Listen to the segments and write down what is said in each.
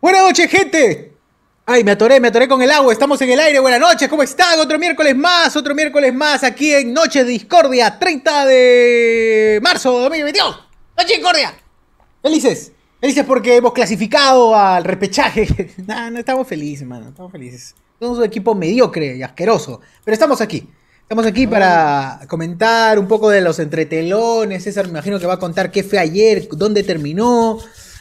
Buenas noches, gente. Ay, me atoré, me atoré con el agua. Estamos en el aire. Buenas noches, ¿cómo están? Otro miércoles más, otro miércoles más aquí en Noche de Discordia, 30 de marzo de 2022. Noche de Discordia. Felices. Felices porque hemos clasificado al repechaje. nah, no estamos felices, mano. Estamos felices. Somos un equipo mediocre y asqueroso. Pero estamos aquí. Estamos aquí para comentar un poco de los entretelones. César me imagino que va a contar qué fue ayer, dónde terminó,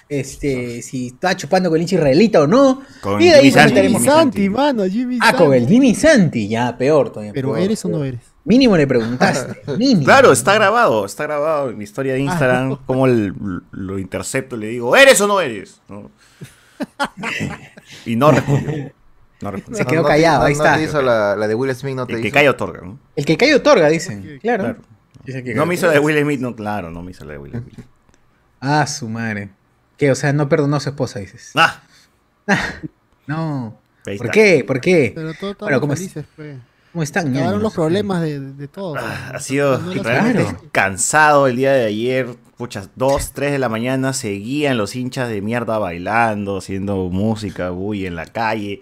este, si está chupando con el hincha israelita o no. Con y de ahí Jimmy Santi. comentaremos. Jimmy Santi. mano, Jimmy Ah, con el Jimmy Santi, ya, peor todavía. Pero peor, eres o no peor. eres. Mínimo le preguntaste. mínimo. Eh, Ah, Claro, está grabado, está grabado en mi historia de Instagram, como el- lo intercepto y le digo, ¿eres o no eres? ¿No? Y no respondió. No respondió. Se quedó te- callado, ahí no está. te hizo la, la de Will Smith, no te El que hizo. calla otorga, ¿no? El que cae otorga, dicen. Claro. Claro. Dice que- No me hizo la de Will Smith, no, claro, no me hizo la de Will Smith. Ah, su madre. Que, o sea, no perdonó a su esposa, dices. Ah, No. Ahí ¿Por está. qué? ¿Por qué? Pero todo estaba Bueno, ¿cómo es? felices, fue. ¿Cómo están? Acabaron ñaños? Ah, los problemas de, de todo. ha sido No los realmente agarraron. cansado el día de ayer. Puchas, 2, 3 de la mañana seguían los hinchas de mierda bailando, haciendo música, bulla en la calle.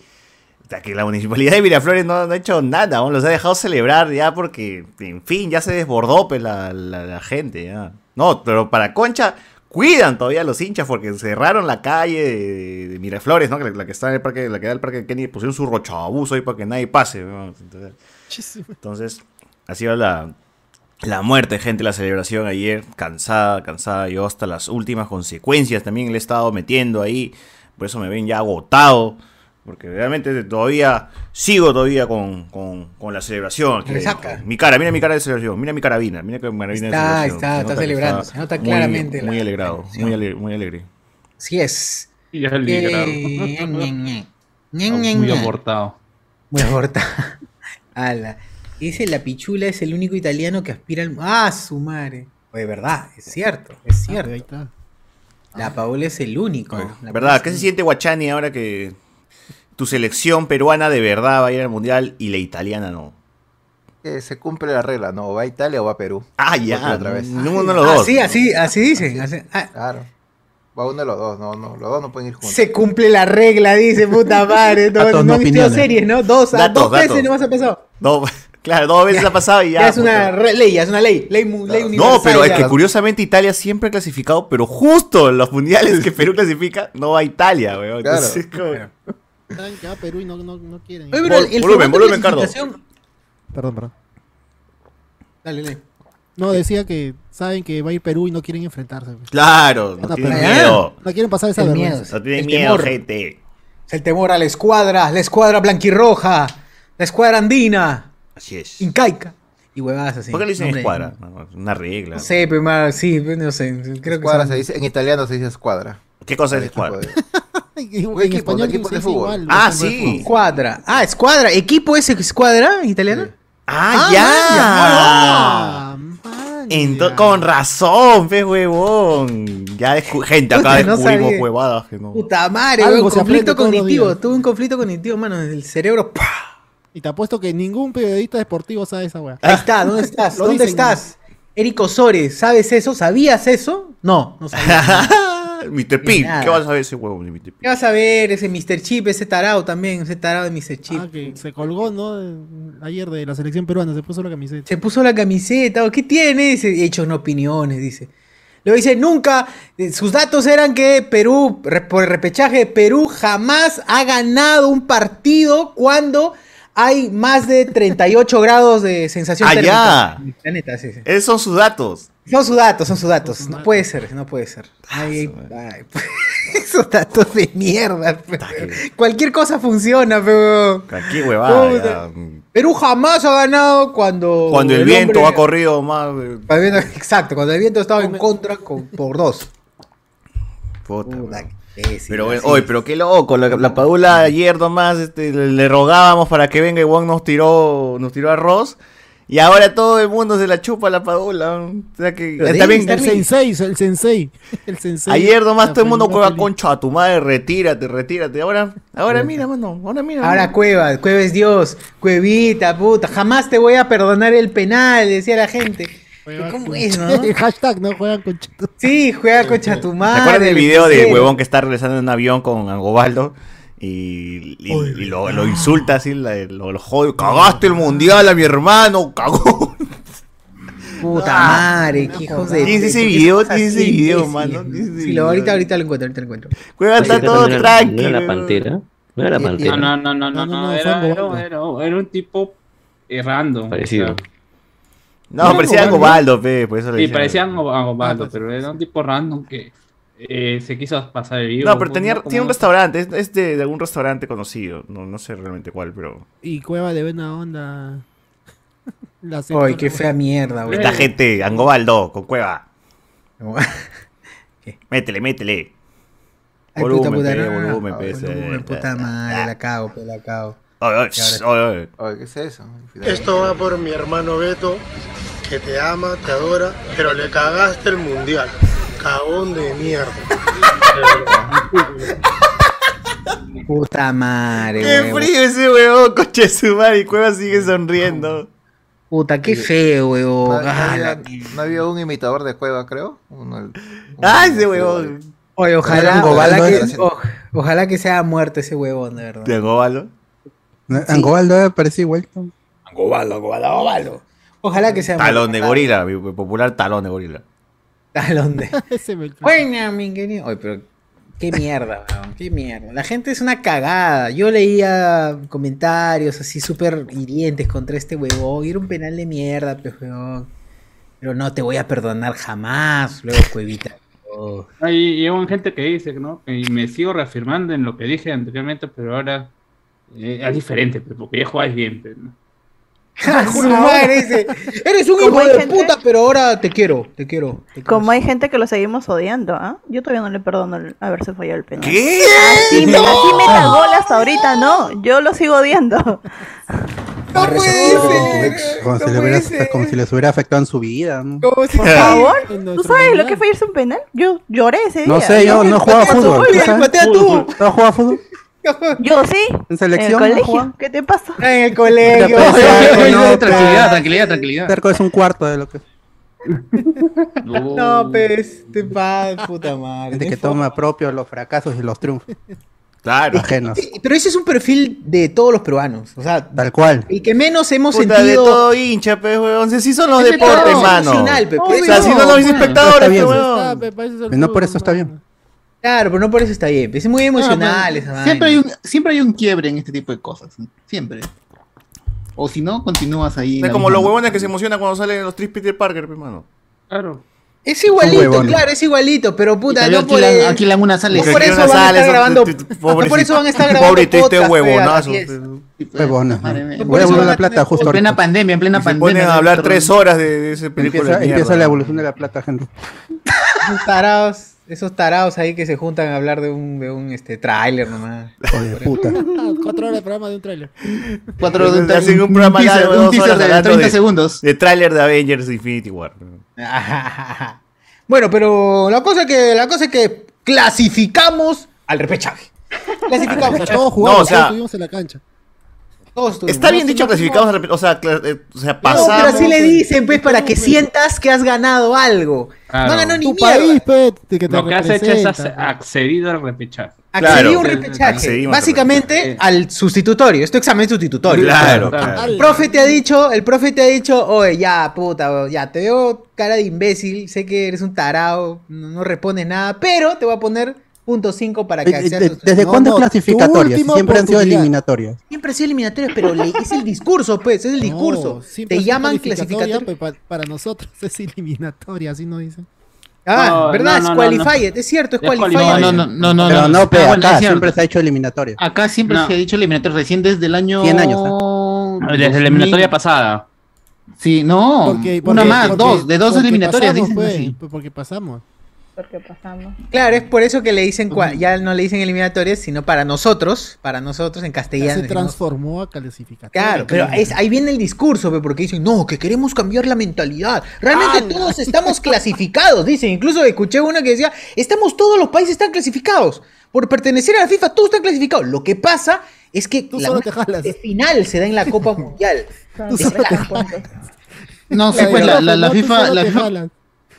O sea, que la municipalidad de Miraflores no, no ha hecho nada, aún los ha dejado celebrar ya porque, en fin, ya se desbordó pues, la, la- la gente. ya. No, pero para Concha cuidan todavía a los hinchas porque cerraron la calle de, de Miraflores, ¿no? Que La, la que está en el parque, la que da el parque de Kennedy, pusieron su rochabuso ahí para que nadie pase. ¿no? Entonces, Muchísimo. entonces, ha sido la, la muerte, gente, la celebración ayer, cansada, cansada, yo hasta las últimas consecuencias también le he estado metiendo ahí, por eso me ven ya agotado, porque realmente todavía sigo todavía con, con- con la celebración. que- Resaca. mi cara, mira mi cara de celebración, mira mi carabina, mira que carabina Está, de celebración. está, Se está nota que celebrando, se nota claramente la- Muy, muy la alegrado, muy emoción. alegre, muy alegre. Sí es. Y ya le Eh, ña, ña, libraron. ña. Ña, ña, Muy ña. abortado. Muy aborta. Ala. Ese la pichula es el único italiano que aspira al. ¡Ah, su madre! Oye, verdad, es cierto, es Ah, ahí cierto. está. Ah. La Paola es el único. La ¿Verdad? Paola ¿Qué es se el- siente Guachani ahora que tu selección peruana de verdad va a ir al mundial y la italiana no? Que se cumple la regla, no, o va a Italia o va a Perú. Ah, ya. Otra vez. Ah, no, Uno de los dos. Así, así, así dicen. así- ah, Claro. Va uno de los dos, no, no, los dos no pueden ir juntos. se cumple la regla, dice, puta madre. No, Datos, no, no han visto opiniones. series, ¿no? Dos, a Datos, dos veces datos. no más ha pasado. No, claro, dos veces Ya, ha pasado y ya. Ya, es una puta. re- ley, ya es una ley. Ley, mu- ley No, universal. No, pero es ya. que curiosamente Italia siempre ha clasificado, pero justo en los mundiales que Perú clasifica, no va a Italia, weón. Claro. Entonces, como- Saben que va a Perú y no, no, no quieren. Oye, pero el- el Volumen, formato de volumen, Cardo. clasificación- Perdón, perdón. Dale, dale. No, decía que saben que va a ir Perú y no quieren enfrentarse. pues. Claro, no No, tienen pero- miedo. No quieren pasar esa El vergüenza. miedo. No tienen El miedo, temor. gente. Es El temor a la escuadra, la escuadra blanquirroja, la escuadra andina, Así es. incaica. Y huevadas así. ¿Por qué le dicen Nombre- escuadra? No, es Una regla. No sé, pero más- sí, pues, no sé. Creo que Escuadra son- se dice, en italiano se dice escuadra. ¿Qué cosa es El equipo escuadra? de- En- Un en equipo, un español equipo se de dice fútbol. igual, Ah, los equipos de sí. fútbol. Escuadra. Ah, escuadra. ¿Equipo es escuadra en italiano? Ah, Ah, ya. Ah, man, Ento- ya. con razón, pe huevón. Ya descu- gente, acá Puta, no descubrimos sabía. huevadas que no. Puta madre, Algo weón, se conflicto aprende todos los cognitivo. días. Tuve un conflicto cognitivo, mano, desde el cerebro. ¡pah! Y te apuesto que ningún periodista deportivo sabe esa Ah, weá. Ahí está, ¿dónde estás? Lo ¿Dónde dicen. estás? Eric Osores, ¿sabes eso? ¿Sabías eso? No, no sabía. Mr. Pig, nada. Ah, ¿qué vas a ver ese huevón de Mr. Pig? ¿Qué vas a ver? Ese Mr. Chip, ese tarado también, ese tarado de Mr. Chip. Ah, que se colgó, ¿no? De- Ayer de la selección peruana, se puso la camiseta. Se puso la camiseta, ¿o ¿qué tiene? Dice, hechos no opiniones, dice. Luego dice, nunca, eh, sus datos eran que Perú, re- por el repechaje, Perú jamás ha ganado un partido cuando hay más de 38 grados de sensación Ah, térmica ya. en el planeta. sí, sí. Esos son sus datos. Son sus datos, son sus datos. sus No datos. puede ser, no puede ser. Ay, Ah, eh, su ay, esos datos de mierda. pe. que- Cualquier cosa funciona, pero... Aquí huevada. Puta. ya. Perú jamás ha ganado cuando... Cuando el, viento Oh, hombre- ha corrido más. eh, Cuando el viento- exacto, cuando el viento estaba en contra con, por dos. puta, Puta, huevón. qué imbécil, Pero, así bueno, oye, es. pero qué loco. La, la Padula ayer nomás este, le, le rogábamos para que venga y Wong nos tiró, nos tiró arroz. Y ahora todo el mundo se la chupa a la Padula. ¿no? O sea que. Pero eh, debe también, estar El sensei, el sensei. El sensei. Ayer nomás La todo el mundo primera juega peli. concho a tu madre, Ah, retírate, retírate. Ahora, ahora mira, mano, ahora mira. Ahora mano. Cueva, Cueva es Dios, Cuevita, puta, jamás te voy a perdonar el penal, decía la gente. Juega ¿Cómo con es, no? che, Hashtag, ¿no? Juegan con chetos. Sí, juega concha tu ¿Te madre. acuerdas del le video del pusieron. huevón que está regresando en un avión con Angobaldo? Y, y- y lo, lo insulta así, la- lo, lo jode. Cagaste el mundial a mi hermano, cagó. Puta Ah, madre, qué hijos de. ¿Tienes ese de- video? cosas ¿Tienes ese video, imbéciles, mano? ¿Tienes ese Sí, lo, video? ahorita, ahorita lo encuentro, ahorita lo encuentro. Cueva está Ese todo también era- ¿No tranquilo. era la pantera? ¿No era la No, pantera? no, no, no, no, no, no, no, era, fue era, Angobaldo. era- era un tipo eh, random. Parecido. No, No, parecía Angobaldo. Angobaldo, pe, por eso le Sí, decía- parecía Ango- Angobaldo, Ah, pues, pero era un tipo random que eh, se quiso pasar de vivo. No, pero pues, tenía, ¿no? tiene un Como- restaurante, es, es de, de algún restaurante conocido, no, no sé realmente cuál, pero... Y Cueva de buena onda. La aceptó, Ay, qué ¿no? fea mierda, güey. Esta gente, Angobaldo, con Cueva, ¿Qué? métele, métele. Ay, puta, Volumen, puta, pe, no, no, no. volumen, Ah, pe, se- volumen, puta madre, la cago, pe, la cago. Oye, oye, shh, oye, oye. Oye, ¿qué es eso? Esto va por mi hermano Beto, que te ama, te adora, pero le cagaste el mundial. Cagón de mierda. De verdad. Puta madre, ¡Qué huevo. frío ese huevón, Oh, coche su madre! Y Cueva sigue Mm. sonriendo. Oh, Puta, qué feo, No, huevo. no Ah, la había, mierda. no había un imitador de Cueva, creo. Uno- uno- ¡Ah, ese huevón! Oye, ojalá, Angobaldo ojalá no que, está haciendo- o- ojalá que sea muerto ese huevón, de verdad. ¿De Angobaldo? Angobaldo eh, parece igual. ¿no? Angobaldo, Angobaldo, Angobaldo. Ojalá que sea Talón de muerto. gorila, mi popular talón de gorila. Talón de. Ese me Buena, mi querido. Oye, pero qué mierda, weón, qué mierda. La gente es una cagada. Yo leía comentarios así súper hirientes contra este huevón. y Era un penal de mierda, pues, huevón. Pero no te voy a perdonar jamás, luego cuevita. Oh. No, Y y hubo gente que dice, ¿no? Y me sigo reafirmando en lo que dije anteriormente, pero ahora eh, es diferente, pues, porque ya jugáis bien. pues, ¿no? ¡Ja, Ah, su madre ese! Eres un Como hijo hay de gente- puta, pero ahora te quiero, te quiero. te quiero. Como hay gente que lo seguimos odiando, ¿ah? Yo todavía no le perdono el haberse fallado el penal. ¿Qué? Así me, así me las bolas hasta ahorita, no. Yo lo sigo odiando. ¡No Ah, puede ser! Ex, Como, si no le puede hubiera, ser. como si les hubiera afectado en su vida. ¿no? ¿Cómo se- Por Ah. favor. En ¿Tú nuestro sabes lo mundial. que fue irse a un penal? Yo lloré ese día. No sé, yo no jugaba Patea tú, fútbol. ¿tú Fabián, sabes? patea tú. ¿No jugaba fútbol? Yo sí. ¿En En el selección? ¿No colegio. jugaba? ¿Qué te pasó? En el colegio. Te pesa, Ay, no, Tranquilidad, tranquilidad, tranquilidad. Terco es un cuarto de lo que. No, pues, te pa, puta madre. Gente que Qué fo- toma propio los fracasos y los triunfos Claro. ajenos. Sí, Pero ese es un perfil de todos los peruanos. O sea, Tal cual. el que menos hemos Puta, de sentido. todo hincha, pe, huevón. Si así son los Ese deportes, todo pues, mano. emocional, pe, O sea, pe. así son los pues, espectadores, Está pe, bien, Ah, huevón. pe, para eso es el No, por fútbol, eso está mano. bien. Claro, pero no por eso está bien. pe, Es muy emocional Ah, esa pues, siempre, hay vaina. un, siempre hay un quiebre en este tipo de cosas. ¿no? Siempre. O si no, continúas ahí. en Es la como misma los huevones nota. que se emocionan cuando salen los tres Peter Parker, pe, mano. Claro. Es igualito, huevones. claro, es igualito. Pero Y puta, todavía no por alquilan, el- alquilan una sala. No Porque por aquí eso una van a sala, estar esos grabando. tri- tri- no por pobrecito- eso van a estar grabando Pobre triste podcast, huevonazo. pe, así es. pe. Huevones. pues, Madre mía. ¿no? por Voy a eso volver van la a plata tener- justo En plena ahorita. pandemia, en plena Y se pandemia. ponen a ¿no? hablar tres horas de, de esa película Empieza, de mierda. empieza la evolución de la plata, gente. Esos tarados, esos tarados ahí que se juntan a hablar de un, de un este, tráiler nomás. Joder, puta. Ah, cuatro horas de programa de un tráiler. Cuatro Hacen de un programa teaser, largo de un dos teaser horas de hablando 30 de- segundos. De tráiler de Avengers Infinity War. Bueno, pero la cosa es que la cosa es que clasificamos al repechaje. Clasificamos. Todos jugamos, No, o sea- todos estuvimos en la cancha. Todos tuvimos. Está bien No, dicho no, clasificados, de repente, o sea, cla- eh, o sea, No, pero pasamos. así le dicen, pues, para que Claro. sientas que has ganado algo. No Claro. ganó Tu ni mierda. país, pe, pues, te- que te Lo que has hecho es ac- representa. accedido al repechaje. Accedí a Claro. un repechaje. Accedimos al Básicamente repechaje. al sustitutorio. Esto examen sustitutorio. Claro, Claro. claro. El profe te ha dicho, el profe te ha dicho, oye, ya, puta, ya, te veo cara de imbécil, sé que eres un tarao, no, no respondes nada, pero te voy a poner punto 5 para que Eh, eh, accedas. de- ¿Desde No, cuándo no, es tu clasificatoria? Si última Siempre han sido oportunidad. eliminatorias. Siempre ha sido eliminatorios, pero le- es el discurso, pues, es el No, discurso. Oh, siempre te es una llaman calificatoria, clasificatorio. pe, pa- para nosotros es eliminatoria, así no dicen. Ah, No, ¿verdad? no, es no, qualified, es cierto, es Es qualified. qualified. No, no, no, no, no. Pero no, pero Ah, bueno, acá es cierto. siempre se ha hecho eliminatoria. Acá siempre No. se ha dicho eliminatoria, recién desde el año. 100 ¿ah? años, Desde 2000. la eliminatoria pasada. Sí, no. Porque- una porque- más, porque- dos. De dos porque eliminatorias, pasamos, dicen pe, así. pe, pues, Porque pasamos. Porque pasamos. Claro, es por eso que le dicen, cua- ya no le dicen eliminatorias, sino para nosotros, para nosotros en Ya castellano. se decimos, transformó a calificatoria. Claro, pero es, ahí viene el discurso, pe, porque dicen, no, que queremos cambiar la mentalidad. Ah, Realmente todos estamos clasificados, dicen. Incluso escuché una que decía, estamos todos los países están clasificados. Por pertenecer a la FIFA, todos están clasificados. Lo que pasa es que Tú la solo te jalas. final se da en la Copa Mundial. Son Tú siempre las puntos. No, sí, pues la, la- la Tú FIFA, solo la, te FIFA, jalas.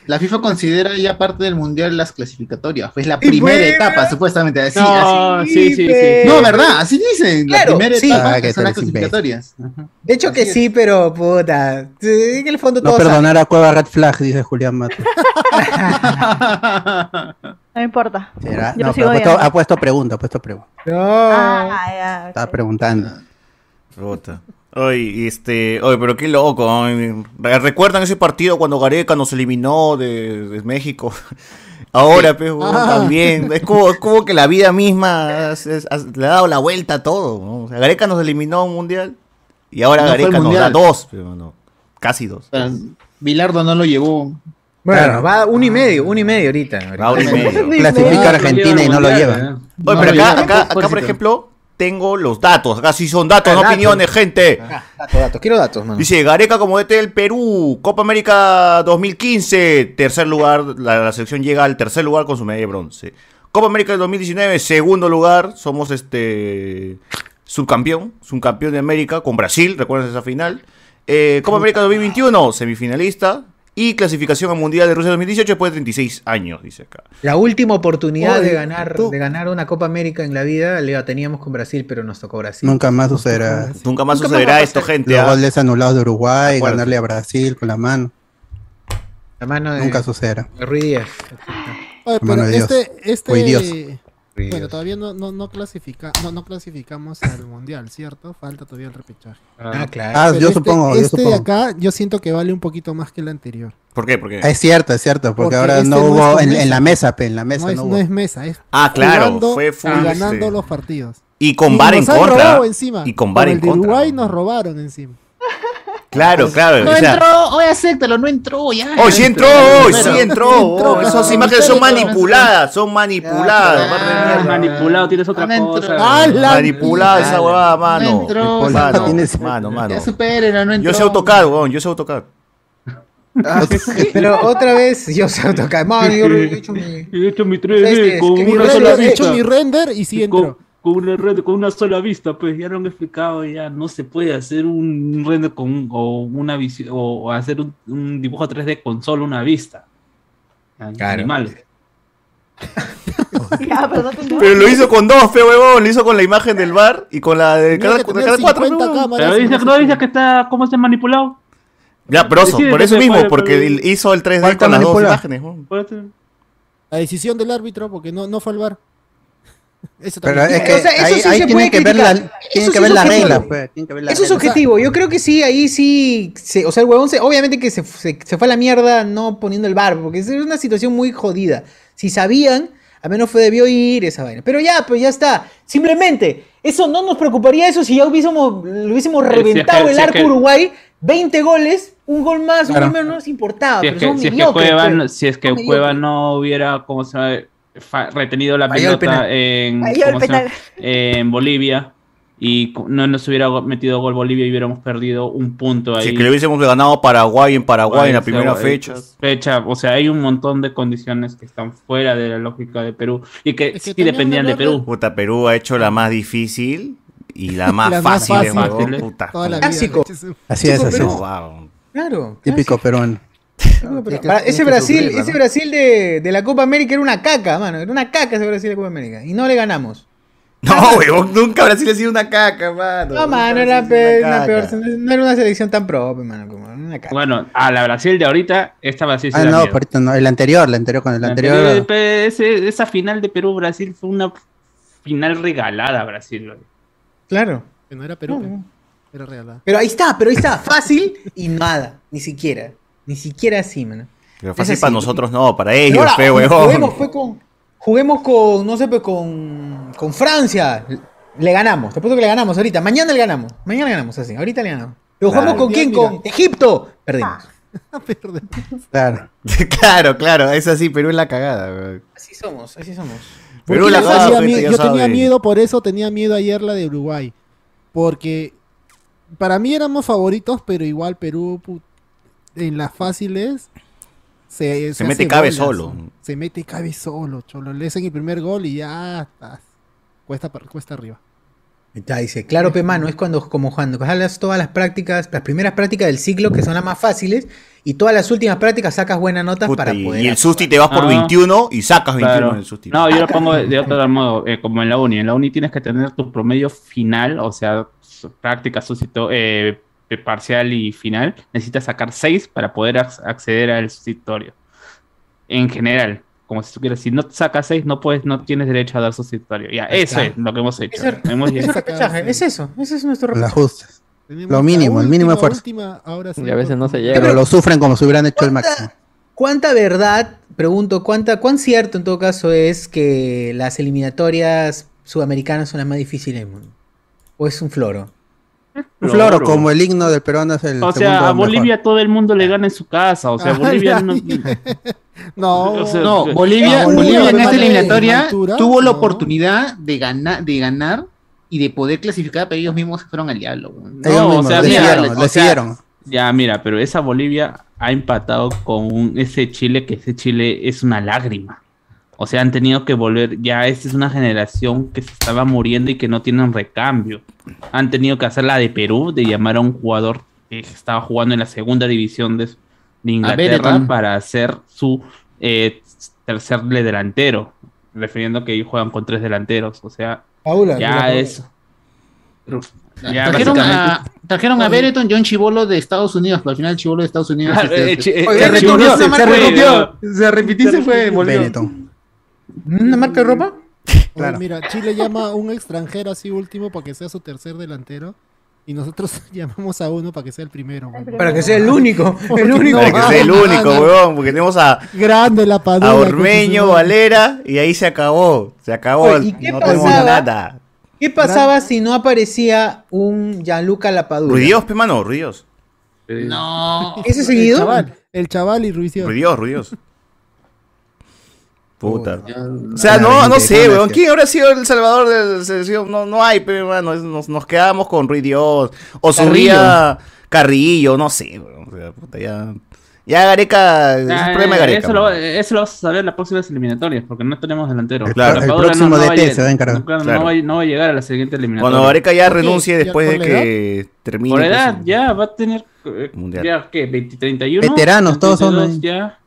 la FIFA considera ya parte del mundial las clasificatorias. Pues la Y primera pues- etapa, supuestamente. Así, así. No, sí, sí, sí. No, ¿verdad? Así dicen. Claro, la primera sí. etapa Ah, que son tú las eres imbécil. clasificatorias. Ajá. De hecho que Así es. sí, pero puta. sí, En el fondo No todo sabe. perdonar a Cueva Red Flag, dice Julián Mato. No importa. ¿Será? Yo No, sigo pero pues, ha puesto- viendo. ha puesto pregunta, ha puesto pregunta. No. Ah, ya, Estaba ok. preguntando. Puta. Oye, este, oye, pero qué loco. ¿no? ¿Recuerdan ese partido cuando Gareca nos eliminó de, de México? Ahora, pues, weón, Ah. también. Es como, es como que la vida misma es- es- has- le ha dado la vuelta a todo. ¿no? O sea, Gareca nos eliminó un mundial y ahora No fue el Gareca nos da mundial. dos, pero no, casi dos. O sea, Bilardo no lo llevó. Bueno, va uno y medio, uno y medio ahorita. ahorita. Ahora y medio. Clasifica a Ah, Argentina y no lo mundial, lleva. ¿eh? Oye, No pero lo acá, lleva. acá, acá, por ejemplo, tengo los datos. Acá sí son datos, Ah, no datos. opiniones, gente. Ah, Datos, datos, quiero datos, mano. Dice Gareca como DT del Perú, Copa América 2015, tercer lugar, la, la selección llega al tercer lugar con su medalla de bronce. Copa América del 2019, segundo lugar, somos este subcampeón, subcampeón de América con Brasil, recuerden esa final. Eh, Copa América 2021, semifinalista y clasificación al Mundial de Rusia 2018 después de 36 años, dice acá. La última oportunidad Oye, de ganar tú- de ganar una Copa América en la vida la teníamos con Brasil, pero nos tocó Brasil. Nunca más sucederá. Nunca más Nunca más va sucederá a esto, pasar. gente. Los ¿ah? goles anulados de Uruguay, Acuérdate. ganarle a Brasil con la mano. La mano de, Nunca sucederá. de Ruiz Díaz. Oye, pero Hermano de Dios. este, este, Oye, Dios. Ruiz bueno, Díaz. todavía no, no, no clasifica, no, no clasificamos al mundial, ¿cierto? Falta todavía el repechaje. Ah, Ah, claro. Ah, Pero yo este- supongo, yo Este de supongo. acá, yo siento que vale un poquito más que el anterior. ¿Por qué? ¿Por qué? Ah, Es cierto, es cierto, porque, Porque ahora este no no es hubo con en, mesa. en la mesa, pe, en la mesa no, es, no, no hubo. es mesa, es Ah, claro, jugando fue full, y este, ganando los partidos. Y con Y VAR en nos han contra. robado encima. Y con VAR Como en el de contra. Uruguay nos robaron encima. Claro, claro. Pues, No o sea, entró, hoy acéptalo, no entró, ya. Hoy Oh, sí entró, hoy sí entró. oh, entró, esas pero- imágenes son pero- manipuladas, son manipuladas. par de Ah, mierda. manipulado, tienes otra Ah, cosa. entró. Ah, la- Manipulada esa huevada, mano. entró, Mano, la- tienes- Mano, mano. Ya superen, no entró. Yo sé AutoCAD, weón, yo sé AutoCAD. Ah, Pero otra vez yo se toca. Mano, yo he hecho mi. He hecho mi Este, 3D con es que Mi una render- sola render, he hecho vista. mi render y sí Con, entró. con una red, con una sola vista, pues ya lo han explicado, ya no se puede hacer un render con un- o una visión o hacer un, un dibujo 3D con solo una vista. Claro. Animal. Ya, pero no te entiendo. Pero lo hizo con dos, fe, huevón. Lo hizo con la imagen del bar y con la de Mira cada que tenía cuatro. 50 huevón. cámaras Pero y dice, se no dice pudo. que está, ¿cómo se ha manipulado? Ya, por eso, Sí, por eso sí, mismo, puede, porque puede. él hizo el 3D Falta con las dos manipular. imágenes. huevón. Por eso- La decisión del árbitro, porque no, no fue al bar. Eso Pero también. es que O sea, eso ahí, sí ahí se tienen puede que ver la, criticar. Eso tienen que sí ver es la objetivo. regla, pues, pe, tienen que ver la Eso es regla. objetivo. Yo creo que sí, ahí sí. se- o sea, el huevón, se, obviamente que se, se- se fue a la mierda no poniendo el bar, porque es una situación muy jodida. Si sabían, a menos fue debió ir esa vaina. Pero ya, pues ya está. Simplemente, eso no nos preocuparía eso si ya hubiésemos, le hubiésemos es que- reventado si el es arco que- Uruguay, 20 goles, un gol más, Claro. un gol menos, no nos importaba. si, es Ah, pero que, son si es que idiotas, Cueva, pues. no- si es que Son Cueva mediocres. no hubiera como se llama, fa- retenido la Falló el penal. pelota en, Falló el ¿cómo se penal. llama? en Bolivia y cu- no nos hubiera go- metido gol Bolivia y hubiéramos perdido un punto ahí. Si es que le hubiésemos ganado a Paraguay en Paraguay en la primera O sea, fecha. es- fecha, o sea, hay un montón de condiciones que están fuera de la lógica de Perú y que, Es que sí también dependían de hablar de- Perú. Puta, Perú ha hecho la más difícil y la más La más fácil, ¿eh? ¿eh? fácil. huevón, Puta. Toda la vida. Clásico. Así es, así es. No, huevón. Claro. Típico peruano. Pero- tienes que- Bra- tienes ese que Brasil, sufrirla, ese ¿no? Brasil de, de la Copa América era una caca, mano. Era una caca ese Brasil de la Copa América. Y no le ganamos. No, huevón, nunca Brasil ha sido una caca, mano. No, mano, Nunca era Brasil ha pe- sido una peor. caca. No era una selección tan pro, pe, mano, como una caca. Bueno, a la Brasil de ahorita, esta Brasil se da Ah, no, miedo. pero ahorita no, el anterior, el anterior con el La anterior. anterior, pe- ese- esa final de Perú-Brasil fue una final regalada a Brasil. Claro. Que no era Perú, No, no. pe, era regalada. Pero ahí está, pero ahí está. Fácil y nada. Ni siquiera. Ni siquiera así, mano. Pero Es fácil así. para nosotros no, para Pero ellos, ahora, fe, juguemos, huevón. fue con, juguemos con, no sé, pues con, con Francia. Le ganamos. Te apuesto que le ganamos ahorita. Mañana le ganamos. Mañana le ganamos así. Ahorita le ganamos. Pero Claro. jugamos con quién? Mira, Con Egipto. Perdimos. Perdón. Claro. claro, claro, es así, Perú es la cagada, huevón. Así somos, eh. así somos. Perú Porque es la yo cagada, tenía fe, mie- ya yo sabe. tenía miedo, por eso tenía miedo ayer la de Uruguay. Porque para mí éramos favoritos, pero igual Perú pu- en las fáciles se, Se mete hace cabe solo. Se mete cabe solo, cholo. Le hacen el primer gol y ya. ah, cuesta, par- cuesta arriba. Está, dice, claro, pe mano, es cuando, como cuando jalas todas las prácticas, las primeras prácticas del ciclo, que son las más fáciles, y todas las últimas prácticas sacas buenas notas Puta, para y, poder. y el susti te vas por Ah. 21 y sacas 21 Claro. en el susti. No, yo lo pongo de, de otro modo, eh, como en la uni. En la uni tienes que tener tu promedio final, o sea, s- práctica, suscito, eh, eh, parcial y final. Necesitas sacar 6 para poder ac- acceder al suscitorio. En general, como si tú quieras, si no te sacas 6, no puedes, no tienes derecho a dar suscitorio. Ya, Ahí eso está. es lo que hemos hecho. Eso es- Hemos Es llegado- un repechaje, es eso, ese es nuestro Los repechaje. ajustes. Lo mínimo, el mínimo esfuerzo. Última, ahora sí, Y a veces no se porque- llega. Pero lo sufren como si hubieran hecho el ¿Cuánta- máximo. ¿Cuánta verdad, pregunto, cuánta, cuán cierto en todo caso es que las eliminatorias sudamericanas son las más difíciles del mundo? ¿O es un floro? Un floro, Floro. como el himno del peruano es el O segundo sea, a mejor. Bolivia todo el mundo le gana en su casa. O sea, Ah, Bolivia ya. no. No, o sea, No, Bolivia, Ah, Bolivia, Bolivia en pero esta vale, eliminatoria altura, tuvo la ¿no? oportunidad de ganar, de ganar y de poder clasificar, pero ellos mismos se fueron al diablo. weón. Ellos No, o mismos, sea, le mira, siguieron, o le sea, siguieron. Ya, mira, pero esa Bolivia ha empatado con un- ese Chile, que ese Chile es una lágrima. O sea, han tenido que volver, ya esta es una generación que se estaba muriendo y que no tienen recambio. Han tenido que hacer la de Perú, de llamar a un jugador que estaba jugando en la segunda división de, de Inglaterra Everton. para hacer su eh, tercer delantero, refiriendo que ellos juegan con tres delanteros. O sea, Paula, ya es... Ya, Trajeron a, básicamente- trajeron a Bereton John Chivolo de Estados Unidos, pero al final Chivolo de Estados Unidos. Claro, este, eh, chi- eh, se eh, repitió, Chibolo se se marca- repitió, se repitió y se fue, volvió. Benetton. ¿Una marca de ropa? Oye, Claro. Mira, Chile llama a un extranjero así último para que sea su tercer delantero. Y nosotros llamamos a uno para que sea el primero. güey. Para que sea el único, el único. Para que sea el no, único, no. weón, porque tenemos a, Grande la a padula. concha Ormeño, su Valera, y ahí se acabó. Se acabó. Oye, ¿y qué no tenemos pasaba? nada. ¿Qué pasaba si no aparecía un Gianluca Lapadura? Ruidios, pe mano, ruidios. No. madre. ¿Ese El seguido? chaval, el chaval y Ruicio. Ruidios, ruidios. Puta. O O sea, no, no sé, weón. bestia. ¿Quién habrá sido el salvador de la selección? No, no hay, pero bueno, es- nos, nos quedamos con Rui Dios. O subía Carrillo, no sé, weón. O sea, puta, ya. Ya Gareca. ese es Ah, el problema de Gareca. eso, lo, weón. eso lo vas a saber en las próximas eliminatorias, porque no tenemos delantero. El Claro. pro- La el Padula próximo no- no DT a- se va a encargar. no, claro, Claro. No, va, a- no va a llegar a la siguiente eliminatoria. Cuando Gareca ya ¿Por qué? renuncie ¿Ya después de por la que termine. Por pues, edad, su- ya va a tener. eh, Mundial. Ya, ¿qué? ¿20, 31? Veteranos, todos son 32 Ya.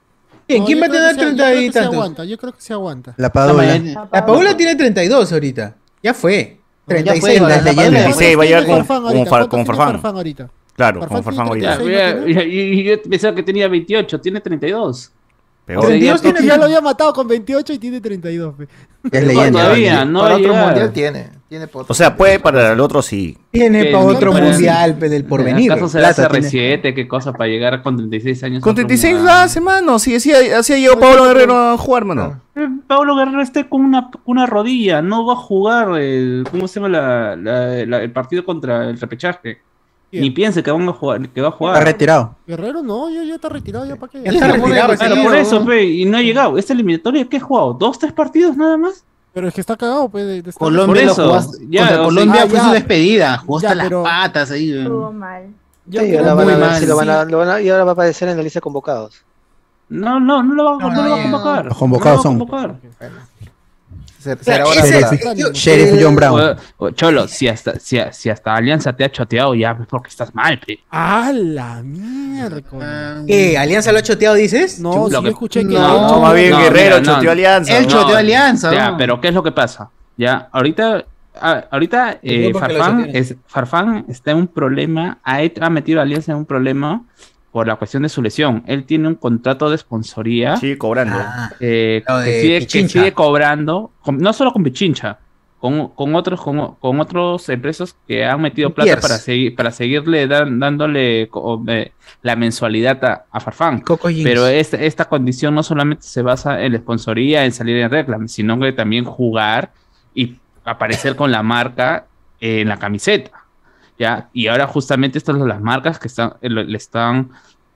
¿Quién, ¿Quién va a tener 30 y tantos? tantos? Yo creo que se aguanta. La Padula. La Paula tiene 32 ahorita. Ya fue. fue, 36 la- ahora. la leyenda. ¿Cuántos 16 va a llegar tiene como- Farfán como ahorita? ¿Cuántos Far- como tiene Farfán. Farfán ahorita? Claro, Farfán como Farfán tiene ahorita. ¿36 Ya, no ya, y, y yo pensaba que tenía 28, tiene 32. Peor. O sea, ya- 32 tiene Este ya lo había matado con 28 y tiene 32. pe. Es Todavía, leyenda. no para va a otro llegar. mundial tiene. tiene para otro O sea, mundial. puede para el otro sí. Que Tiene para Eh, no otro parece- mundial pe, del porvenir. ¿Acaso será Plata tiene. CR7? ¿Qué cosa para llegar con 36 años? Con a otro 36 mundial? hace, mano. Sí, así, así llegó Pablo Guerrero a jugar, mano. Eh, Pablo Guerrero está con una, con una rodilla, no va a jugar el, ¿cómo se llama la- la- la- el partido contra el repechaje? Bien. Ni piense que, van a jugar, que va a Está jugar. retirado. Guerrero no, ya, ya está retirado, ya para qué. Ya está Sí, retirado, bueno, Claro, sí, por ¿no? eso, pe, y no ha llegado. ¿Esta eliminatoria qué ha jugado? ¿Dos, tres partidos nada más? Pero es que está cagado, pues. de- de estar- Colombia, Por lo eso, jugó- ya, contra o sea, Colombia ah, fue ya. su despedida, jugó Ya, hasta pero- las patas ahí. weón. Estuvo mal. Yo Sí, creo la van a que- ver si lo van a- sí, Lo van a- y ahora va a aparecer en la lista de convocados. No, no, no lo va, No, no, no lo va a llega. convocar. Los convocados No lo son. va a convocar. Se- O sea, será ahora ese- Vela. Sheriff- yo- Sheriff el- John Brown. O- o, Cholo, si hasta, si, si hasta Alianza te ha choteado, ya es porque estás mal, pe. A la mierda. Ah, ¿Qué? ¿Alianza lo ha choteado, dices? No, Lo si yo que- escuché que. No, No, más bien no, Guerrero mira, no. choteó Alianza. Él ¿no? choteó Alianza. Ya, ¿no? pero ¿qué es lo que pasa? Ya, ahorita, a- ahorita El eh, grupo que lo Farfán, sostiene. es, Farfán está en un problema, ha, he- ha metido a Alianza en un problema por la cuestión de su lesión. Él tiene un contrato de esponsoría Sí, cobrando. Ah, eh, Lo de que, sigue, que Pichincha. sigue cobrando, con- no solo con Pichincha, con, con otros con, con otros empresas que han metido plata Piers. para seguir para seguirle dan- dándole co- eh, la mensualidad a, a Farfán. Coco Jeans. Pero esta, esta condición no solamente se basa en la sponsoría, en salir en regla, sino que también jugar y aparecer con la marca en la camiseta. ¿ya? Y ahora justamente estas son las marcas que están, eh, lo- le están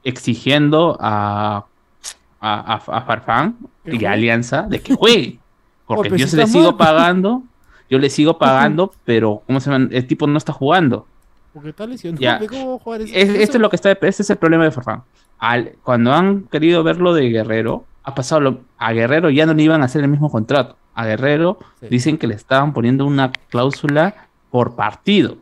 exigiendo a, a, a, a Farfán y Que juegue. a Alianza de que juegue. Porque pero yo si se le está sigo mal. pagando, yo le sigo pagando, pero ¿cómo se llama? El tipo no está jugando. Porque está lesionado. Ya. pe, ¿Cómo va a jugar ese- Es- eso- esto es lo que está, este es el problema de Farfán. Al- cuando han querido ver lo de Guerrero, ha pasado lo- a Guerrero ya no le iban a hacer el mismo contrato. A Guerrero Sí. dicen que le estaban poniendo una cláusula por partido.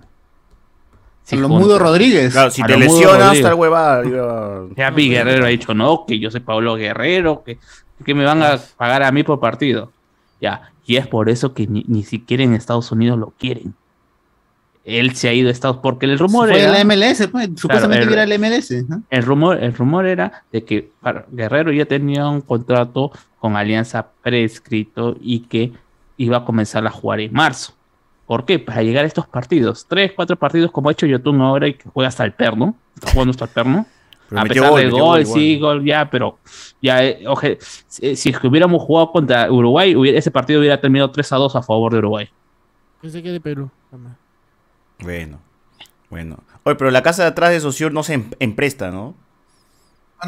A lo Mudo Rodríguez. Claro, si A te lo Mudo lesionas, Rodríguez. tal huevada. iba- Ya mi Guerrero ha dicho, no, que yo soy Pablo Guerrero, que, que me van a pagar a mí por partido. Ya, y es por eso que ni, ni siquiera en Estados Unidos lo quieren. Él se ha ido a Estados porque el rumor Fue era... la MLS, pues, supuestamente el- era la MLS. ¿no? El rumor, el rumor era de que para- Guerrero ya tenía un contrato con Alianza prescrito y que iba a comenzar a jugar en marzo. ¿Por qué? Para llegar a estos partidos, tres, cuatro partidos como ha hecho Yotun ahora y que juega hasta el perno, está jugando hasta el perno. Pero a metió pesar gol, del metió gol, gol sí, gol, ya, pero ya, eh, oje, si, si es que hubiéramos jugado contra Uruguay, hubiera- ese partido hubiera terminado 3 a 2 a favor de Uruguay. Pensé que de Perú. Bueno, bueno. Oye, pero la casa de atrás de Sociur no se em- empresta, ¿no?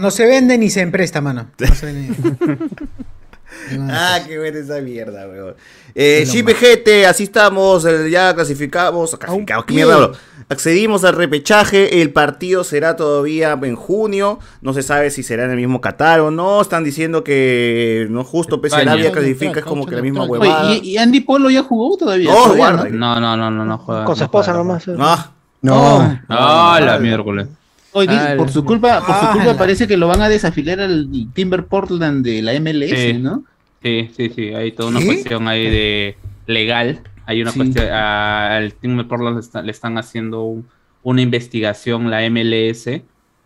No se vende ni se empresta, mano. No se vende ni- Ah, pues. qué buena esa mierda, weón. Eh, Chip GT, así estamos, eh, ya clasificamos, clasificamos, qué pie. mierda hablo. Accedimos al repechaje, el partido será todavía en junio, no se sabe si será en el mismo Qatar o no, están diciendo que no justo pese a España. Arabia clasifica, es como que la misma Oye, huevada. ¿y, y Andy Polo ya jugó todavía. No, Todavía, Oh, guarda. No, no, no, no, no juega. Con su no esposa juega. nomás. Ah, No. Ah, la miércoles. Oye, dice, Ah, por su culpa, por su Ah, culpa la- parece que lo van a desafilar al Timber Portland de la MLS, Sí. ¿no? Sí, sí, sí, hay toda una ¿Sí? cuestión ahí de legal. Hay una Sí. cuestión, a- al Team de Portland le, está- le están haciendo un- una investigación, la MLS,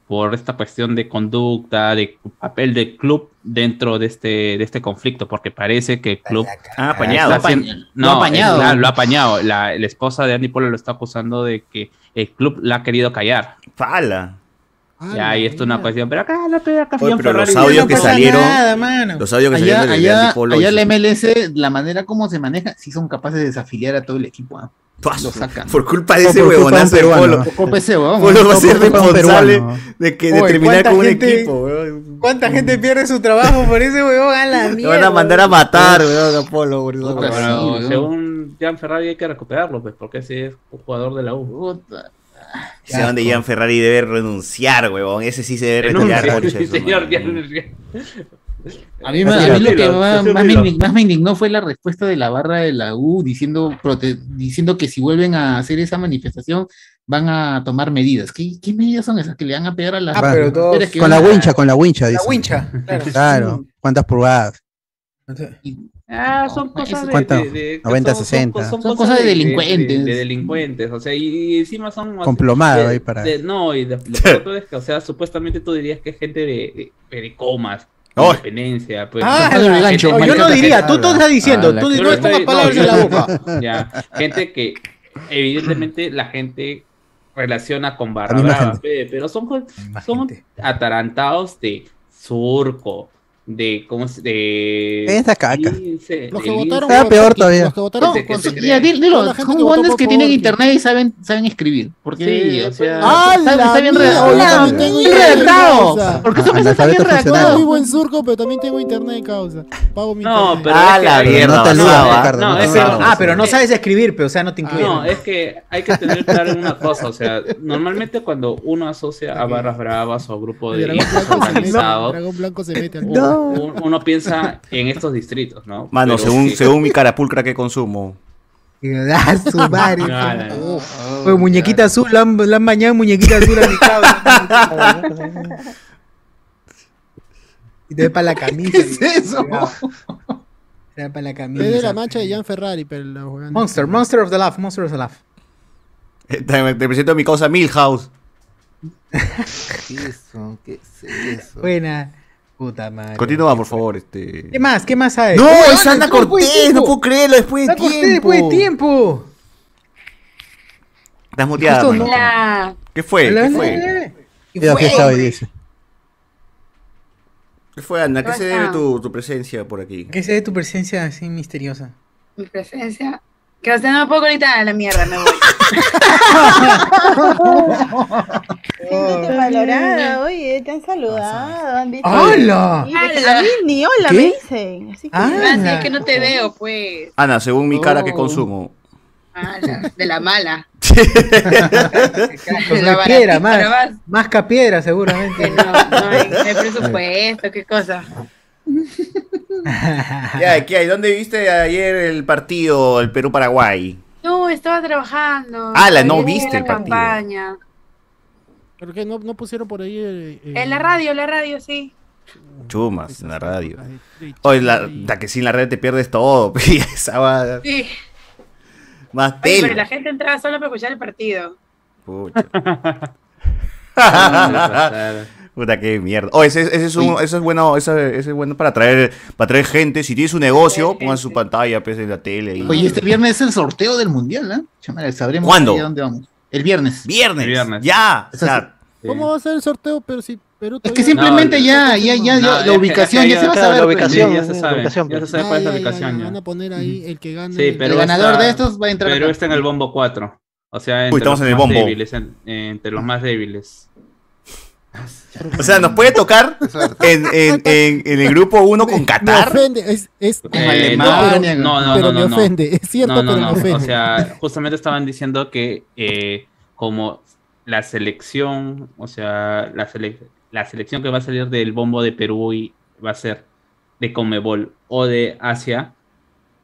por esta cuestión de conducta, de papel del club dentro de este, de este conflicto, porque parece que el club ah, está apañado. Lo apa- haciendo- lo ha apañado. es la- lo ha apañado. La, la esposa de Andy Polo lo está acusando de que el club la ha querido callar. Pala. ya, y esto es una cuestión, pero acá, no, pero acá, Oye, señor pero los Ferrari, audios No que pasa salieron, nada, mano. los audios que Allá, salieron de allá, Andy Polo allá y- la MLS, la manera como se maneja, sí son capaces de desafiliar a todo el equipo. ¿ah? Paz, lo sacan. Por culpa de Por ese culpa de un huevonazo de peruano. Polo. Copa ese, huevón, ¿no? Polo va a ser Por culpa de un responsable peruano. de, que, de Oye, terminar ¿cuánta con un gente- equipo, weón. ¿Cuánta gente pierde su trabajo por ese huevón? A la Te mierda. van a mandar a matar, weón, a Polo, por eso, Puta, weón. sí, Pero weón. según Jan Ferrari hay que recuperarlo, pues, porque ese es un jugador de la U. Puta. Ese donde Ian Ferrari debe renunciar, weón. Ese sí se debe Renuncia, retirar, concha de sí, su señor, madre. ya renuncia. A mí, me- a mí lo que más, más me indig- más me indignó fue la respuesta de la barra de la U diciendo, prote- diciendo que si vuelven a hacer esa manifestación van a tomar medidas. ¿Qué, qué medidas son esas que le van a pegar a las Ah, pero todos. mujeres que Con la van a- wincha, con la wincha, La dice. wincha. Claro. Claro, cuántas pulgadas. Ah, son No, cosas de, ¿cuánto? de- de- 90, son- son- 60. Son, Son cosas de delincuentes. De, de delincuentes, o sea, y, y encima son. Con plomada ahí de- para. de- no, y de- lo peor es que, o sea, supuestamente tú dirías que es gente de, de, de comas, de Oh. independencia. Pues, Ah, Son- la- gancho, No, yo no maricata, diría, tú habla. tú estás diciendo, Habla, tú que no Yo es estoy- tomas palabras yo en la estoy- boca. Ya, gente que evidentemente la gente relaciona con Barra La misma Brava, pe, pero son, con- son atarantados de surco, de cómo se- de Esta caca. Lince, Los de que votaron. Está por- peor todavía. Los que votaron. Gente que por- se cree. Ya, di- dilo, Toda la gente son que votó guantes que por tienen Porky. internet y saben, saben escribir. Porque, Sí, o sea, ¡Ah, está, la está bien mierda! redactado. Oye, está tengo bien idea, redactado. o sea. ¿Por qué son está bien Analfabeto Tengo redactado? funcional. muy buen surco, pero también tengo internet, causa. Pago mi No, internet. pero Ah, es que- la pero mierda, no te basado, aludas, ah. Ricardo, No, no te es que- aludas. Ah, pero no sabes escribir, pero o sea, no te incluyen. No, es que hay que tener claro una cosa, o sea, normalmente cuando uno asocia a barras bravas o a grupos El de dragón hijos blanco se mete, el organizados, dragón blanco se mete un- al un- uno piensa en estos distritos, ¿no? Mano, Pero según, sí. según mi carapulcra que consumo. Ah, su madre. Ah, la- Pues muñequita azul, la han, la han bañado en muñequita azul a mi causa. Y te ve para la camisa. ¿Qué es eso? Te ve para la camisa. Es de la mancha de Jan Ferrari, pero la jugada- Monster, Monster of the Love, Monster of the Love. Te, te presento a mi causa Milhouse. ¿Qué es eso? ¿Qué es eso? Buena puta madre. Continúa, por favor. Este... ¿Qué más? ¿Qué más hay? No, es Ana después de Cortés, tiempo. no puedo creerlo después de Ana Cortés tiempo. después de tiempo. Estás muteada, Justo mano. ¿Qué fue? Hola, ¿Qué hola, fue? hola. ¿Qué Mira, fue? fiesta hoy, dice. ¿Qué fue, Ana? ¿Qué ¿Cómo se debe está? tu, tu presencia por aquí? ¿Qué se de tu presencia así misteriosa? Mi presencia. Que usted no me puedo gritar a la mierda, me voy. Valorada, oye, te han saludado, han dicho. ¡Hola! A mí ni hola me dicen. Así que. Ah. Gracias, es que no te veo, pues. Ana, según mi cara que Oh. consumo. Mala, de la mala. Con De la la piedra, baratita, la más, vas. más capiedra seguramente. Que no, no hay, no hay presupuesto, qué cosa. Ya, ¿qué hay? ¿Dónde viste ayer el partido, el Perú-Paraguay? No, estaba trabajando. Ala, no Había viste la el partido. campaña. ¿Por qué no, no pusieron por ahí? eh, eh, En la radio, en la radio, sí. Chumas, en la radio. Oye, la, la que sin la red te pierdes todo. y Esa va Sí. más Oye, pero tele. la gente entraba solo para escuchar el partido. Pucha. Puta, qué mierda. Oh, ese, ese es un- eso es bueno, eso, eso es bueno para traer, para traer gente. Si tienes un negocio, pongan su pantalla, pues, en la tele. ahí. Oye, este viernes es el sorteo del mundial, ¿eh? Chamara, sabremos ¿Cuándo? ahí a dónde vamos. El viernes. Viernes. viernes. Ya. O sea, ¿Cómo va a ser el sorteo? Pero si Perú que simplemente ya, ya, ya, ya, la ubicación ya se va a saber. la pues. ubicación, ya se sabe, ya pues. se sabe cuál es la ubicación. ya. van a poner ahí el que gane. Sí, pero el ganador está- de estos va a entrar. Perú acá. está en el bombo 4. O sea, entre estamos los en el más bombo. débiles, en- entre los más débiles. O sea, nos puede tocar en, en- en- en el grupo 1 con Me Qatar. ofende, es, es Eh, pero- no, no, no, pero me no. ofende, es cierto, No, no, pero no. me ofende. O sea, justamente estaban diciendo que eh, como la selección, o sea, la, sele- la selección que va a salir del bombo de Perú y va a ser de Comebol o de Asia, Ah.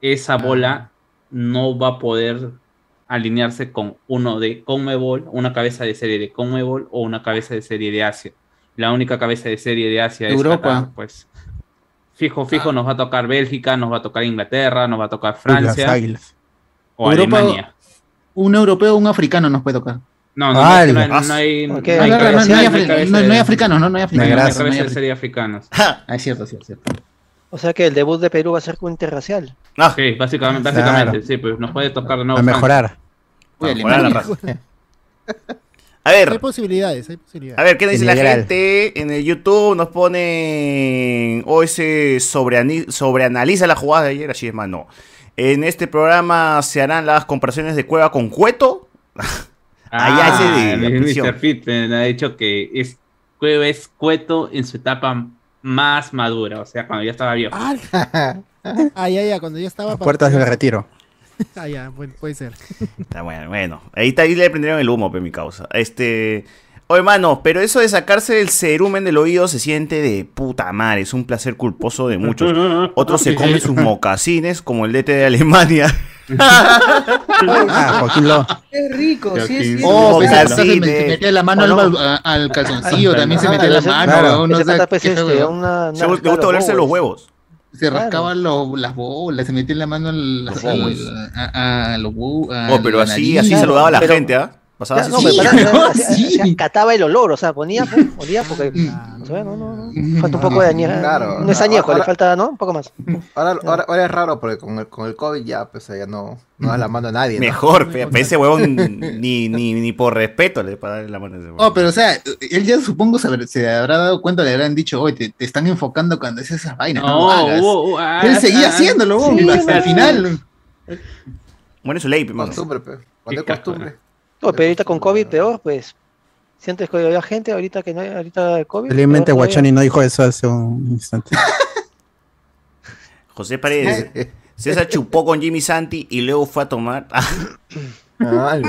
esa bola no va a poder alinearse con uno de Comebol, una cabeza de serie de Comebol o una cabeza de serie de Asia. La única cabeza de serie de Asia es Europa. Qatar, pues. Fijo, fijo, Ah. nos va a tocar Bélgica, nos va a tocar Inglaterra, nos va a tocar Francia Las águilas. o Europa- Alemania. Un europeo, un africano nos puede tocar. No, no, no, Ah, Ay, no, hay- las- no hay. No hay Ok, No, no, no, no, cabeza- no hay no hay afri- cabeza no- no hay de- africanos, no, no hay no hay africanos. Negrazo, no hay cabeza de africanos. serie africanos. Ah, es cierto, cierto, cierto. O sea que el debut de Perú va a ser con interracial. Sí, básicamente, Claro. básicamente, sí, pues nos puede tocar de nuevo. A mejorar. Uy, Para mejorar la Alemania. raza. A ver, Hay posibilidades, hay posibilidades. a ver, ¿qué nos dice la Integral. gente? En el YouTube nos ponen. O ese sobreani- sobreanaliza la jugada de ayer, así es, mano. En este programa se harán las comparaciones de Cueva con Cueto. Allá ese de la el prisión. Mr. Fit eh, me ha dicho que es Cueva es Cueto en su etapa más madura, o sea, cuando ya estaba viejo. Ah, ah, ya, ya, cuando ya estaba. para- Puertas del retiro. Ah, ya, bueno, puede ser. Está bueno, bueno. Ahí, está, ahí le prendieron el humo, pe, mi causa. Este. Oye, mano, pero eso de sacarse el cerumen del oído se siente de puta madre. Es un placer culposo de muchos. Otros se comen sus mocasines, como el DT de Alemania. Ah, Joaquín Lo. Qué rico, sí, es cierto. Oh, pues, Mocasines. se me- se metía la mano ¿O al, no? bal- a- al calzoncillo, también se Ah, metía la ese- mano, claro. weón, no Ese sé pata, pues, qué este, weón. una- una Se le rascada gusta olerse los huevos. huevos. Se rascaban lo- las bolas, se metía la mano al, Los al- bobos. a, a los huevos. a Oh, pero la así, nariz. así Claro, saludaba a la pero- gente, ¿ah? Pasaba Ya, así. no, sí, me sí. parece, No, hacía- sí. hacía- cataba el olor, o sea, ponía, pues, olía porque. no sé, no, no, Mm. no. Falta un poco de añejo. Claro. no es añejo, Ahora- le falta, ¿no? Un poco más. Ahora, ahora, ahora es raro porque con el, con el COVID ya, pues ya no, no da la mano a nadie. ¿no? Mejor, pe, pe, ese huevón ni, ni, ni por respeto le para darle la mano a ese huevón. Oh, pero o sea, él ya supongo se, habrá- se habrá dado cuenta, le habrán dicho, oye, te, te están enfocando cuando haces esas vainas. No, lo hagas". hubo- hubo- ah, Él seguía ah, haciéndolo, sí, weón, hasta claro. el final. Bueno, eso ley, pe, mano. Costumbre, pues, pe. Cuando es Qué costumbre. No, pero ahorita con COVID peor, pues. Sientes que había gente ahorita que no hay, ahorita de COVID. Felizmente peor todavía. Guachani no dijo eso hace un instante. José Paredes. César chupó con Jimmy Santi y luego fue a tomar. Ah, el-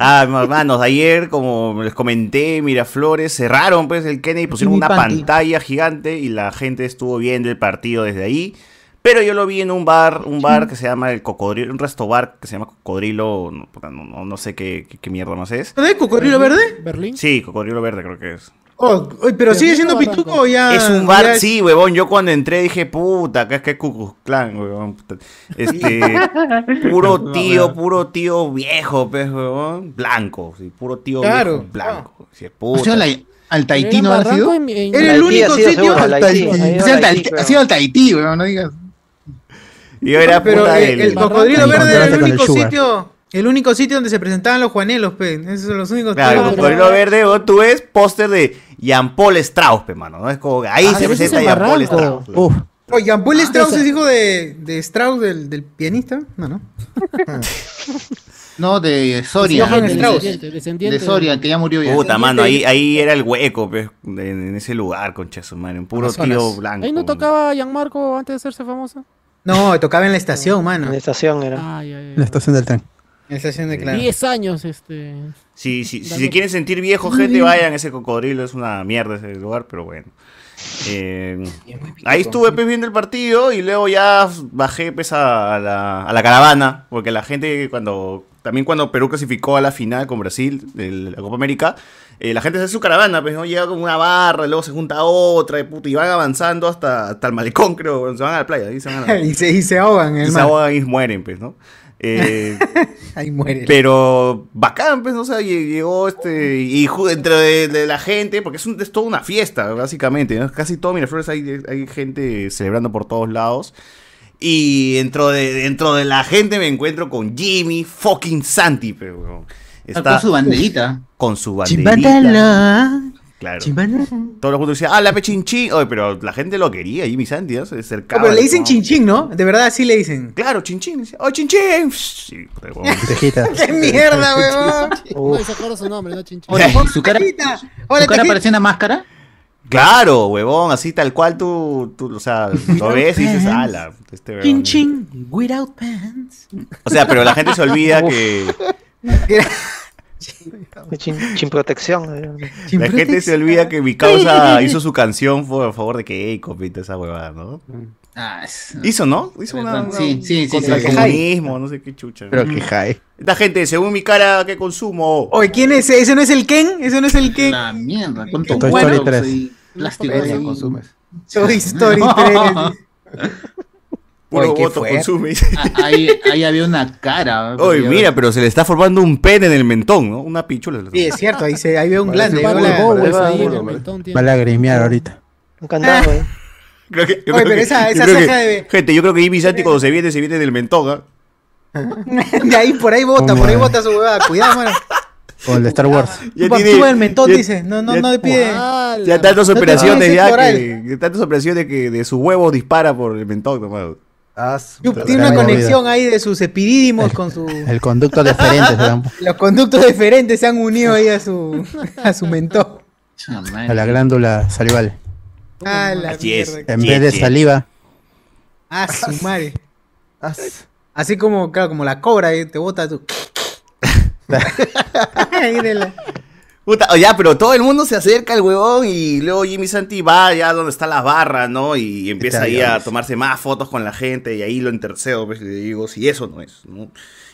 Ah, hermanos, ayer, como les comenté, Miraflores cerraron pues el Kennedy, pusieron Jimmy una Panty. pantalla gigante y la gente estuvo viendo el partido desde ahí. Pero yo lo vi en un bar, un bar que se llama el Cocodrilo, un resto bar que se llama Cocodrilo, no, puta, no- no- no sé qué, qué- qué mierda más es. ¿De cocodrilo verde? Berlín. Sí, Cocodrilo Verde creo que es. Oh, uy, pero sigue siendo Berlín o pituco o ya. es un ya bar, sí, huevón, yo cuando entré dije, puta, acá es que es Cucuzclán, huevón. puta. Este, puro tío, puro tío viejo, pues, huevón, blanco, sí, puro tío Claro. Ah. viejo, blanco. Sí, O puta. sea, la- al Tahití no Era ha sido. Barranco en- en- Era el Haití ha único sido sitio- seguro, Al la Tahití, Haití, Ha ha ido sido al la Haití, Tahití, ha sido al Tahití, weón, no digas. Yo era Pero puta eh, el, del- cocodrilo el verde era contraste el con el único sugar. sitio. El único sitio donde se presentaban los juanelos, pe. Esos son los únicos Claro, el Ah, sitios. cocodrilo verde, vos tú ves póster de Jean Paul Strauss, pe, mano, ¿no? Es como que ahí Ah, se ¿lo viste presenta en Jean Paul Barranco? Strauss. Uf, Oh, Jean Ah, Paul Strauss esa- es hijo de, de Strauss, del, del pianista. No, no. No, de Soria. Johann de- Strauss. de- descendiente De Soria, que ya murió ya. Puta, mano, ahí, ahí era el hueco, pe, en, en ese lugar, concha de su madre, un puro tío Amazonas. blanco. Ahí no huevón. tocaba Gianmarco antes de hacerse famoso. No, tocaba en la estación, En mano. la En estación era. Ay, ay, la estación del tren. la estación de Claro. 10 años, este. Sí, sí, si Dale. se quieren sentir viejos, gente, vayan. Ese cocodrilo es una mierda ese lugar, pero bueno. Eh, ahí estuve pues, viendo el partido y luego ya bajé pues, a, la, a la caravana, porque la gente cuando... También cuando Perú clasificó a la final con Brasil de la Copa América, eh, la gente se hace su caravana, pues no llega con una barra, luego se junta otra y, puta, y van avanzando hasta, hasta el malecón, creo, bueno, se van a la playa. ahí se van a la- y, se, y se ahogan, y se hermano. ahogan y mueren, pues, ¿no? Eh, Ahí muere. pero bacán, pues, ¿no? o sea, lle- llegó este. Y ju- dentro de, de la gente, porque es, un- es toda una fiesta, básicamente. ¿no? Casi todo Miraflores hay, hay gente celebrando por todos lados. Y dentro de, dentro de la gente me encuentro con Jimmy fucking Santi, pero. weón. Ah, con su banderita. Con su banderita. Chimpantala. Claro. Todo el mundo decía, ah, la pechinchín. Oye, pero la gente lo quería, Jimmy Santi, ¿no? Se Oh, acercaba. pero le le dicen tomaba- chinchín, ¿no? De verdad así le dicen. Claro, chinchín. Oh, chinchín. Sí, pero, weón. ¡Qué mierda, huevón! No se acuerda su nombre, ¿no, Chinchín? Oye, su cara- Hola, ¿Su cara Tajín. parecía una máscara? Claro, huevón, así tal cual tú, tú o sea, lo ves y dices, ala, este huevón". Chinchín, without pants. O sea, pero la gente se olvida que. Sin, sin protección. eh. La gente se olvida que mi causa hizo su canción fue a favor de que Eiko pinte esa huevada, ¿no? Ah, es- Hizo, ¿no? Hizo una. Sí, sí, sí, sí, Contra sí, el sí. comunismo, no sé qué chucha. Pero ¿no? que Esta gente, según mi cara, ¿qué consumo? Oye, ¿quién es? ese? ¿Ese no es el Ken? ¿Ese no es el Ken? La mierda, con Ken todo. bueno. pues, Story 3. Plástico. Eso ahí. consumes. Toy Story 3. Puro Oye, qué voto fuerte. consume. Ah, Ahí, ahí había una cara. Oye, porque- mira, pero se le está formando un pene en el mentón, ¿no? Una pichula. le está- Sí, es cierto, ahí, se, ahí veo un glande. Pablo veo la- Bowles Ahí va, ahí en bro, el bro. mentón tiene. Va a lagrimear ahorita. Un candado, eh. Creo que- yo Oye, creo pero que- esa- yo esa creo que- ceja de- Gente, yo creo que Jimmy Santi cuando se viene, se viene del mentón, ¿ah? De ahí, por ahí bota, Como por ahí es. bota su huevada. Cuidado, mano. O el de Star Wars. Ya Tú tiene- el mentón, ya- dice. No, no, ya- no le pide. Ya tantas No te operaciones puedo decir ya floral. eh. que, que tantas operaciones que de su huevo dispara por el mentón, nomás. Ah, su- Yup, Tiene una Está conexión ahí de sus epidídimos con su. El conducto deferente se llama, Los conductos deferentes se han unido ahí a su, a su mentón. Chamán. a la glándula salival. A la Así es. mierda. En Sí, vez de sí. saliva, A su madre. ah, su- Así como, claro, como la cobra, eh, te bota tu. Ahí de la- Puta, oh, ya, pero todo el mundo se acerca al huevón y luego Jimmy Santi va ya donde están las barras, ¿no? Y empieza Está ahí bien, a pues. tomarse más fotos con la gente y ahí lo enterceo, pues, y le digo, si eso no es, ¿no?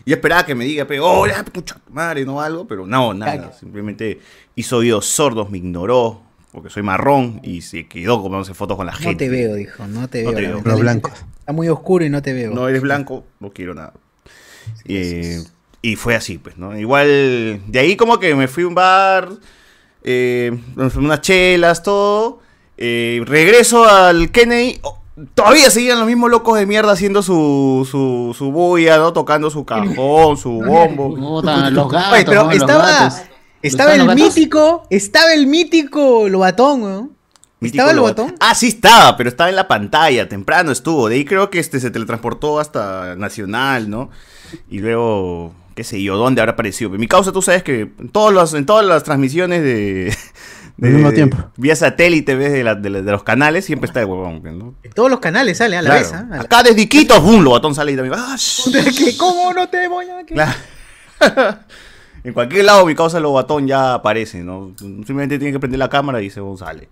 Yo esperaba que me diga, pero, oh, ya, pucha tu madre, no algo, pero no, nada, simplemente hizo oídos sordos, me ignoró, porque soy marrón y se quedó tomándose fotos con la gente. No te veo, dijo. No te No veo. te veo. lamentablemente. los blancos. Está muy oscuro y no te veo. No eres blanco, no quiero nada. Eh, y fue así, pues, ¿no? Igual, de ahí como que me fui a un bar, eh, me fumé unas chelas, todo. eh, regreso al Kennedy. oh, todavía seguían los mismos locos de mierda haciendo su, su, su bulla, ¿no? Tocando su cajón, su bombo. Puta, los gatos. Oye, pero ¿no? Los estaba, gatos. estaba ¿Los el gatos? mítico, estaba el mítico Lobatón, weón. Mítico ¿Estaba el Lobato. botón? Ah, sí estaba, pero estaba en la pantalla, temprano estuvo. De ahí creo que este se teletransportó hasta Nacional, ¿no? Y luego, qué sé yo, ¿dónde habrá aparecido? Mi causa, tú sabes que en, todos los- en todas las transmisiones de... Al mismo tiempo. Vía satélite, ves, de, la- de la- de los canales, siempre está de huevón, ¿no? En todos los canales sale a la Claro. vez, ¿ah? A la- Acá desde Iquitos, boom, lo botón sale y también... ¡Ah, shh! Que, ¿Cómo no te voy a que- Claro. en cualquier lado mi causa lo batón ya aparece, ¿no? Simplemente tiene que prender la cámara y se sale.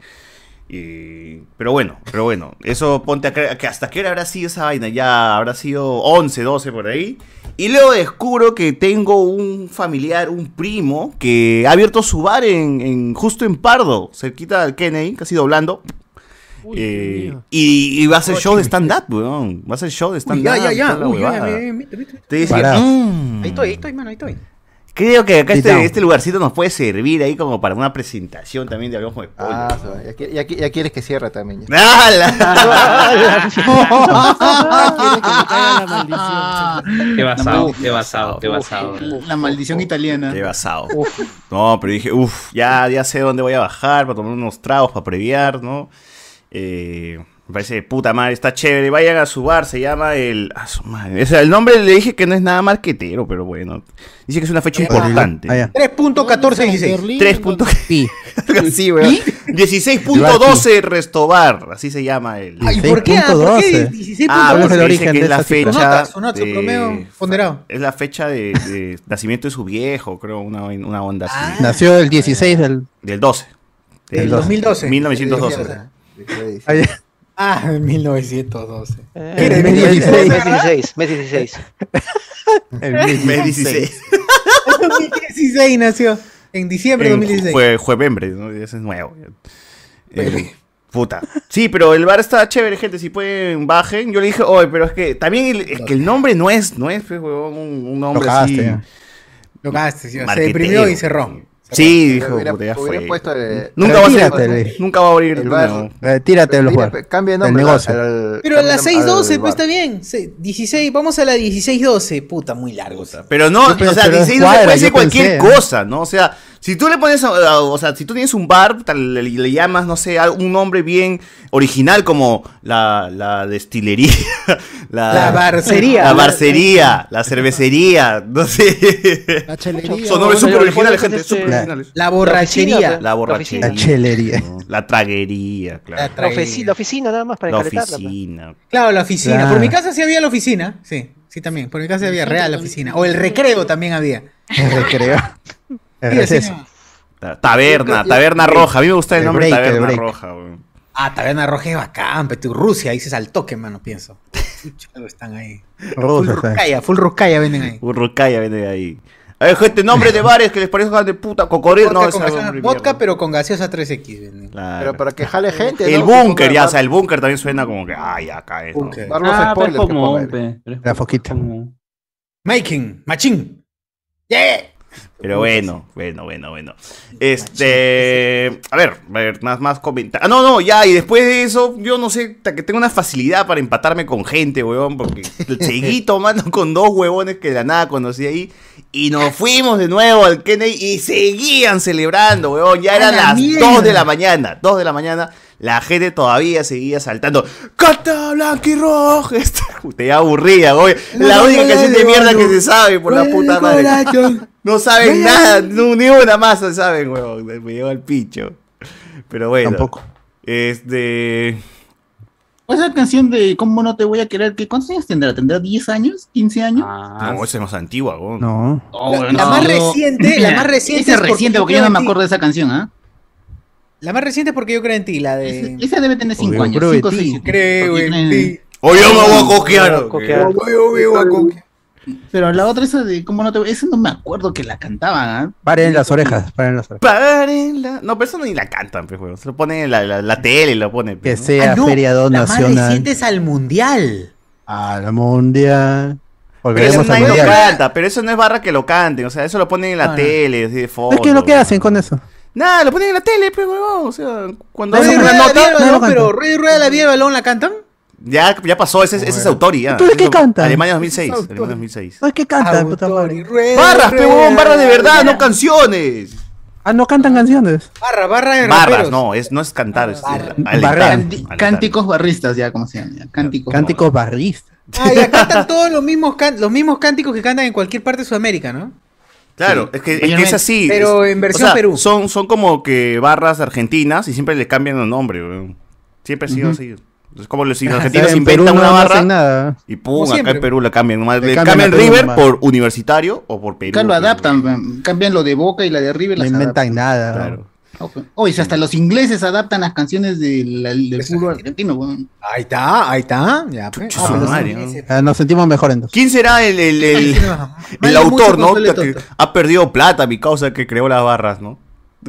Y- Pero bueno, pero bueno, eso ponte a creer que hasta qué hora habrá sido esa vaina, ya habrá sido 11, 12 por ahí. Y luego descubro que tengo un familiar, un primo, que ha abierto su bar en, en- justo en Pardo, cerquita del Kennedy, casi doblando. Uy, Eh, Dios mío. y, y va a hacer show de stand-up, weón. Va a hacer show de Uy, stand-up. ya, ya, ya. toda la Uy, ya, huevada. ya, ya, viste, viste. Te dice, Parado. "Mm". Ahí estoy, ahí estoy, mano, ahí estoy. Creo que acá Sí, este, no. este lugarcito nos puede servir ahí como para una presentación también de Hablamos de Pollo. ah, su- ya, qui- ya qui- ya quieres que cierre también. ya. ¡Hala! Ah. Qué basado, No, qué basado, qué basado. La maldición italiana. Qué basado. No, pero dije, uff, ya, ya sé dónde voy a bajar para tomar unos tragos, para previar, ¿no? Eh, me parece de puta madre, está chévere. Vayan a su bar, se llama el. ah, su madre. O sea, el nombre le dije que no es nada marquetero, pero bueno. Dice que es una fecha importante. Ah, ya. 3.1416. Berlín, 3 punto... Pi. Sí, weón. 16.12 Restobar, así se llama el. Ay, ¿por qué? ah? ¿Por qué 6.12? 16.12? Ah, ¿Cuál es porque el dice origen que de es la esa cifra? fecha. Su nota, su nota, su de- promedio ponderado. Es la fecha de, de nacimiento de su viejo, creo, una, vain- una onda así. Nació el 16 del Del 12. Del 2012. 1912. Del Ah, en 1912. Eh, mes 16. Mes 16. Mes 16. Mes 16. 2016 nació. En diciembre de En 2016. jue- juevembre, ¿no? Ese es nuevo. Eh, puta. Sí, pero el bar está chévere, gente. Si pueden, bajen. Yo le dije, oye, pero es que también el, es que el nombre no es, no es, pues, huevón, un, un nombre Lo así. cagaste, Lo cagaste, sí, se Marquetero. deprimió y cerró. Sí, dijo, Hubiera- puta, ya hubiera fue. puesto el- Nunca va a Retírate, ser. Luis. Nunca va a abrir. El de bar. nuevo. Eh, Retírate de los Mira, juegos. pe- cambia de Del nombre. negocio. al- al- Pero a cambia las de nombre al 6.12, pues bar. está bien. Se- 16, vamos a la 16.12. Puta, muy largo. Pero no, Yo pensé- o sea, pero es 16 cuadra, puede ser yo cualquier pensé, ¿eh? cosa, ¿no? O sea, si tú le pones, a- a- o sea, si tú tienes un bar, tal, le, le llamas, no sé, a un nombre bien original como la, la destilería, la, La barcería. la barcería, la cervecería, no sé. La chelería. Son nombres súper originales, gente, este- súper originales. La borrachería. La borrachería. La chelería. ¿no? La traguería, claro. La ofici- la oficina, nada más para pues. La encaretarla. oficina. pues. Claro, la oficina. Claro. Por mi casa sí había la oficina. Sí, sí también. Por mi casa había real la oficina. O el recreo también había. El recreo. El Sí, receso. sí. Ta- Taberna, taberna roja. A mí me gusta el, El nombre break, el taberna break. roja, weón. Ah, Taberna Roja es bacán, pero tú, Rusia, dices al toque, mano, pienso. Chucha, algo están ahí. Rusia, full Ruscaya, full Ruscaya venden ahí. Urrucaya viene ahí. A ver, gente, nombres este de bares que les parezcan de puta. Cocodrilo, Vodka, no, con esa gaseosa- nombre vodka, mierda. pero con gaseosa 3X. venden. Claro. Para que jale gente. El ¿no? búnker, ya, Bar- o sea, el búnker también suena como que, ay, ya cae. ¿no? Bar los Ah, pero es spoilers que como ponga un ahí. pe. pero es La foquita. Making, machín. Yeah. Pero bueno, bueno, bueno, bueno. Este. A ver, a ver, más, más comentar. Ah, no, no, ya, y después de eso, yo no sé, ta- que tengo una facilidad para empatarme con gente, huevón, porque seguí tomando con dos huevones que de la nada conocí ahí. Y nos fuimos de nuevo al Kennedy y seguían celebrando, huevón. Ya eran la las mierda. 2 de la mañana, 2 de la mañana. La gente todavía seguía saltando. ¡Cata blanca y roja! este, Te aburría, güey. La única canción de mierda que se sabe, por la puta madre. No saben nada, no- ni una más se saben, huevón. Me llevo al picho. Pero bueno. Tampoco. Este. Esa canción de ¿Cómo no te voy a querer? ¿qué, ¿Cuántos años tendrá? ¿Tendrá 10 años? ¿15 años? Ah, no, esa es más antigua, huevón. No. La- la más reciente- la más reciente Esa es es porque reciente, yo porque yo no creo me en ti. acuerdo de esa canción, ¿ah? La más reciente es porque yo creo en ti, la de. Esa debe tener 5 Obvio, años, creo en 5 o ti, 6. creo en ti. O yo me voy a coquear. Voy a coquear. Obvio, obvio, a coquear. Pero la otra, esa de ¿Cómo no te voy a Esa no me acuerdo que la cantaban, ¿ah? Paren las orejas, paren las orejas. Párenla. No, pero eso ni la cantan, pues, huevón. Se lo ponen en la, la, la tele, lo ponen. pues, Que sea feriado Ah, la más nacional. reciente es al mundial. Al mundial. Pero eso Volveremos al nadie lo mundial. canta, pero eso no es barra que lo canten, o sea, eso lo ponen en la Ah. tele, así de fondo. Es que lo que hacen con eso. Nada, lo ponen en la tele, pues, huevón, o sea, cuando Rueda hacen y una rueda la vida nota, del no lo balón, cantan. pero rueda y rueda la vida del balón la cantan. Ya, ya pasó, ese, es- ese es Autori, ya. ¿Tú de qué Eso- cantas? Alemania 2006, Autori. Alemania 2006. No es que cantan, puta Ah, Autori, madre. rueda, Barras, rueda, pe, huevón, barras de verdad, no canciones. Ah, no cantan canciones. Barra, barra de Barras, raperos. no, es, no es cantar, es alentar. Barra. Alentar. Cánticos barristas, ya, ¿cómo se llama? ya, Cánticos. Cánticos barristas. Ah, ya cantan todos los mismos, can- los mismos cánticos que cantan en cualquier parte de Sudamérica, ¿no? Claro, es que es, que Mayormente. es así. Pero es- en versión o sea, Perú. Son, son como que barras argentinas y siempre le cambian el nombre, weón. Siempre ha sido Ujú. así. Es como los si los Ajá, argentinos en inventan Perú una no barra hacen nada. y Como pum, acá siempre. en Perú la cambian. nomás Le Le, cambian cambian a Perú River nomás. por universitario o por Perú. Acá lo weón. adaptan, pues, man, cambian lo de Boca y la de River. No las inventan nada. adaptan. Oye, si hasta los ingleses adaptan las canciones del, del fútbol argentino. weón. Ahí está, ahí está. Ya, pe. su pero madre, sí, ¿no? sí. Ah, nos sentimos mejor entonces. ¿Quién será el, el, el- Ay, sí, no. el Vale autor, mucho no? Consuelo Que Toto. ha perdido plata, mi causa, que creó las barras, ¿no?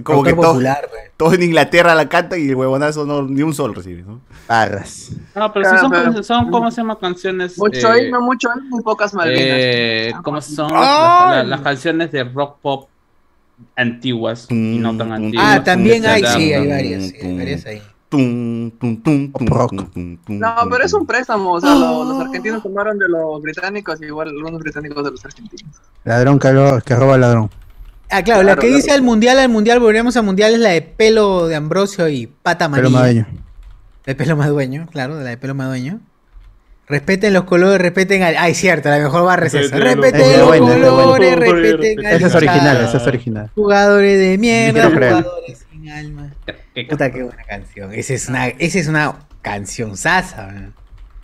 Como Autor que todo, popular, weón. todo en Inglaterra la canta y el huevonazo no, ni un sol recibe, ¿no? Barras. No, pero sí son, Caramba. como- son ¿cómo se llama? Canciones. Ah, Mucho eh, hoy, no mucho hoy, muy pocas malvinas. eh, ¿Cómo son ¡Ay! las, las- las canciones de rock pop antiguas y no tan antiguas? Eh, Ah, también hay, Etcétera. sí, hay varias. Sí, hay varias ahí. Tum, tum, tum, tum, tum, tum, tum, No, pero es un préstamo, o sea, lo- Oh. los argentinos tomaron de los británicos y igual algunos británicos de los argentinos. Ladrón que, lo- Oh, que roba al ladrón. Ah, claro, la Claro, que claro. dice al mundial, al mundial, volveremos al mundial es la de pelo de Ambrosio y pata Pero amarilla. madeño. De pelo más dueño, claro, de la de pelo más dueño. Respeten los colores, respeten al. Ay, cierto, la mejor barra es esa. Es Respeten de los buena, es de buena. colores, respeten al. Esa es original, esa es original. Jugadores de mierda, Quiero creer. jugadores sin alma. Puta, qué buena canción. Esa es una, esa es una canción sasa. man.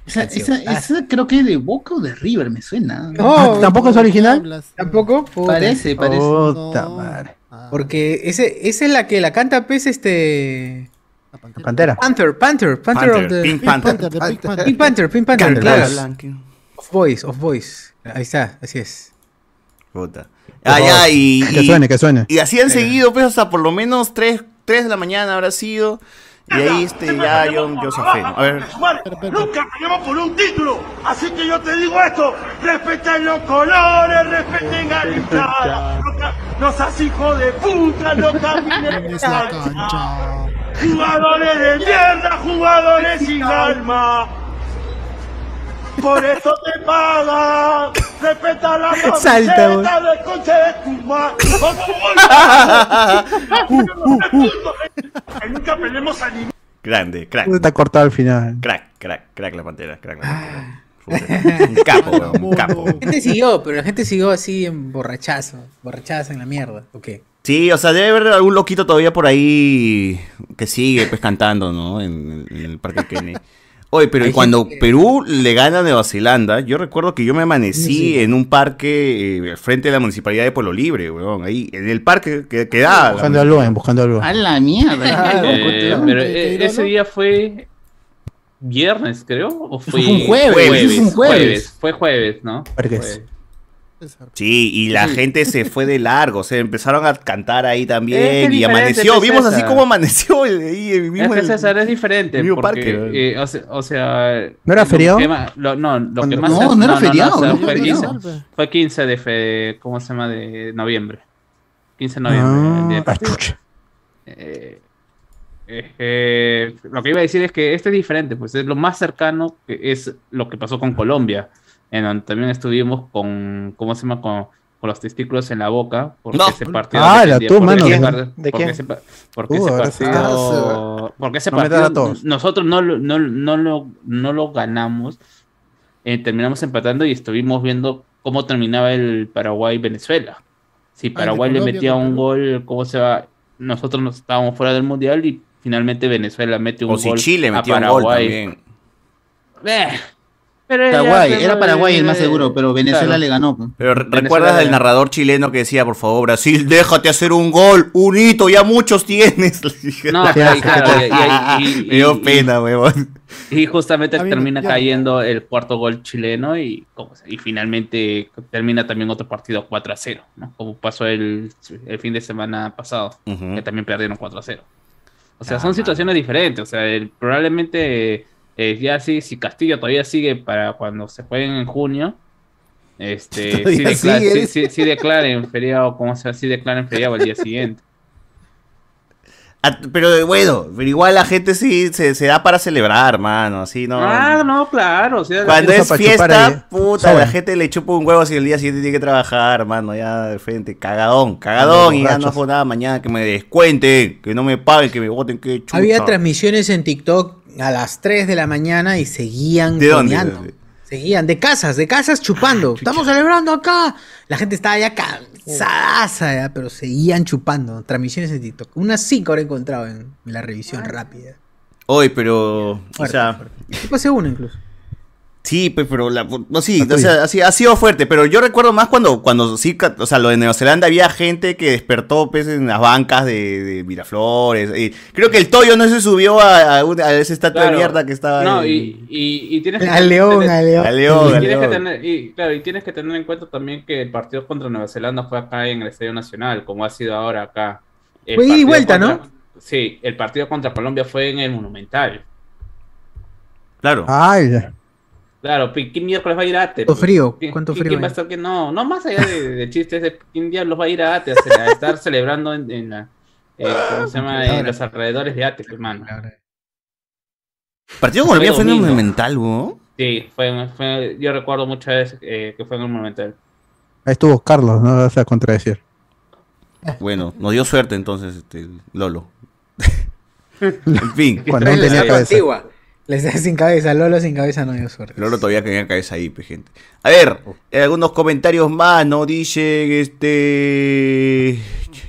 Esa, Canción esa- sasa. esa creo que de Boca o de River me suena. No, Ah, ¿Tampoco es original? ¿Tampoco? Puta. Parece, parece. Puta madre. Porque ese, esa es la que la canta, pues, este. Pantera. Panther, Panther, Panther, Panther, of the Pink Panther. Panther, Pink Panther, Pink Panther. Pink Panther, Pink Panther, Panther claro. blanco. Of Boys, of Boys. Ahí está, así es. Puta. Ah, ya, y, y- Y así han seguido, pues, hasta por lo menos 3, de la mañana habrá sido. Y ahí este, ya yo, yo zafé, ¿no? A ver. Nunca ganamos por un título. Así que yo te digo esto: respeten los colores, respeten a la hinchada. No ca- No seas hijo de puta, no camines la Ah. cancha. Jugadores de mierda, jugadores sin alma. Por eso te pagan. Respeta la Salta, camiseta de concha de tu ma- con tu bolsa. Que Nunca peleemos a ningún Grande, crack. Está cortado al final. Crack, crack, crack la pantera, crack la pantera. Puta, Un capo, weón, un capo. La gente siguió, pero la gente siguió así en borrachazo, borrachazo en la mierda. Ok. Sí, o sea, debe haber algún loquito todavía por ahí que sigue pues cantando, ¿no? En, en el Parque Kennedy. Oye, pero Hay y cuando gente que- Perú le gana a Nueva Zelanda, yo recuerdo que yo me amanecí Sí. en un parque eh, al frente de la municipalidad de Pueblo Libre, weón. Ahí, en el parque que, que da. la- Buscando algo, eh, buscando algo. A la mierda. Eh, pero eh, ese día fue viernes, creo, o fue Fue un jueves, jueves, fue un jueves. jueves, fue jueves, ¿no? Jueves. Sí, y la gente se fue de largo, se empezaron a cantar ahí Es también que y diferente, amaneció. pues, Vimos así César. como amaneció el, ahí, el Es mismo que el- César es diferente. el mismo porque, parque, eh, o se- o sea, ¿No era lo feriado? que ma- lo- no, lo que Cuando- más. No, se- no era feriado, o sea, no era fue, feriado. 15, fue 15 de fe- ¿Cómo se llama? De noviembre. 15 de noviembre. el día del partido. Eh, eh, eh, lo que iba a decir es que este es diferente, pues es lo más cercano que es lo que pasó con Colombia, en donde también estuvimos con, ¿cómo se llama? Con, con los testículos en la boca, porque No. ese partido... Ah, la dependía- porque tú, mano. ese ¿De par- quién? porque ese pa- porque ese Uh, ahora sí. partido... Ah, sí. porque ese No me partido das a todos. nosotros no, lo- no, no, lo, no lo ganamos, eh, terminamos empatando y estuvimos viendo cómo terminaba el Paraguay-Venezuela. Si de Paraguay le Colombia metía con un gol, ¿cómo se va? Nosotros nos estábamos fuera del mundial y finalmente Venezuela mete un O gol. si Chile a metía un gol Paraguay. también. Eh, pero era- Paraguay, pero- era Paraguay el más seguro, pero Venezuela Claro. le ganó. pues. Pero re- Venezuela recuerdas le el ganó. narrador chileno que decía, por favor, Brasil, déjate hacer un gol, un hito, ya muchos tienes. No, La- claro, claro, y- y- y- Me dio pena, weón. Y justamente A mí no- termina ya- cayendo el cuarto gol chileno y, ¿cómo se- y finalmente termina también otro partido 4 a 0, ¿no? como pasó el, el fin de semana pasado, que también perdieron 4 a 0. O Ah, sea, son situaciones diferentes. O sea, el- probablemente eh, ya sí, si Castillo todavía sigue para cuando se jueguen en junio, este, sí, Todavía declara- sigue, sí- sí- dice. sí declaren feriado, ¿cómo se llama? Sí declaren feriado al día siguiente. Ah, Pero bueno, pero igual la gente sí se, se da para celebrar, mano, así no. Ah, no, claro. o sea, Cuando es para chupar ahí. fiesta, puta, Sobre. la gente le chupa un huevo si el día siguiente tiene que trabajar, mano, ya de frente, cagadón, cagadón, y ya no borrachos. hago nada mañana, que me descuenten, que no me paguen, que me voten, que chucha. Había transmisiones en TikTok a las 3 de la mañana y seguían ¿De Ah, dónde? coñando. Seguían de casas, de casas chupando. Estamos celebrando acá. La gente estaba ya cansadaza, ya, pero seguían chupando. Transmisiones en TikTok. Unas 5 ahora he encontrado en la revisión rápida. Hoy, pero, o Fuerte, sea, Yo pasé uno incluso. Sí, pues, pero la, no, sí, o sea, así- ha sido fuerte, pero yo recuerdo más cuando, cuando sí, ca- o sea, lo de Nueva Zelanda había gente que despertó pues, en las bancas de, de Miraflores. y creo que el Toyo no se subió a, a, una- a esa estatua Claro. de mierda que estaba. No, ahí. y, y, y tienes que. Al león, al león. Al león, y al tienes león. que tener- y, claro, y tienes que tener en cuenta también que el partido contra Nueva Zelanda fue acá en el Estadio Nacional, como ha sido ahora acá. El Fue ida y partido vuelta, contra- ¿no? Sí, el partido contra Colombia fue en el Monumental. Claro. Ay, Claro, pi- ¿qué miércoles va a ir a ATE? ¿Cuánto frío? ¿Quién- ¿Cuánto quién- frío quién va hay? a estar que no? No, más allá de, de chistes de quién diablos va a ir a ATE a, ce- a estar celebrando en, en la- eh, ¿cómo se llama? En los alrededores de ATE, hermano. Partido con Colombia Fue fue domingo. monumental, weón. Sí, fue, fue- yo recuerdo muchas veces eh, que fue en el Monumental. ahí estuvo Carlos, no vas a contradecir. Bueno, nos dio suerte entonces, este, Lolo. en fin. Cuando no tenía cabeza. Antigua. Les da sin cabeza, Lolo sin cabeza no dio suerte. Lolo todavía tenía cabeza ahí, pues, gente. A ver, Oh. eh, algunos comentarios más, ¿no? Dicen, este...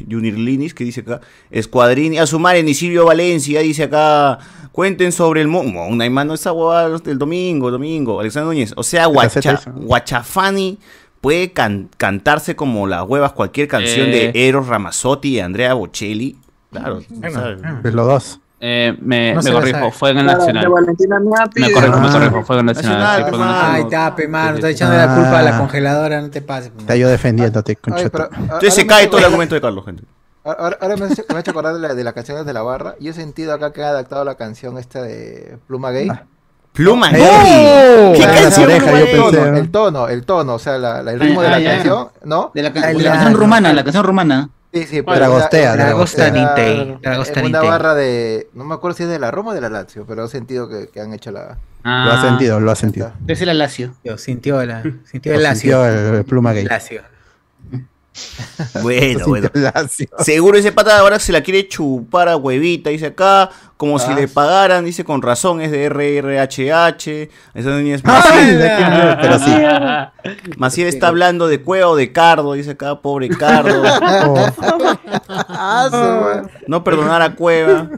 Junior Linis, que dice acá. Escuadrini, a sumar en Isilio Valencia, dice acá. Cuenten sobre el... mundo. Una mano esa huevada los- el domingo, domingo. Alexander Núñez. O sea, guacha, Receta Guachafani puede can- cantarse como las huevas cualquier canción Eh. de Eros Ramazzotti y Andrea Bocelli. Claro. Bueno, ¿sabes? Pues los dos. Eh, me No se me la corrijo, sabe. fue en el Claro, Nacional. de Valentina Miapi, Me corrijo, me de- corrijo, fue en el Nacional. sí, fue en el Nacional. Ay, tape, mano. Está echando la culpa a la congeladora. No te pases. Está yo defendiéndote, Oye, conchota. pero, a- ahora Entonces se me cae hace todo el acordar- argumento de Carlos, gente. Ahora, ahora me, hace, me hace acordar de, la- de las canciones de la barra. Y he sentido acá que ha adaptado la canción esta de Pluma Gay. Pluma ¡No! Gay. ¿Qué Claro, canción, la oreja, Pluma yo Gay? pensé, ¿no? El tono, el tono, o sea, la- la- el ritmo de Ah, la ya. canción, ¿no? De la, ca- la canción rumana, la canción rumana. Sí, sí, pues, pero Dragostea, era- era- Dragostea. era- Dragostea. era Una Dragostea. barra de. No me acuerdo si es de la Roma o de la Lazio, pero he sentido que, que han hecho la. Lo Ah. ha sentido, lo ha sentido. Es el Alacio. Sintió, la, Mm. sintió Lo el sintió lacio. el, el pluma gay. Lacio. Bueno, bueno. Lacio. Seguro ese pata ahora se la quiere chupar a huevita, dice acá, como si Ah. le pagaran, dice con razón, es de RRHH. Esa niña es Ah, pero sí. Maciel está hablando de Cueva o de Cardo, dice acá, pobre Cardo. Oh. Ah, su- No perdonar a Cueva.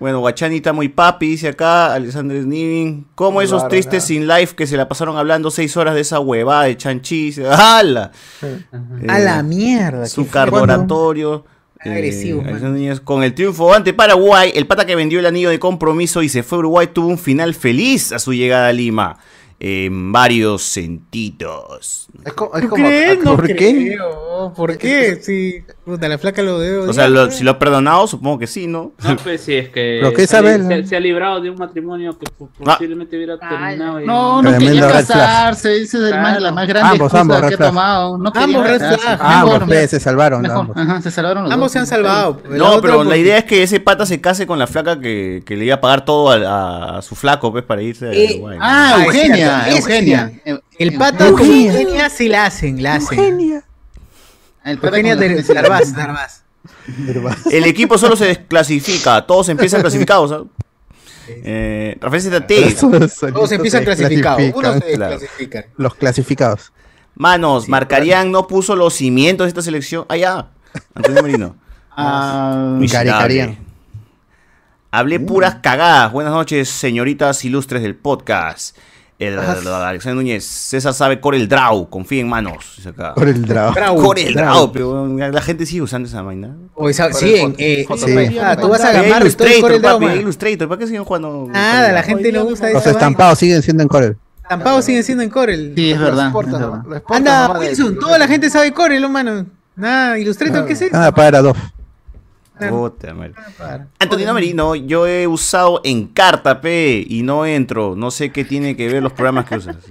Bueno, Guachani está muy papi, dice acá, Alexander Snivin. ¿Cómo Muy esos bárbaro, tristes nada. sin life que se la pasaron hablando seis horas de esa huevada de chanchi? Dice, ¡Hala! Mm. Eh, A la mierda. Su qué carboratorio. eh, Agresivo, Alexander Núñez, con el triunfo ante Paraguay, el pata que vendió el anillo de compromiso y se fue a Uruguay tuvo un final feliz a su llegada a Lima. En varios sentidos. Es como, es ¿Tú como- crees? No ¿Por qué? creo. ¿Por qué? Sí. Puta, la flaca lo debo. O sea, lo- si lo ha perdonado, supongo que sí, ¿no? No, pues sí, es que. Pero que se, Isabel, li- ¿no? se- se ha librado de un matrimonio que po- posiblemente hubiera terminado. y- Ah, No, no quería Tremendo red flag. casarse, esa es el más- la más grande Ambos, excusa ambos, que red ha flag. tomado. No quería Ah, Ambos red casarse. flag. Ambos, Mejor, pues, se salvaron mejor. ambos. Ajá, se salvaron los Ambos dos. se han salvado. pues, la No, otra pero la porque- idea es que ese pata se case con la flaca que, que le iba a pagar todo a, a- a su flaco, pues, para irse a Eh, Uruguay. Ah, Ah, Eugenia, es cierto, es Eugenia. El pata con Eugenia sí la hacen, la hacen. Eugenia. Ah, El pata Eugenia con la- de Narvaz, Narvaz. El equipo solo se desclasifica, todos empiezan clasificados. ¿ah? Eh, Rafael ZT. Todos empiezan clasificados. Uno se Claro. desclasifica. Los clasificados. Manos, Marcarían no puso los cimientos de esta selección. Allá. Antonio Merino. Ah, Miserable. Caricarían. Hablé puras cagadas. Buenas noches, señoritas ilustres del podcast. El, Alexander Núñez, César sabe Corel Draw, confía en manos. dice acá. Corel Draw. Draw. Corel Draw. Draw, pero bueno, la gente sigue usando esa vaina. O esa- sí, en, eh, Sí. ah, tú vas a Pero ganar y todo el Illustrator, Corel Draw, papi, man. Illustrator, ¿para qué siguen jugando? Nada, la gente no usa Los esa vaina. estampados siguen siendo en Corel. Estampados siguen siendo en Corel. Sí, es verdad. exportan, es verdad. lo exportan Anda, nomás de- Wilson, toda la gente sabe Corel, humano. Nada, Illustrator, ¿qué es eso? Ah, para dos. Puta madre. Antonino Merino, yo he usado Encarta, pe, y no entro. No sé qué tiene que ver los programas que usas.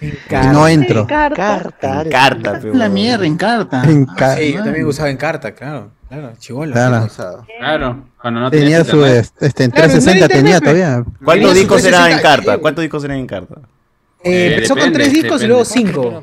Y no entro. Carta. Encarta, pe. La huevón. mierda, en carta. En Ah, ca- Sí, yo también usaba en carta, claro. Claro, chivolo. Claro. sí, usaba. Claro, cuando no Tenía tenías su internet. este, este, en Claro, 360 no era tenía internet, pues. todavía. Tenía ¿Cuántos su discos eran 360, Encarta? sí. ¿Cuántos discos eran Encarta? Eh, Eh, empezó con depende, tres discos depende. y luego cinco.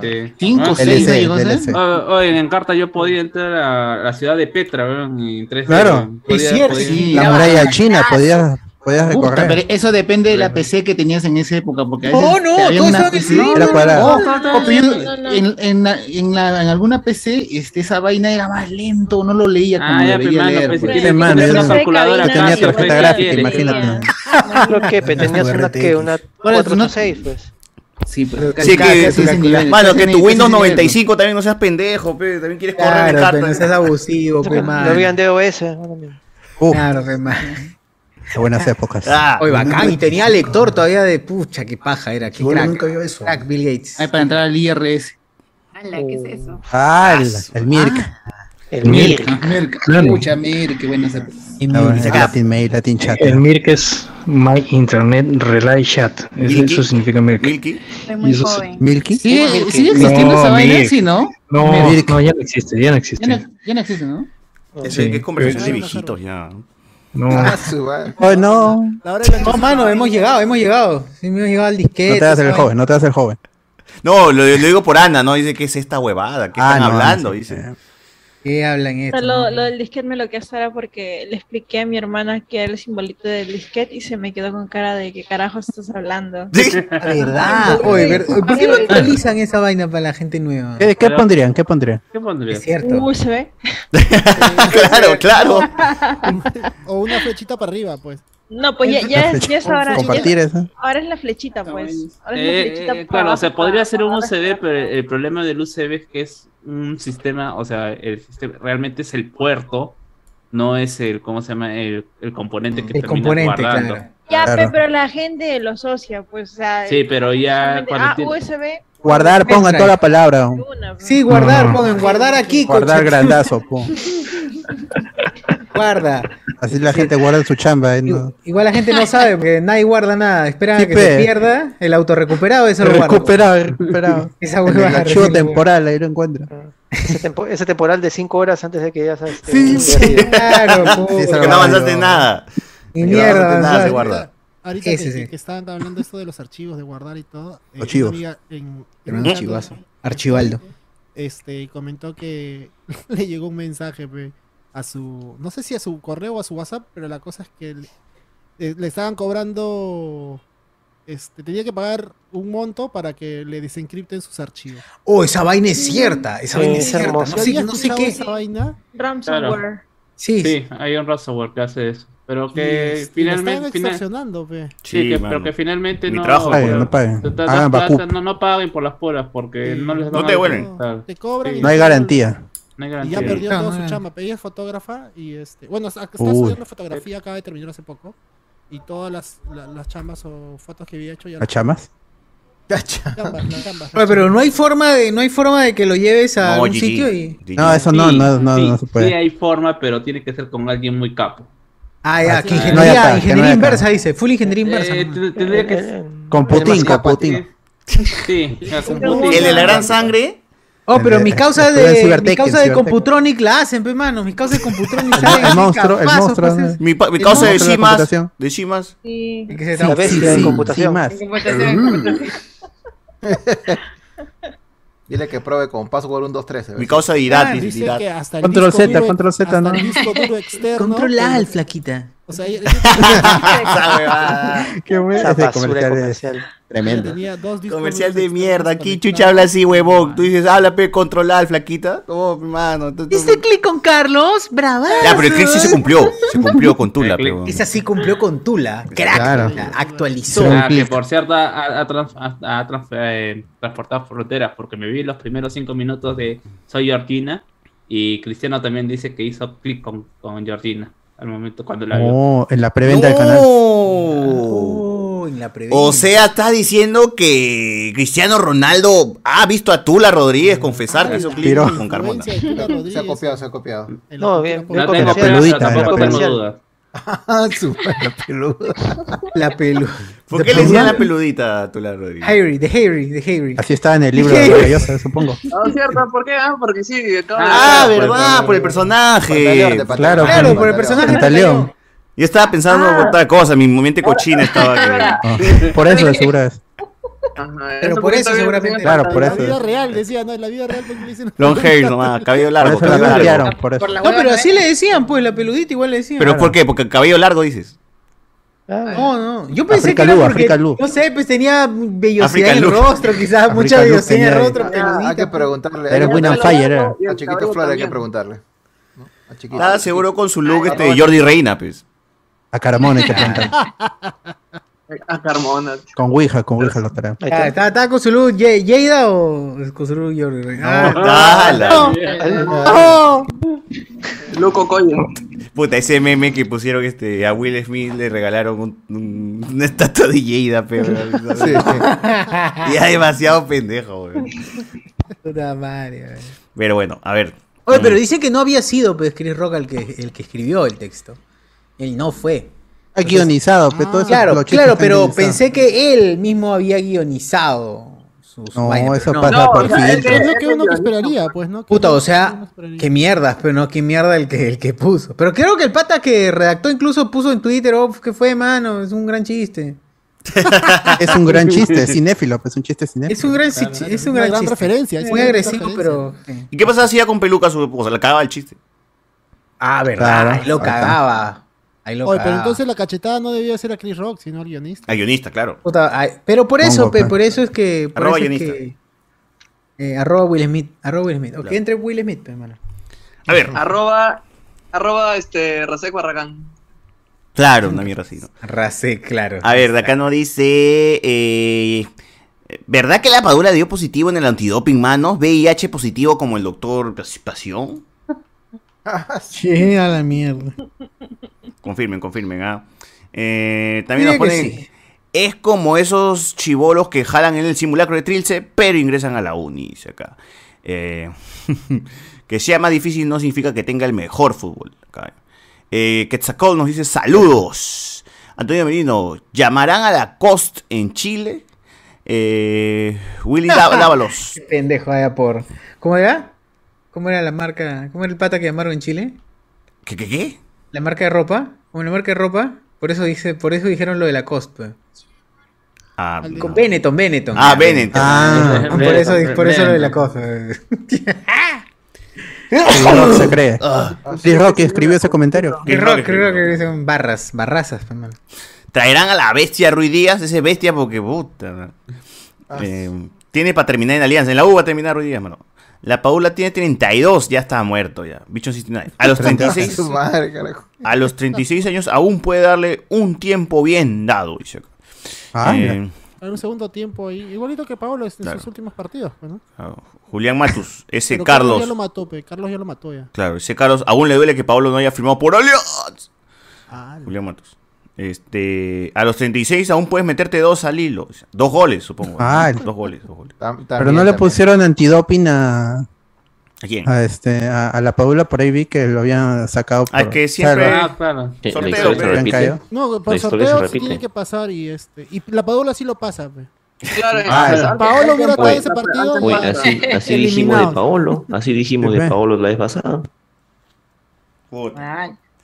Sí. Cinco, Ah, seis, ¿eh? LC, llegó a ser. LC. o- Oye, en Encarta yo podía entrar a la ciudad de Petra, weón, y tres Claro. Es cierto, sí. La muralla china, podías, podías Ah, Puta, pero recorrer. eso depende de la PC que tenías en esa época, porque a No, veces Oh, no, te había todo una estaba en el Oh, PC. cine. Era para- No, no, no, o pero yo- no, no. En, en la- en la- en alguna PC este, esa vaina era más lento, no lo leía como Ah, ya, debería hermano, leer. pues si pues. tienes Sí, mano, una yo no- calculadora Yo tenía Casio, pues, tarjeta ¿qué gráfica, quieres? imagínate. Ah, Lo que pe, tenías una que una Ahora, tú no- 486, pues. Sí, pues, Sí, Sí, casi- casi que, ese nivel, mano, casi que ese tu nivel, Windows casi ese nivel. 95 también no seas pendejo, pe, también quieres correr Claro, pero no Encarta. seas abusivo, pe, Lo man. habían DOS. ahora mismo. Uf, Claro, pe, man. qué buenas épocas. Ah, Oye, bacán. Y tenía lector todavía de pucha, qué paja era. Qué crack. Crack Bill Gates. Ay, para entrar al IRS. Ala, ¿qué es eso? Ah, el- el Mirk. El MIR. Mirka, Claro. Mucha Mirka, qué buena esa Y Ah, bueno, mi- Latin Mail, Latin Chat. El MIRC es My Internet Relay Chat. Es- Milky. Eso significa MIRC. Milky. Soy muy Y eso joven. ¿Milky? Sí, Mirka. sigue existiendo No, esa vaina, Mirka. sí, ¿no? No, Milk. no, ya no existe, ya no Ya existe. no, ya no existe, ¿no? Es, es Sí. conversación de viejitos ya. No, Ah, su madre. Ay, Oh, no. No, mano, hemos llegado, hemos llegado. Sí, hemos llegado al disquete. No te hagas el ¿sabes? joven, no te hagas el joven. No, lo, lo digo por Ana, ¿no? Dice, ¿qué es esta huevada? ¿Qué Ah, están no, hablando? sí. Dice. ¿Qué hablan esto? Lo, lo del disquete me lo que era porque le expliqué a mi hermana que era el simbolito del disquete y se me quedó con cara de que carajo estás hablando. Sí. Ah, ¿Verdad? Ah, eh. Oye, ver- oye, ¿por qué no actualizan esa vaina para la gente nueva? ¿Qué, qué Pero- pondrían? ¿Qué pondrían? ¿Qué pondría? Es cierto. Uy, se ve. claro, claro. O una flechita para arriba, pues. No, pues ya, ya, es, ya es ahora. Compartir ya- eso. ahora es la flechita, pues. Ahora es la flechita. Eh, eh, para claro, o abajo, sea, para podría ser un abajo, para USB, abajo. pero el problema del USB es que es un sistema, o sea, el sistema realmente es el puerto, no es el, ¿cómo se llama? El, el componente que El termina componente, guardando. claro. Ya, pe, pero la gente lo asocia, pues, o sea, Sí, pero ya solamente, cuando ah, tiene- USB, Guardar, pongan toda la palabra. Sí, guardar, No. pongan guardar aquí. Guardar coche. grandazo, po. Guarda. Así la gente guarda su chamba. eh, no. Igual la gente no sabe porque nadie guarda nada. Espera Sí, que pe. se pierda el auto recuperado, eso lo guarda. Recuperado, recuperado. Esa En el huevada archivo recién Ah. lo temporal, ahí lo encuentro. Ese, tempo- ese temporal de 5 horas antes de que ya sabes. Sí, sí. Claro, Porque no avanzaste nada. Ni Porque no mierda avanzaste nada, avanzaste. se guarda. Ahorita Ese que, sí. que estaban hablando esto de los archivos, de guardar y todo. eh, Los una chivos. amiga en- en Era un un chat archivazo. Archivaldo. Este, comentó que le llegó un mensaje pe, a su, no sé si a su correo o a su WhatsApp, pero la cosa es que le, eh, le estaban cobrando, este, tenía que pagar un monto para que le desencripten sus archivos. Oh, esa vaina es cierta. Esa vaina es, Es cierta. hermoso. No sé, ¿Había no sé escuchado qué. esa vaina? Claro. Sí, hay un ransomware que hace eso. Pero Y, que este, la finalmente. estaban final- extorsionando, pe. Sí, Sí, que- mano. pero que finalmente Mi no. trabajo, pero- weón. No paguen. te dan Hagan plata, vacup. no, no paguen por las puras porque no les No van a te devuelven. devolver. Te cobran Sí. y- No hay garantía. No hay Y garantía. ya perdió No, toda no, su no. chamba. Ella es fotógrafa y este. Bueno, está está Uy. subiendo fotografía, acaba de terminar hace poco. Y todas las, la- las chambas o fotos que había hecho ya. ¿Las chamas? Las chambas, las chambas. Oye, pero no hay forma de, no hay forma de que lo lleves a No, un GG. sitio y. No, eso no, Sí, no, no, sí, no se Pues. puede. Sí, hay forma, pero tiene que ser con alguien muy capo. Ah, ya, que Ah, ingeniería, no hay acá, ingeniería que no hay acá. inversa, dice. Full ingeniería inversa. Eh, nomás. t- tendría que. Con Putin, con Putin. Sí, ya, con Putin. ¿El de la gran sangre? Oh, pero mis causas Estuve en de, Cybertech, mis en causas de Cybertech. Computronic la hacen, pe mano. Mis causas de Computronic salen. así, capazos, pues, es- Mi, pa- mi El causa de monstruo de la Shimas. computación. De Shimas. Sí. Que se- La Sí, bestia de sí, computación. sí, más. En Dile que pruebe con password 1, 2, 3. Mi causa de Ah, Irat, dice Ah, Dice Irat. que hasta el Control disco Z, duro- control Z, hasta ¿no? el disco duro externo. Control el- al, flaquita. O sea, ella- Esa huevada. Qué bueno. Esa Ese basura comercial es comercial. tremendo. Tenía dos discos Comercial de mierda. Aquí chucha habla así, huevón. Tú dices, habla, pe, controlar, flaquita. ¿Cómo, mano? Tú- tú- Hice clic con Carlos, brava. Ah, Ya, pero el click sí se cumplió. Se cumplió con Tula, pero. Esa sí cumplió con Tula. Crack. Claro. Tula, Actualizó. Ah, que por cierto ha, ha trans- ha- ha trans- eh, transportado fronteras porque me vi los primeros cinco minutos de Soy Georgina y Cristiano también dice que hizo clic con, con Georgina al momento cuando la vio. Oh, en la preventa del canal. Oh. O sea, estás diciendo que Cristiano Ronaldo ha visto a Tula Rodríguez confesar que hizo clip Pero- con Carmona. Se ha copiado, se ha copiado. No, bien, bien No tengo comercial, peludita, pero la tampoco peludita. comercial. Ah, su la peluda. La peluda. ¿Por qué le decían la peludita a Tula Rodríguez? Harry, de Harry, de Harry. Así estaba en el libro de Maravillosa, supongo. No, cierto, ¿por qué? Ah, porque sí. acaba de- Ah, verdad, por el personaje. Pantaleón, Claro, Claro, por el personaje. Pantaleón. Yo estaba pensando en otra cosa, mi mente cochina estaba. Ah, Por eso, de seguro es. Pero por eso seguramente. Claro, por La vida eso. real, decía, no, en la vida real. porque le dicen- Long hair nomás, cabello largo, Por eso la cabello cambiaron, largo. por eso. No, pero así le decían, pues, la peludita igual le decían. ¿Pero por qué? Porque cabello largo dices. No, no. Yo pensé Africa que Lu, era porque, Africa Lu. no sé, pues tenía vellosidad Africa en el Lu. rostro, quizás mucha Lu vellosidad en el tenía- rostro, peludita. Ah, Hay que preguntarle. Eres Win and Fire, era. A Chiquito Flores hay que preguntarle. ¿no? A Chiquito. Estaba seguro con su look este de Jordi Reina, pues. A Caramón hay que preguntar. A Carmona. Con Ouija, con Ouija lo traen. Ah, ¿Está está con su luz Ye- Yeida o con su luz Jordi? Ah, dala. Oh. No. Loco Coyo. Puta, ese meme que pusieron este, a Will Smith le regalaron un, un- una estatua de Yeida, pero. Sí. Ya demasiado pendejo, weón. Puta madre, güey. Pero bueno, a ver. Oye, pero dicen que no había sido pues, Chris Rock el que, el que escribió el texto. Él no fue. Está guionizado, pero todo eso- Ah, Claro, los chistes claro, están pero guionizados. pensé que él mismo había guionizado sus No, vainas, eso pero pasa No, por pues. o sea, Es lo que uno que esperaría, pues, ¿no? Puta, o sea, qué mierdas, pero no, qué mierda el que, el que puso. Pero creo que el pata que redactó incluso puso en Twitter, oh, ¿qué fue, mano? Es un gran chiste. Es un gran chiste, es cinéfilo, pues, es un chiste cinéfilo. Es un gran, chi- es un una gran, gran chiste. referencia, es Muy una gran agresivo, pero... ¿Y qué pasaba si ya con peluca su esposa? Le cagaba el chiste. Ah, verdad, ahí lo cagaba. Ahí lo Oye, pero cagaba. entonces la cachetada no debía ser a Chris Rock, sino al guionista. A guionista, claro. Puta, ay, pero por eso, Pongo, pe, pe. por eso es que. Por Arroba eso es guionista. que- eh, arroba Will Smith. Arroba Will Smith. Ok, entre Will Smith, pues, pe, mano. A ver. Arroba, arroba este, Rasek Barragán. Claro, una mierda así, ¿no? Mm. Racé, claro. A ver, de acá nos dice. eh, ¿Verdad que la padula dio positivo en el antidoping manos? ¿VIH positivo como el doctor Pas- Pasión? Ah, Che, a la mierda. Confirmen, confirmen, ¿ah? Eh, también nos Diga que ponen. Es como esos chivolos que jalan en el simulacro de Trilce, pero ingresan a la uni, dice acá. Eh, que sea más difícil no significa que tenga el mejor fútbol. acá. Eh, Quetzalcóatl nos dice saludos. Antonio Merino, ¿llamarán a la COST en Chile? Eh, Willy Dá- Dávalos. Qué pendejo allá por. ¿Cómo era? ¿Cómo era la marca? ¿Cómo era el pata que llamaron en Chile? ¿Qué, qué, qué? La marca de ropa. Como la marca de ropa. Por eso dice, por eso dijeron lo de la Costa. Ah, Con Benetton, Benetton. Ah, Benetton. Ah, por eso, por eso lo de la Costa. eh. Rock se cree. Chris Rock escribió ese comentario. Y rock, creo que son barras, barrazas, pe, mano. Traerán a la bestia Ruiz Díaz, ese bestia, porque puta. Ah. Eh, tiene para terminar en Alianza. En la U va a terminar Ruiz Díaz, mano. La Paula tiene 32, ya está muerto ya. Bicho 69. A los 36. Su madre, carajo. A los 36 años aún puede darle un tiempo bien dado, dice acá. Ah, Eh, En un segundo tiempo ahí. Igualito que Paolo en Claro. sus últimos partidos. pues, ¿no? ah, Julián Matus, ese Pero Carlos. ya lo mató, pe. Carlos ya lo mató ya. Claro, ese Carlos aún le duele que Pablo no haya firmado por Alianza. Julián Matos. Este, a los 36 aún puedes meterte dos al hilo. O sea, Dos goles, supongo. Ah, el- dos goles, dos goles. Pero no le pusieron antidoping a. ¿A quién? A, este, a, a la Paula, por ahí vi que lo habían sacado. Por, Ah, es que siempre- claro. Ah, claro. Que la Sorteo, historia se pero- repite. cayó. No, La por historia se sorteo sí repite. tiene que pasar y este. Y la Paola sí lo pasa, pe. Claro, Ah, Si ya. Paolo hubiera estado Oye, ese partido. Oye, así, así dijimos de eliminado. Paolo, así dijimos de Pepe. Paolo la vez pasada.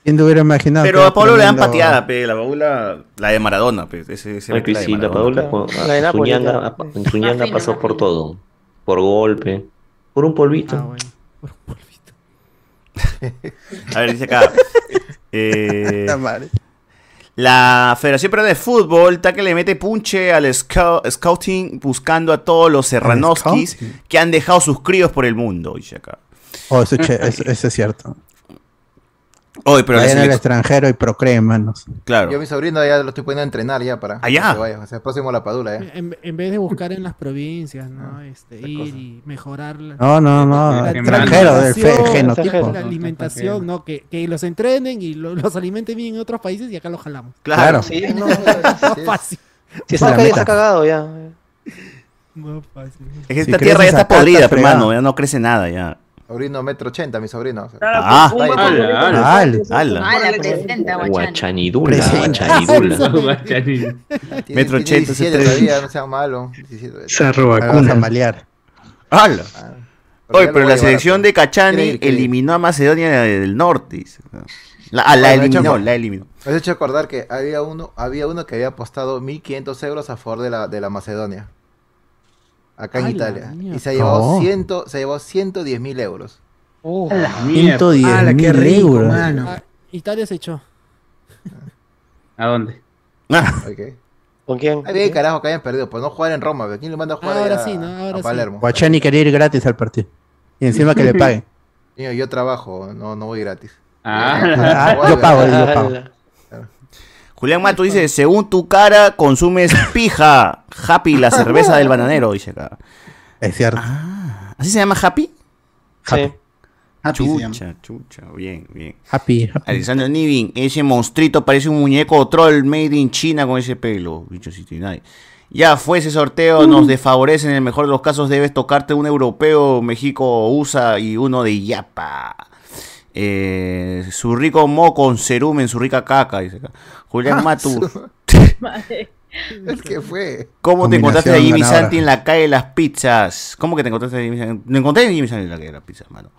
¿Quién te hubiera imaginado? Pero que a Pablo le dan tremendo- pateada, pe, la Paula, la de Maradona, pe, ese, ese Ay, pues sí, la Paula ah, con- a- La de Napoli, Zuñanga, claro. a- Zuñanga pasó por todo. Por golpe, por un Ah, polvito. A ver, dice acá. eh, la Federación Peruana de Fútbol está que le mete punche al scou- scouting buscando a todos los serranoskis scouting? que han dejado sus críos por el mundo. Dice acá. Oh, eso, che- eso- eso es cierto. Oye, pero la Vayan al selec- extranjero y procreen, manos. Claro. Ah, Yo a mi sobrino ya lo estoy poniendo a entrenar ya para Allá. que se vaya. O sea, próximo a la padula, ¿eh? En, en vez de buscar en las provincias, ¿no? Ah, Este, ir y mejorar la, No, no, no, la extranjero, de fe- alimentación, genotipo. La alimentación, ¿no? Que, que los entrenen y lo- los alimenten bien en otros países y acá los jalamos. Claro. Sí, no, Fácil. Si Esa está acá, ya es la meta. está cagado ya. No, fácil. Es que Si creces esta tierra ya está acá, podrida, está fregado. hermano. Ya no crece nada, ya. Sobrino metro ochenta, mi sobrino. o sea. Ah, Está ahí. ala, ala, ala. Mala presenta, guachán. Guachanidula, Presenta. guachanidula. Tiene- tiene Metro 80, 17 73. todavía, no sea malo. 17. Vamos a malear. ¡Hala! Oye, Ah, ya lo pero voy a la llevar selección de Quiere Cachani ir, quiere ir. eliminó a Macedonia del Norte. dice. La, ah, la Bueno, de hecho, eliminó, me- la eliminó. Me has hecho acordar que había uno, había uno que había apostado 1500 euros a favor de la, de la Macedonia. Acá en Ay, la Italia. mierda. Y se ha llevado, Oh. 100, se ha llevado 110 mil euros. A Oh. Ah, la 110 Ala, qué mil rico, euros. mano. Ah, Italia se echó. ¿A dónde? Ah. Ok. ¿Con quién? Ay, bien, carajo, que hayan perdido. Pues no jugar en Roma. ¿ve? ¿Quién le manda a jugar Ah, Ahora allá sí, ¿no? Ahora a sí. Palermo? Guachani quería ir gratis al partido. Y encima que le paguen. Niño, yo trabajo, no, no voy gratis. Ah, yo pago, yo pago. Julián Mato dice, según tu cara, consumes pija. Happy, la cerveza del bananero, dice acá. Es cierto. ¿Así se llama Happy? Happy. Happy se chucha, chucha, bien, bien. Happy. Alessandro Nivin, ese monstruito parece un muñeco troll made in China con ese pelo. Bicho 69. Ya fue ese Mm. sorteo, nos desfavorece. En el mejor de los casos, debes tocarte un europeo, México, USA y uno de Yapa. Eh, su rico mo con serum en su rica caca, dice acá. Julián Ah, Matu, Es que fue. ¿cómo Combinación te encontraste a Jimmy ganadora. Santi en la calle de las pizzas? ¿Cómo que te encontraste a Jimmy Santi? Me encontré a Jimmy Santi en la calle de las pizzas, mano.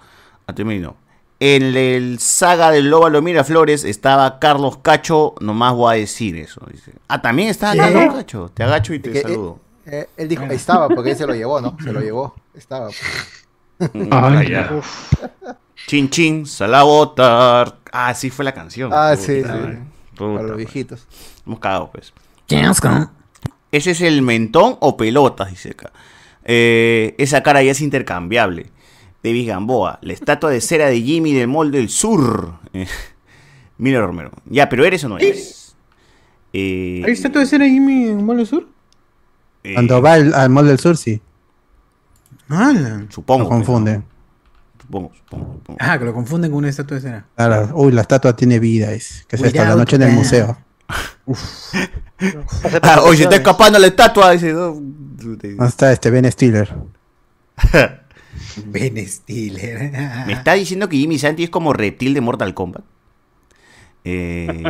A tu no. En el saga del Lóbalo Miraflores estaba Carlos Cacho, nomás voy a decir eso. dice. Ah, también estaba ¿Qué? Carlos Cacho. Te agacho y te Que, eh, saludo. eh, él dijo, estaba, porque él se lo llevó, ¿no? Se lo llevó. Estaba. Mm, Ay, allá. Chin chin, salabotar. Ah, sí fue la canción. Ah, sí, sí. Para los viejitos. Hemos cagado, pues. ¿Ese es el mentón o pelotas? Dice acá. Eh, esa cara ya es intercambiable. Davis Gamboa, la estatua de cera de Jimmy del Mall del Sur. Eh, Mira Romero. Ya, pero eres o no eres. Eh, ¿Hay estatua de cera ahí mi- en Malo Sur? eh, Cuando va al, al Mall del Sur, sí. Ala. Supongo. No confunde. Supongo, supongo. Ah, que lo confunden con una estatua de cera. Claro, uy, la estatua tiene vida, es. Que se está la Without noche en el that. museo. Ah, oye, está escapando la estatua. Dice, no. ¿Dónde está este Ben Stiller? Ben Stiller. ¿Me está diciendo que Jimmy Santi es como reptil de Mortal Kombat? Eh,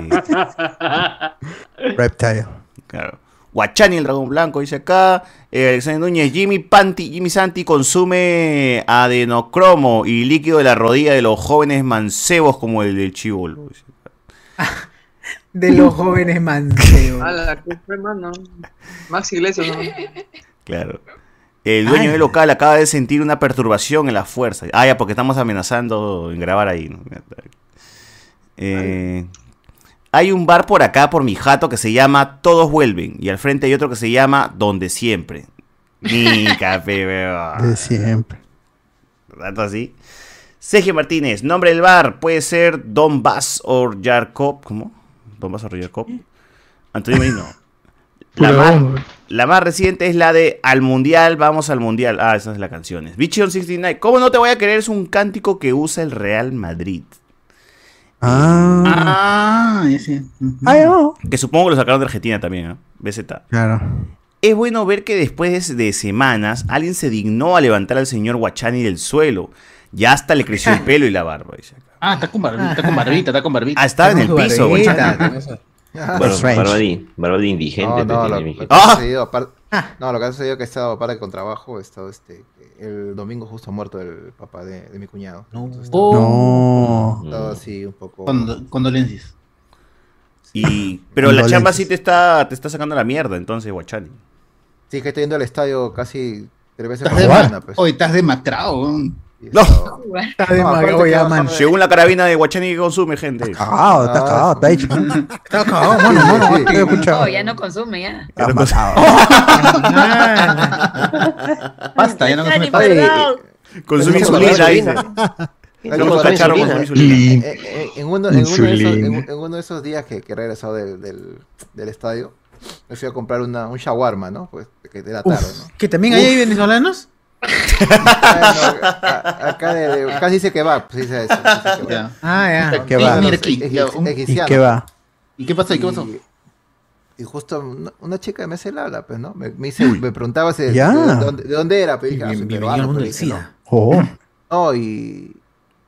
Reptile. claro. Guachani, el dragón blanco, dice acá. Eh, Alexander Núñez, Jimmy Panti, Jimmy Santi consume adenocromo y líquido de la rodilla de los jóvenes mancebos como el del chivolo. dice. De los jóvenes manceos. Ala, qué fue, mano. Max Iglesias, ¿no? Claro. El dueño Ay. del local acaba de sentir una perturbación en la fuerza. Ah, ya, porque estamos amenazando en grabar ahí. ¿no? Eh, hay un bar por acá, por mi jato, que se llama Todos Vuelven. Y al frente hay otro que se llama Donde Siempre. Ni café, weón. De siempre. Tanto así. Sergio Martínez, nombre del bar puede ser Don Bass o Yarkov. ¿Cómo? Don Bass o Yarkov. Antonio Merino. La Pura más, bomba. la más reciente es la de Al Mundial, vamos al Mundial. Ah, esas son las canciones. Bichion 69, ¿cómo no te voy a querer? Es un cántico que usa el Real Madrid. Ah, Ah, ese. Que supongo que lo sacaron de Argentina también, ¿eh? BZ. claro. Es bueno ver que después de semanas alguien se dignó a levantar al señor Guachani del suelo. Ya hasta le creció el pelo y la barba. dice. Ah, está con barbita, está con barbita, está con barbita. Ah, estaba en el piso, güey. Bueno, Barbadín, Barbadín indigente. No, no, lo, te- lo que ¡Ah! ha sucedido, apar- no, lo que ha sucedido es que he estado aparte con trabajo, he estado este, el domingo justo muerto el papá de, de mi cuñado. No, Oh. he Mm. estado así un poco. Condo- condolencias. Y, pero la Condolencias. chamba sí te está, te está sacando la mierda, entonces, Guachani. Sí, que estoy yendo al estadio casi tres veces por Estás de- semana, pues. Hoy estás demacrado. weón. No. Está de No, aparte mago, que ya, vas a man. ver- Según la carabina de Guachani que consume, gente. Cagado, está cagado, está hecho. Está cagado, mano, mano, no te he No, escuchado. Oh, ya no consume, ya. Te has matado. Basta, ya no consume pasta. Consume Consume insulina, dice. insulina. No nos cacharon con Eh, insulina. eh, eh, en, uno, en, uno de esos, Insulina. en- en uno de esos días que, que he regresado del, del, del estadio, me fui a comprar una, un shawarma, ¿no? Pues que de la tarde, ¿no? ¿Que también hay Uf. ahí venezolanos? Bueno, a- acá de, de- casi dice que va, pues dice eso. dice kebab. Ya. Ah, ya. Kebab. Un Entonces, mirki, egip- ya, un- egipciano. y kebab. ¿Y qué pasó? ¿Y qué pasó? Y, y justo una, una chica me hace el habla, pues, ¿no? Me, me dice, me preguntaba si- Ya. de, dónde, de dónde era, pues dije, ah, soy Bienvenido peruano, al mundo pues, del dije, SIDA. Oh. No, No, y,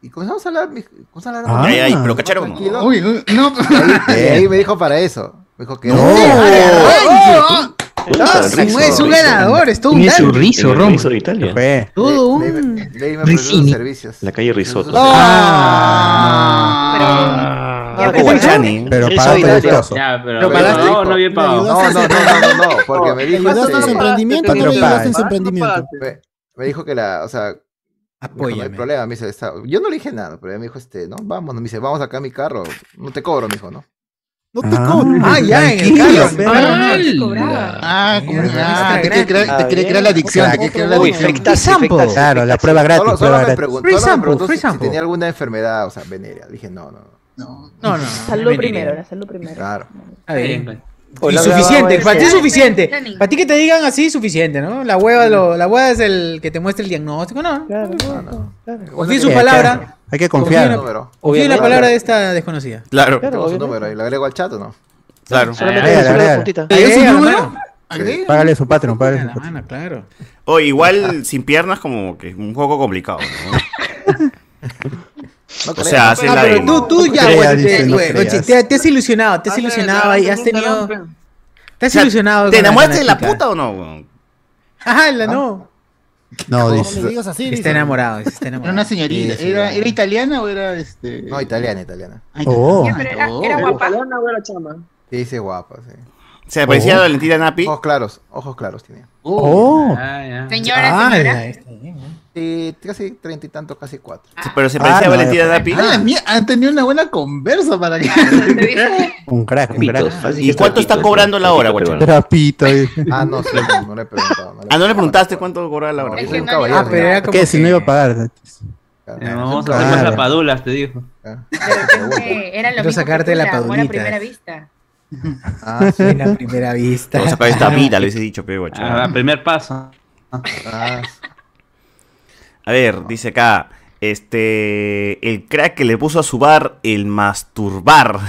y comenzamos a hablar, mi- comenzamos a hablar. Ah. Ya, ya, y- pero cacharon. Tranquilo. Uy, no. Y ahí me dijo para eso. Me dijo que Ah, el su- rizo, es un rizo. ganador, es todo un Tiene su ganador. rizo, El Ron. rizo de Italia. Fue. Todo un. De ahí me ofreció sus Rizzini. servicios. La calle ¡Oh! Risotto. Ah, Pero- Guachani. Pero Él paga sabe tu Italia. costo. Ya, pero, Pero pero pagaste. no, no bien pagado. No, no, no, no, no, porque me dijo. ayudaste en su este, emprendimiento, no le Patrón ayudaste en su Paz. emprendimiento. Me, me dijo que la, o sea, me dijo, no hay Apóyame. problema, me dice, está- yo no le dije nada, pero ella me dijo, este, no, vamos, me dice, vamos acá a mi carro, no te cobro, me dijo, ¿no? No te cobro. Ah, ya, en el Tranquilo, carro. pero- Ah, como Mierda, ah, te quiere gratis. crear, te quiere crear la adicción, te quiere crear la Uy, adicción. fake taxi, fake taxi. Claro, la prueba gratis, Solo, solo prueba me gratis. preguntó, Free solo me sample, preguntó free si, si sample. tenía alguna enfermedad, o sea, venérea. Dije, no, no, no. No, no, no. Salud mentira. primero, la salud primero. Claro. Está bien. Hola, Insuficiente, hola, para ti es hola. suficiente. Para ti que te digan así, suficiente, ¿no? La hueva, lo- la hueva es el que te muestra el diagnóstico, ¿no? Confía en su Sí, hay que- palabra. Hay que confiar. Confía en la- Confía en la palabra de esta desconocida. Claro, Tengo su número y lo agrego al chat, ¿o no? claro. Solamente agrega, le suena la agrega. puntita. ¿Le dio su Agrega, número? hermano. Agrega. Págale su Patreon, págale su Patreon. Ah, no, claro. O igual sin piernas como que es un poco complicado. ¿no? o sea, hace Ah, la pero de- tú, tú ya, Crea, güey, dice, te- no güey, creas. oye, te, te has ilusionado, te has ilusionado y has tenido. Te has ilusionado. ¿Te con enamoraste de con la chica. puta o no? weón? Ajá, la no. No, dice- dice. Está enamorado, dice, está enamorado. Era una señorita. Sí, sí, ¿Era, sí. ¿Era italiana o era este.? No, italiana, italiana. Oh. Era, era guapa. ¿Era o era chama? Sí, dice guapa, sí. ¿Se parecía Oh. a Valentina Napi? Ojos claros, ojos claros tenía. Uh. Oh. Ah, Señora, señora. ¿eh? Sí, casi treinta y tantos, casi cuatro. Pero se parecía a Valentina Napi. Ah, la mía- Han tenido una buena conversa para que. Ah, Un crack, un Pitos, crack. así ¿Y que cuánto está pitos, cobrando la hora, pitos guachani? peruano. Trapito. dice. Ah, no sé, no, no le he preguntado. no le he Ah, ¿no le preguntado. preguntaste cuánto cobraba la hora? No, soy un Ah, caballero. pero ya. era como. ¿Qué? Si no iba a pagar. Eh, Vamos a Claro. hacer las padulas, te dijo. Eh, Era lo Quiero mismo que sacarte tú, la amor a padulita. primera vista. Ah, sí. En la primera vista. Vamos a sacar esta vida, le hubiese dicho, pe, Ah, guachani. primer paso. Ah, A ver, dice acá. Este, el crack que le puso a su bar el masturbar.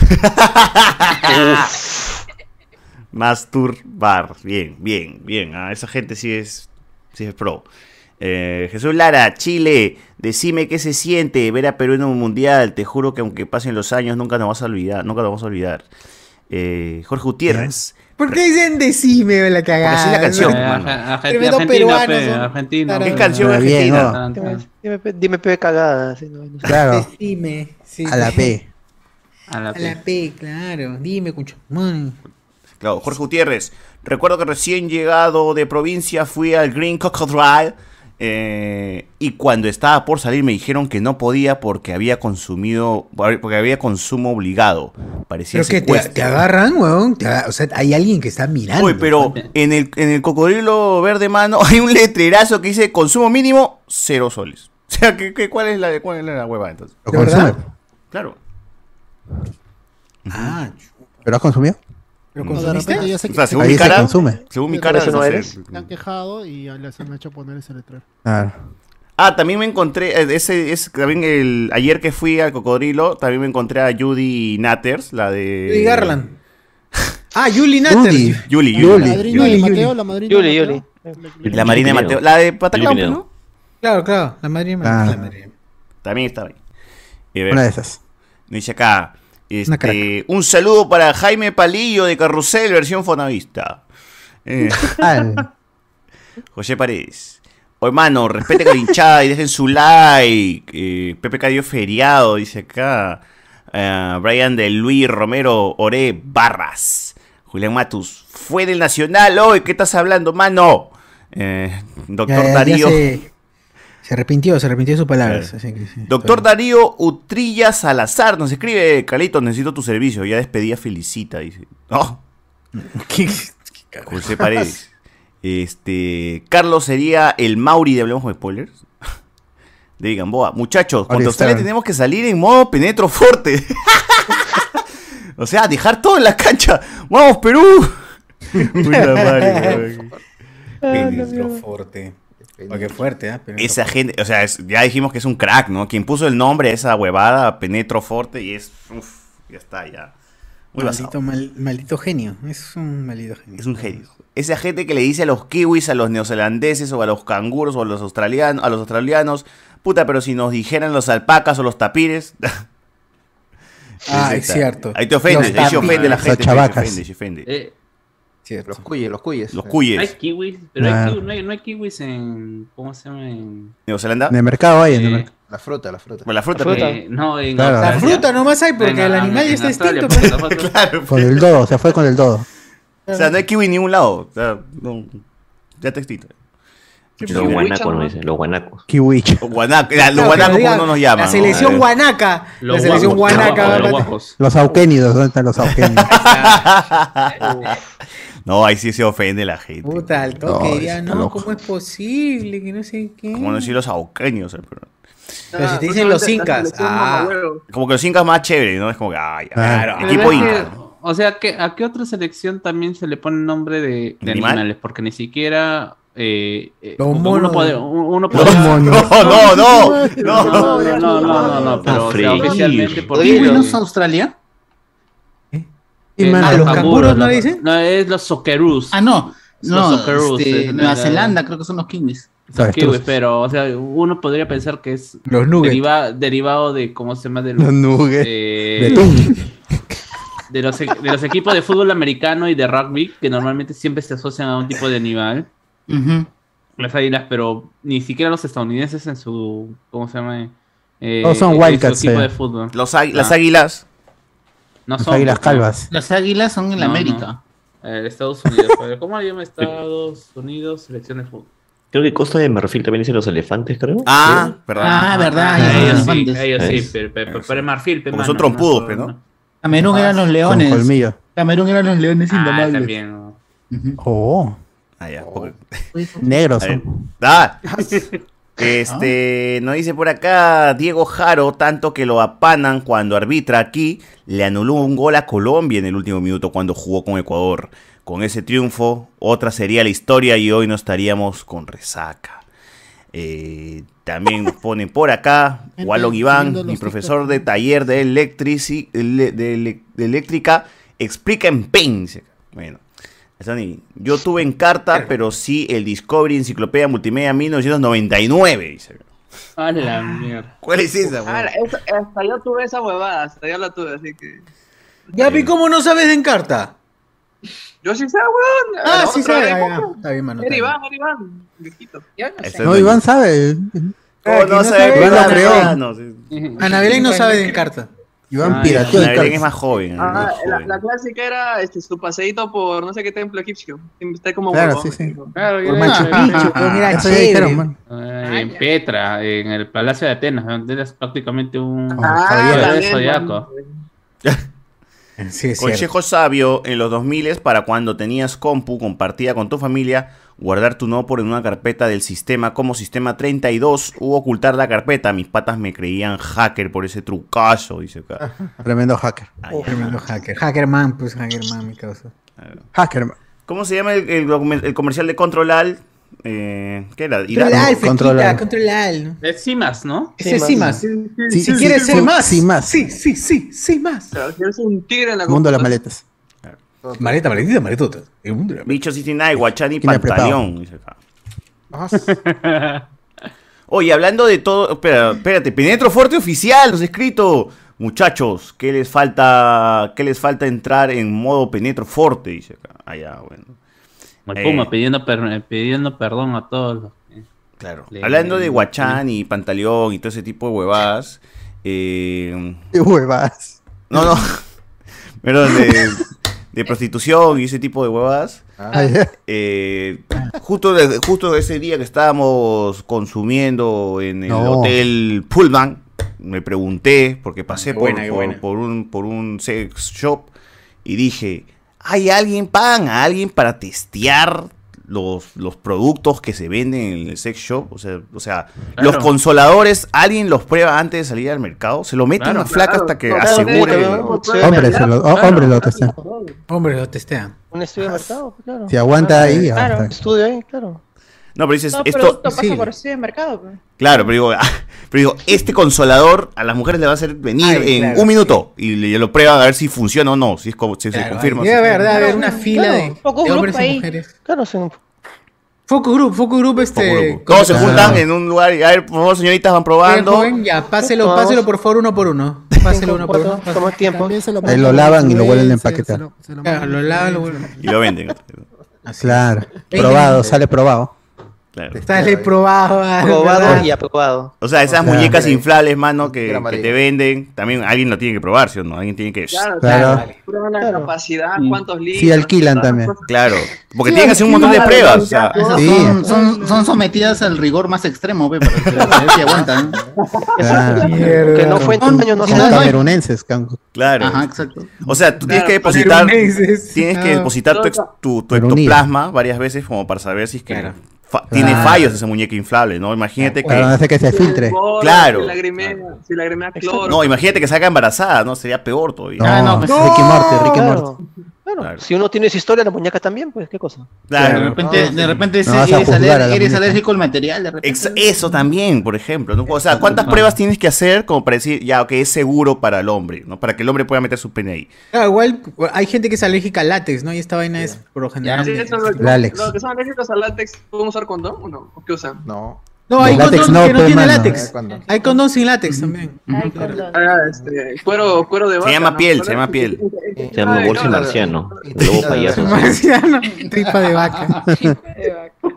masturbar. Bien, bien, bien. Ah, esa gente sí es, sí es pro. Eh, Jesús Lara, Chile, decime qué se siente ver a Perú en un mundial. Te juro que aunque pasen los años, nunca nos vas a olvidar. Nunca nos vas a olvidar. Eh, Jorge Gutiérrez. ¿Por qué dicen decime la cagada? Porque así es la canción, Tremendo mano. Argentina, Tremendos Argentina, peruanos. pe, son. Argentina. Tarado. ¿Qué canción Pero bien, argentina? Dime, dime, pe- dime pe cagada. si no- no- Claro. Decime. sí. A la P. A la A la P, claro. Dime, cucho. Man. Claro, Jorge Gutiérrez. Recuerdo que recién llegado de provincia fui al Green Cocodrile. eh, y cuando estaba por salir me dijeron que no podía porque había consumido, porque había consumo obligado. Parecía Pero que te, secuestro. te agarran, weón. te aga- o sea, hay alguien que está mirando. Uy, pero en el, en el cocodrilo verde, mano, hay un letrerazo que dice consumo mínimo cero soles. O sea, ¿qué, qué- cuál, es la, de- ¿cuál es la hueva entonces? ¿Lo consume? Claro. Ah, ¿Pero has consumido? ¿Lo consumiste? repente ya sé O que- sea, según Ahí mi se cara, consume. según mi Pero cara, eso no no sé. eres. Se han quejado y les han hecho poner ese letrero. Claro. Ah, también me encontré, eh, ese, ese- también el, ayer que fui al cocodrilo, también me encontré a Judy Natters, la de... Judy Garland. Ah, Julie Natter. Yuli, La Yuli. madrina de Mateo, la madrina de Mateo. La Marina de Mateo. La de Pataclown, Pinedo. ¿no? Claro, claro. La madrina de Mateo. Ah. La madrina. También estaba ahí. Y a ver, Una de esas. Dice acá. este, un saludo para Jaime Palillo de Carrusel, versión fonavista. Eh, Ah, José Paredes. Oh, hermano, respeten a la hinchada y dejen su like. Eh, Pepe Cadio Feriado, dice acá. Eh, Brian de Luis Romero Ore Barras. Julián Matus. Fue del Nacional hoy. ¿Qué estás hablando, mano? Eh, doctor Ya- ya- ya Darío. Eh. se, se arrepintió, se arrepintió de sus palabras. así que sí. Doctor Darío Utrilla Salazar nos escribe, Calito, necesito tu servicio. Ya despedía Felicita, dice. ¡Oh! No. José Paredes. Este. Carlos sería el Mauri de Hablemos con Spoilers. De Gamboa. Muchachos, Mauri cuando sale Stern. tenemos que salir en modo penetro fuerte. o sea, dejar todo en la cancha. ¡Vamos, Perú! Puta madre, weón. Penetro fuerte. Ah, qué fuerte, ¿ah? Penetro Esa gente, o sea, es- ya dijimos que es un crack, ¿no? Quien puso el nombre a esa huevada, Penetro Forte, y es. Uf, ya está, ya. Muy maldito, basado. mal- maldito genio. Es un maldito genio. Es un genio. Esa gente que le dice a los kiwis, a los neozelandeses, o a los canguros, o a los australianos, a los australianos, puta, pero si nos dijeran los alpacas o los tapires. Ah, Ahí es está. cierto. Ahí te ofendes, Los ahí se ofende la tapires. gente. Los chavacas. Se ofende, se ofende. Eh, Los cuyes, los cuyes. Los cuyes. Hay kiwis, pero hay Ah. kiwi- no, hay, no hay kiwis en. ¿Cómo se llama? En, ¿Neozelanda? En el mercado hay, en el mercado. La fruta, la fruta. Bueno, la fruta, eh, no, en Claro. La Australia. fruta nomás hay porque Venga, el animal en ya está Australia, extinto. pues, pero- la fruta. Con el dodo, se fue con el dodo. O sea, no hay kiwi en ningún lado. O sea, no, ya te extinto. Los guanacos, no dicen, los guanacos. Kiwicha. Los guanacos, los Claro, guanacos pero como diga, no nos llaman. La selección ¿no? guanaca. Los la selección guapos, los guanaca. guapos, los va a- guapos. Los auquénidos, ¿dónde están los auquénidos? No, ahí sí se ofende la gente. Puta, al No, toque. diría, está No, loco. ¿cómo es posible? Que no sé qué. Como no decir los auqueños. eh, pero- Pero si te dicen los incas. Ah, Como que los incas más chévere, ¿no? Es como que, ay, Claro. ay, equipo Pero es inca. que, O sea, ¿qué- ¿a qué otra selección también se le pone nombre de, de ¿Animal? animales? Porque ni siquiera. eh, eh, Los uno monos. puede- uno Los puede- monos. No, no, no, no. no, no, no, no, no, pero o sea, Freír. oficialmente por ¿Y Buenos Australia? Eh, los mano, los canguros, canguros, ¿no la- dicen? No, es los socceroos. Ah, no. Los No, socceroos, este, es la- Nueva la- Zelanda creo que son los kiwis. Los kiwis, pero, o sea, uno podría pensar que es Los nuggets. deriva- derivado de, ¿cómo se llama? De Los nuggets. eh, Betún. de los, e- de los equipos de fútbol americano y de rugby, que normalmente siempre se asocian a un tipo de animal. Las águilas, pero ni siquiera los estadounidenses en su, ¿cómo se llama? Eh, Todos son en su Wildcats, equipo eh. de fútbol. Los águi- Ah. Las águilas. No Las son, águilas pues, calvas. Las águilas son en No, América. no. Eh, Estados Unidos. padre. ¿Cómo le llama Estados Unidos selección de fútbol? Creo que Costa de Marfil también dicen los elefantes, creo. Ah, verdad. Ah, verdad, Ah, ellos son ellos sí, elefantes. ellos Ahí. sí, pero, pero- pero el marfil, pe, Como son mano, trompudos, no Ah, pe, son- ¿no? Camerún eran los leones. Camerún eran los leones Ah, indomables. también. ¿no? Oh, Ah, ya. negros. A ver. son. Ah. Este, nos dice por acá Diego Jaro, tanto que lo apanan cuando arbitra aquí, le anuló un gol a Colombia en el último minuto cuando jugó con Ecuador. Con ese triunfo, otra sería la historia y hoy no estaríamos con resaca. Eh, También nos ponen por acá Wallon Iván, mi profesor de taller de, electrici- ele- de ele- de eléctrica, explica en Paint. Bueno, Sony, yo tuve en carta, pero sí el Discovery Enciclopedia Multimedia 1999. dice. A Ah, la mierda. ¿Cuál es esa, weón? Ah, eso- hasta yo tuve esa huevada, hasta yo la tuve, así que. Ya, ¿y cómo no sabes de Encarta? Yo sí sé, weón. Ah, La sí otra sabe. vez, ah, ya. weón. Está bien, mano. Era está bien. Iván, era Iván. Viejito. Ese No, es Iván sabe. ¿Cómo no sabe no sabe? de Iván lo Encarta? creó. No, sí. Ana Belén no sabe de Encarta. Iván Ah, Ay, pirateó Ana Belén Encarta. es más joven. es Ah, más la, joven. la clásica era este, su paseíto por no sé qué templo egipcio. Está como Claro, huevón, sí, sí. tipo. Claro, Por Machu Picchu, pues mira, Eso ya chévere. dijeron, man. Eh, Ah, en Petra, en el Palacio de Atenas, donde eres prácticamente un Ah, caballero también, zodiaco. Sí, es cierto. Consejo sabio, en los 2000 para cuando tenías compu compartida con tu familia, guardar tu no por en una carpeta del sistema como sistema 32 u ocultar la carpeta. Mis patas me creían hacker por ese trucazo, dice Ah. acá. Tremendo hacker. Oh, Tremendo hacker. Hackerman, pues Hackerman, mi causa. Hackerman. ¿Cómo se llama el, el document- el comercial de Control Al? Eh, ¿Qué era? Control Ida- Al, Fequita, Control Al. Es Simas, ¿no? Ese es Simas. Sí, Si sí, quieres sí, ser sí, más. sí, más. Sí, sí, sí, sí, más. Es un tigre en la Mundo de las maletas. Maleta, maletita, maletota. El mundo de la- Bicho 69, Guachani ¿Quién ha Pantaleón. dice acá. Oye, hablando de todo. Espera, espérate, Penetro Fuerte Oficial nos ha escrito. Muchachos, ¿qué les falta? ¿Qué les falta entrar en modo Penetro Fuerte? Dice acá. Ah, ya, bueno. Como Eh. el Puma, pidiendo, per- pidiendo perdón a todos los que- Claro. le- Hablando de Guachán y Pantaleón y todo ese tipo de huevadas. eh, Qué huevas. no, no. Perdón, de, de prostitución y ese tipo de huevadas. Ah, ya. Eh, justo, de- justo ese día que estábamos consumiendo en el No. hotel Pullman, me pregunté, porque pasé por, buena, qué por- buena. por un, por un sex shop y dije, ¿hay alguien, pagan a alguien para testear los, los productos que se venden en el sex shop? O sea, o sea Claro. los consoladores, ¿alguien los prueba antes de salir al mercado? ¿Se lo meten Claro, a flaca claro. hasta que Claro, asegure? claro, claro. Hombre, se lo, Claro. hombre lo testea. Hombre, lo testean. Un estudio de mercado, claro. Si aguanta ahí, Claro, aguanta. estudio ahí, claro. No, pero dices, Todo esto... producto pasa sí. por estudio de mercado. pues. Claro, pero digo, ah, pero digo, este consolador a las mujeres le va a hacer venir Ay, en claro, un minuto y le, lo prueban a ver si funciona o no, si, es, como- si se Claro, confirma. Debe si- haber, debe haber Claro, una claro. fila de, Focus de group hombres y ahí. mujeres. Claro, sí. Focus group, focus group, este. Focus group. Todos se Claro. juntan en un lugar y a ver, por favor, señoritas, van probando. Oye, joven, ya, páselo, Vamos. páselo por favor uno por uno. Páselo uno por uno. Toma tiempo. Ahí lo lavan y lo vuelven a empaquetar. Claro, lo lavan, lo vuelven. Y lo venden. Claro. Probado, sale probado. Claro. Sale probado. ah, ¿verdad? Ah, Probado y aprobado. O sea, esas Claro. muñecas inflables, mano, que, que amarillo. te venden, también alguien lo tiene que probar, ¿sí o no? Alguien tiene que... Claro, Claro. claro. Prueban la capacidad, cuántos litros. Sí, alquilan también. Claro, porque Sí, tienen que hacer un montón de alquilan, pruebas. o sea, alquilan. Sí. Son, son, son sometidas al rigor más extremo, ve, para para saber si aguantan. Claro. Que no fue Son- daño, no Ah, son se daño. camerunenses, can- Claro. Ajá, exacto. O sea, tú tienes que Claro, depositar, peruneses. tienes que Ah. depositar tu, ex- tu, tu Perunía. ectoplasma varias veces como para saber si es que fa- tiene Claro. fallos esa muñeca inflable, ¿no? Imagínate que... Claro, hace que se filtre. Claro. Si lagrimea, si lagrimea cloro. No, imagínate que salga embarazada, ¿no? Sería peor todavía. Ah, No, no, pues, Ricky Morty, Ricky Claro. Morty. Claro. Si uno tiene su historia, la muñeca también, pues, ¿qué cosa? Claro. de repente, de repente No sí, vas a eres, juzgar aler- a la eres muñeca. alérgico al material, de repente. Ex- eso también, por ejemplo. ¿no? O sea, ¿cuántas pruebas tienes que hacer como para decir, ya, ok, es seguro para el hombre, ¿no? Para que el hombre pueda meter su pene ahí. Claro, igual hay gente que es alérgica al látex, ¿no? Y esta vaina es por lo general. Sí, eso es lo que- La Alex. Los que son alérgicos al látex, ¿pueden usar condón o no? ¿O qué usan? No. No, hay El látex condón no, que no pues, tiene mano. látex. Hay condón. Hay condón sin látex también. Ah, este, cuero, cuero de vaca. Se llama ¿no? piel, Cuero- se llama piel. Se llama Ay, Bolsi no, la- Marciano. el Lobo payaso. Marciano, tripa de vaca.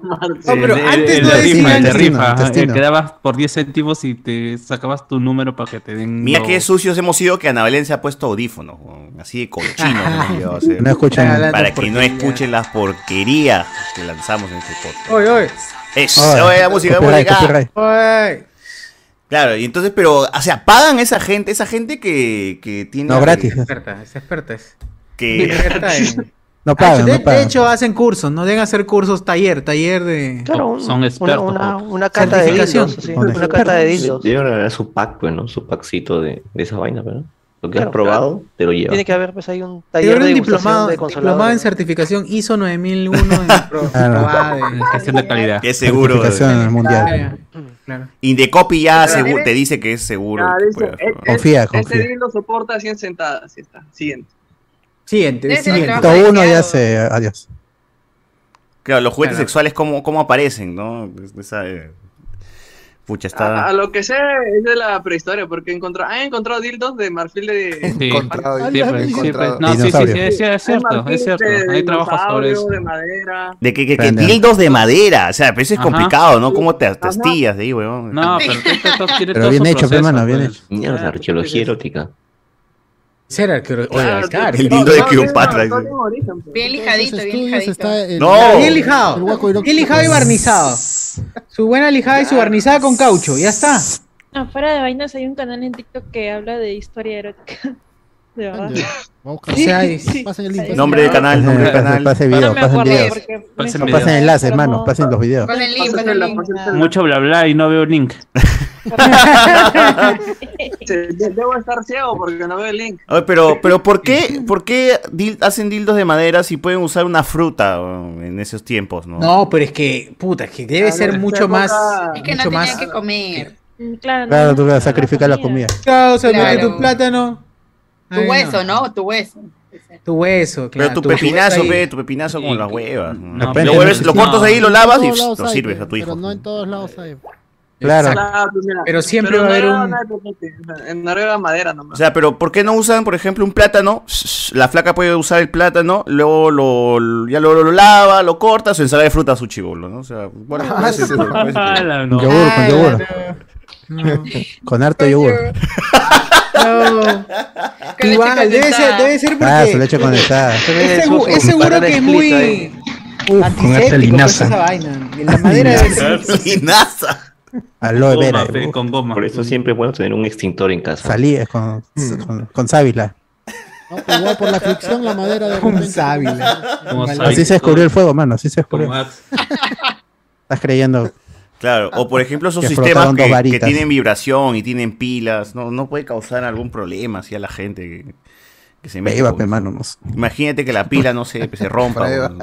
No, pero El- el- antes el no de rifa, decían. el de rifa, ajá, intestino. eh, quedabas por 10 céntimos y te sacabas tu número para que te den. Mira lo- qué sucios hemos sido que Ana Belén se ha puesto audífonos, weón. así de cochino. No escuchan. Para que no escuchen las porquerías que lanzamos en este podcast. Oye, oye. Eso, Oye, la música, la copyright, música. copyright. Oye. Claro, y entonces, pero, o sea, pagan esa gente, esa gente que, que tiene. No, gratis. Experta, es experta. es. Que. Experta en- No Ah, pagan, de, no de pagan. hecho, hacen cursos, no deben hacer cursos taller, taller de. Claro, un- Son expertos, una- una- una cata de Certificación. dildos, sí, una cata de dildos. Debe haber su pack, pues, ¿no? Su packcito de, de esa vaina, ¿verdad? Lo que has Claro, probado, te lo llevas. Tiene que haber, pues, hay un Taller taller de un degustación diplomado, de diplomado en consoladores. certificación ISO 9001 en pro- Claro. probada de- Gestión de calidad. Que seguro. Certificación Ah, mundial. claro. Indecopy ya Pero Ah, seguro, eres- te dice que es seguro. pues, Ya, que dice, puedas eh, probar. eh, Ese deal lo soporta 100 sentadas. Sí está. Siguiente. Siguiente, Ese siguiente. Todo uno ya se. Adiós. Claro, los juguetes Claro. sexuales, ¿cómo, cómo aparecen? ¿no? Es- esa, eh, Pucha, está. A, a lo que sé es de la prehistoria, porque encontró, han encontrado dildos de marfil de. Sí. Encontrado, marfil siempre, de- siempre. encontrado. No, sí, sí, Dinosaurio. sí, sí, es Hay cierto, es marfil cierto. de Hay trabajos sobre dinosaurio, eso. De madera. De que, que, que Grande. tildos de madera, o sea, pero eso es Ajá. complicado, ¿no? ¿Cómo te te astillas de ahí, Este, weón? No, pero esto- esto tiene Pero todo bien su hecho, proceso, hermano, bien pues. hecho. Mierda, arqueología erótica. Será que Claro, claro. el dildo de Cleopatra. Bien lijadito, bien lijadito. No. Bien lijado. Bien lijado y barnizado. Su buena lijada y su barnizada con caucho. Ya está. No, fuera de vainas hay un canal en TikTok que habla de historia erótica. De verdad. O sea, es- Pasen el link. Nombre del canal, nombre del canal. Pase video, pasen video. Pasen No videos. pasen enlace, hermano. Pasen los videos. Pasen link, pasen link. Mucho bla bla y no veo link. Sí, de- Debo estar ciego porque no veo el link. Oye, pero, pero ¿por qué, por qué dil- hacen dildos de madera si pueden usar una fruta weón, en esos tiempos, no? No, pero es que, puta, es que debe ser mucho más. Es que no mucho tenía más. que comer. Claro, Claro, tú vas a sacrificar la comida. Claro, o sea, Claro. mete tu plátano. Tu Ay, no. hueso, ¿no? Tu hueso. Tu hueso, Pero claro. tu hueso pepinazo, ahí. ve, tu pepinazo con las huevas. ¿no? No, lo, pero- vuelves- lo no. cortas ahí, lo En lavas todos y lados lo hay, sirves a tu hijo. Pero no en todos lados hay. Claro. Pero siempre en va a haber Noruega un- no hay pepite, En Noruega madera nomás. O sea, pero ¿por qué no usan, por ejemplo, un plátano? Shh, La flaca puede usar el plátano, luego lo, lo- ya luego lo lava, lo corta, su ensalada de fruta, su chibolo, ¿no? O sea, bueno, Ah, puede ser, puede ser. Ah, Yogur, con yogur. Mm. Con harto yogur. No. Igual, debe ser, debe ser porque. Ah, su leche condensada. Es, segu- es seguro que es muy. Con harta antiséptico, pues, linaza. esa vaina. Y La madera debe ser. Linaza. Aloe vera. Con goma. Por eso siempre es bueno tener un extintor en casa. Salí con, Mm. con, con sábila. Igual por la fricción, la madera de Un repente- sábila. Como Así se descubrió el fuego, mano. Así se descubrió. Estás creyendo. Claro, o por ejemplo esos Que sistemas frotaron dos que, que varitas. tienen vibración y tienen pilas, no, no puede causar algún problema así a la gente que, que se mete Beba, con- pe, mano. No. sé. Imagínate que la pila no se, se rompa. weón.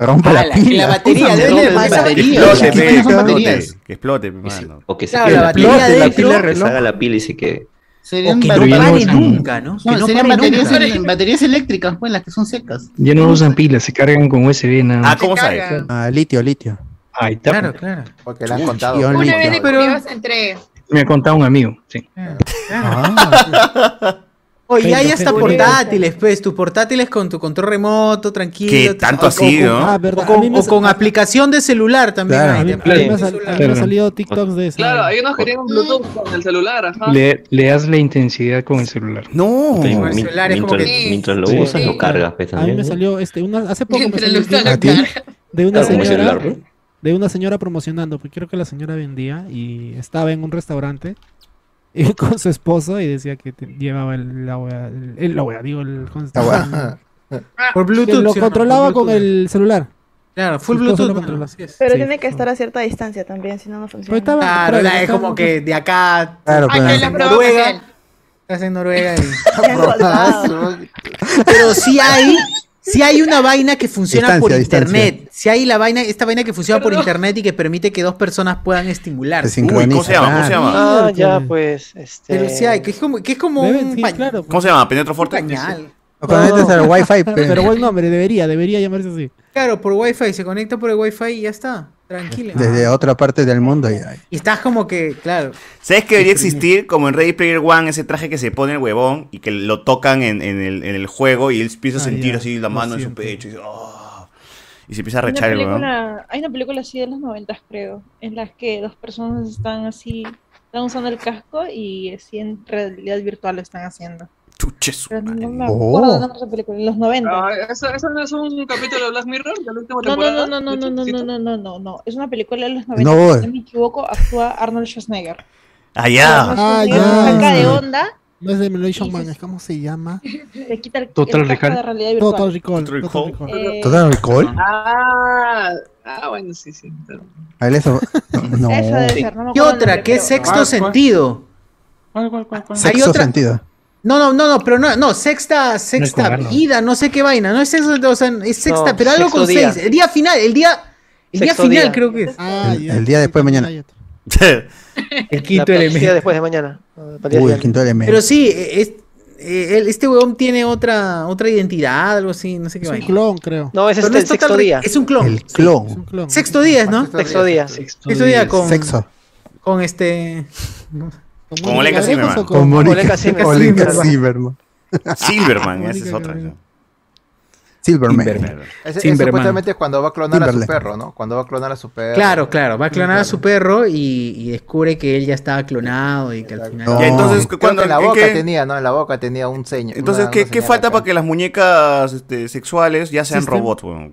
Rompe la pila. batería, debe ser más Que batería. explote, Las pilas pe, que son explote, baterías. que explote, pe, mano. O que se Claro, quede la la pila, batería que la dentro- pila rezaga la pila y se quede. Serían que no baterías- pare nunca, ¿no? Que no serían pare baterías, nunca. en- baterías eléctricas, pues las que son secas. Ya no usan pilas, se cargan con USB nada más. Ah, litio, litio. Ahí está. claro. Porque le han Chuch, contado. guión Una vez litio. de curiosos entre. Me ha contado un amigo, sí. Ah. Oye, hay Pero, hasta pero- portátiles, pues, tus portátiles con tu control remoto, tranquilo. Que tú- tanto o- así, o con- ¿no? o Ah, con- verdad, O a con, mí me sa- aplicación de celular también. Claro, hay, a mí- de- claro, de me celular. sal- me han salido TikToks de Claro, hay unos que tienen Bluetooth con el celular, ajá. Le, le das la intensidad con el celular. Oh. No. Entonces, mi- celular es como mientras, que- mientras lo Sí. usas, lo cargas, pues, A mí también. me ¿no? salió este, una, hace poco me Mientras salió lo un está video la de una Claro, como el señora celular, de una señora promocionando, porque creo que la señora vendía y estaba en un restaurante y con su esposo y decía que te- llevaba el, la wea, el, el- la wea, digo, el con- La wea. Ah, Por Bluetooth, que Lo sí, no, controlaba por con Bluetooth. el celular. Claro, full Sí, todo Bluetooth. lo mano, controla. así es. Pero Sí, tiene que estar a cierta distancia también, si no, no funciona. estaba- Claro, la es como que de acá. Ah, Claro, pero- estás en Noruega. Estás en Noruega y. pero sí hay. Sí hay una vaina que funciona Distancia, por distancia. internet. Si hay la vaina, esta vaina que funciona por internet y que permite que dos personas puedan estimular. Se sincroniza, Uy, ¿cómo se llama? ¿Cómo se llama? Ah, ya, pues, Pero sí hay, que es como, que es como Deben- un sí, pañ- claro, ¿Cómo se llama? ¿Penetro Forte? pañal. O conectas al wifi. pe. Pero buen nombre, debería, debería llamarse así. Claro, por wifi, se conecta por el wifi y ya está. Tranquilo. Desde otra parte del mundo. ya. Y estás como que, claro. ¿Sabes que debería existir, como en Ready Player One, ese traje que se pone el huevón y que lo tocan en, en el, en el juego y él empieza a Ah, sentir ya, así la lo mano en su siento. pecho y, dice, "Oh", y se Ah, empieza a Hay una, rechar el huevón? película, hay una película así de los noventas, creo, en las que dos personas están así, están usando el casco y así en realidad virtual lo están haciendo. Pero no me acuerdo Oh. de esa película, en los 90. Ah, ¿Eso, ¿Eso no es un capítulo de Black Mirror? ¿De la última No, temporada? no, no, no, no, no, no, no, no, no, no. Es una película de los 90, No, si eh. no me equivoco, actúa Arnold Schwarzenegger. Ah. Allá. Ah, Arnold ya. Schwarzenegger saca de onda, No es de Melodion Man, es ¿cómo se llama? le quita el, Total el casco Recall. de realidad virtual. Total Recall, Total Recall. Eh, ¿Total alcohol? Ah, ah, bueno, sí, sí. A él eso. No. Ah, Eso debe ser, ¿Qué no me acuerdo el otra? nombre, ¿Qué pero- sexto ¿Cuál, cuál? sentido? Hay Sexo otra- sentido. No, no, no, no, pero no, no, sexta, con sexta ganas. vida, no sé qué vaina, no es sexto, o sea, es sexta, No, pero algo sexto con día. seis, el día final, el día, el día Sexto final día. creo que es. Ah, El, el día después de mañana. El quinto La elemento. partida después de mañana. Ah, partida Uy, el siguiente. quinto elemento. Pero sí, eh, es, eh, él- este huevón tiene otra, otra identidad, algo así, no sé qué Es un vaina. clon, creo. No, ese es Pero el está tan sexto ri- día. Es un clon. El clon. Sexto día, es, ¿no? Sexto día. Sexto día con. Sexo. Con este. Con Mónica Zimmerman. o con- Con Mónica- Mónica Zimmerman. Mónica Zimmerman. Silverman. Silverman, esa es otra. ¿no? Silverman. Ese- ese Timberman. supuestamente es cuando va a clonar a su Timberlake. perro, ¿no? Cuando va a clonar a su perro. Claro, claro. Va a clonar a su perro y, y descubre que él ya estaba clonado y que al final. Ya, entonces, Creo cuando- que en la ¿en boca qué? tenía, ¿no? En la boca tenía un ceño. Entonces, una- ¿qué, una qué señal falta acá. para que las muñecas este, sexuales ya sean System. robots, weón?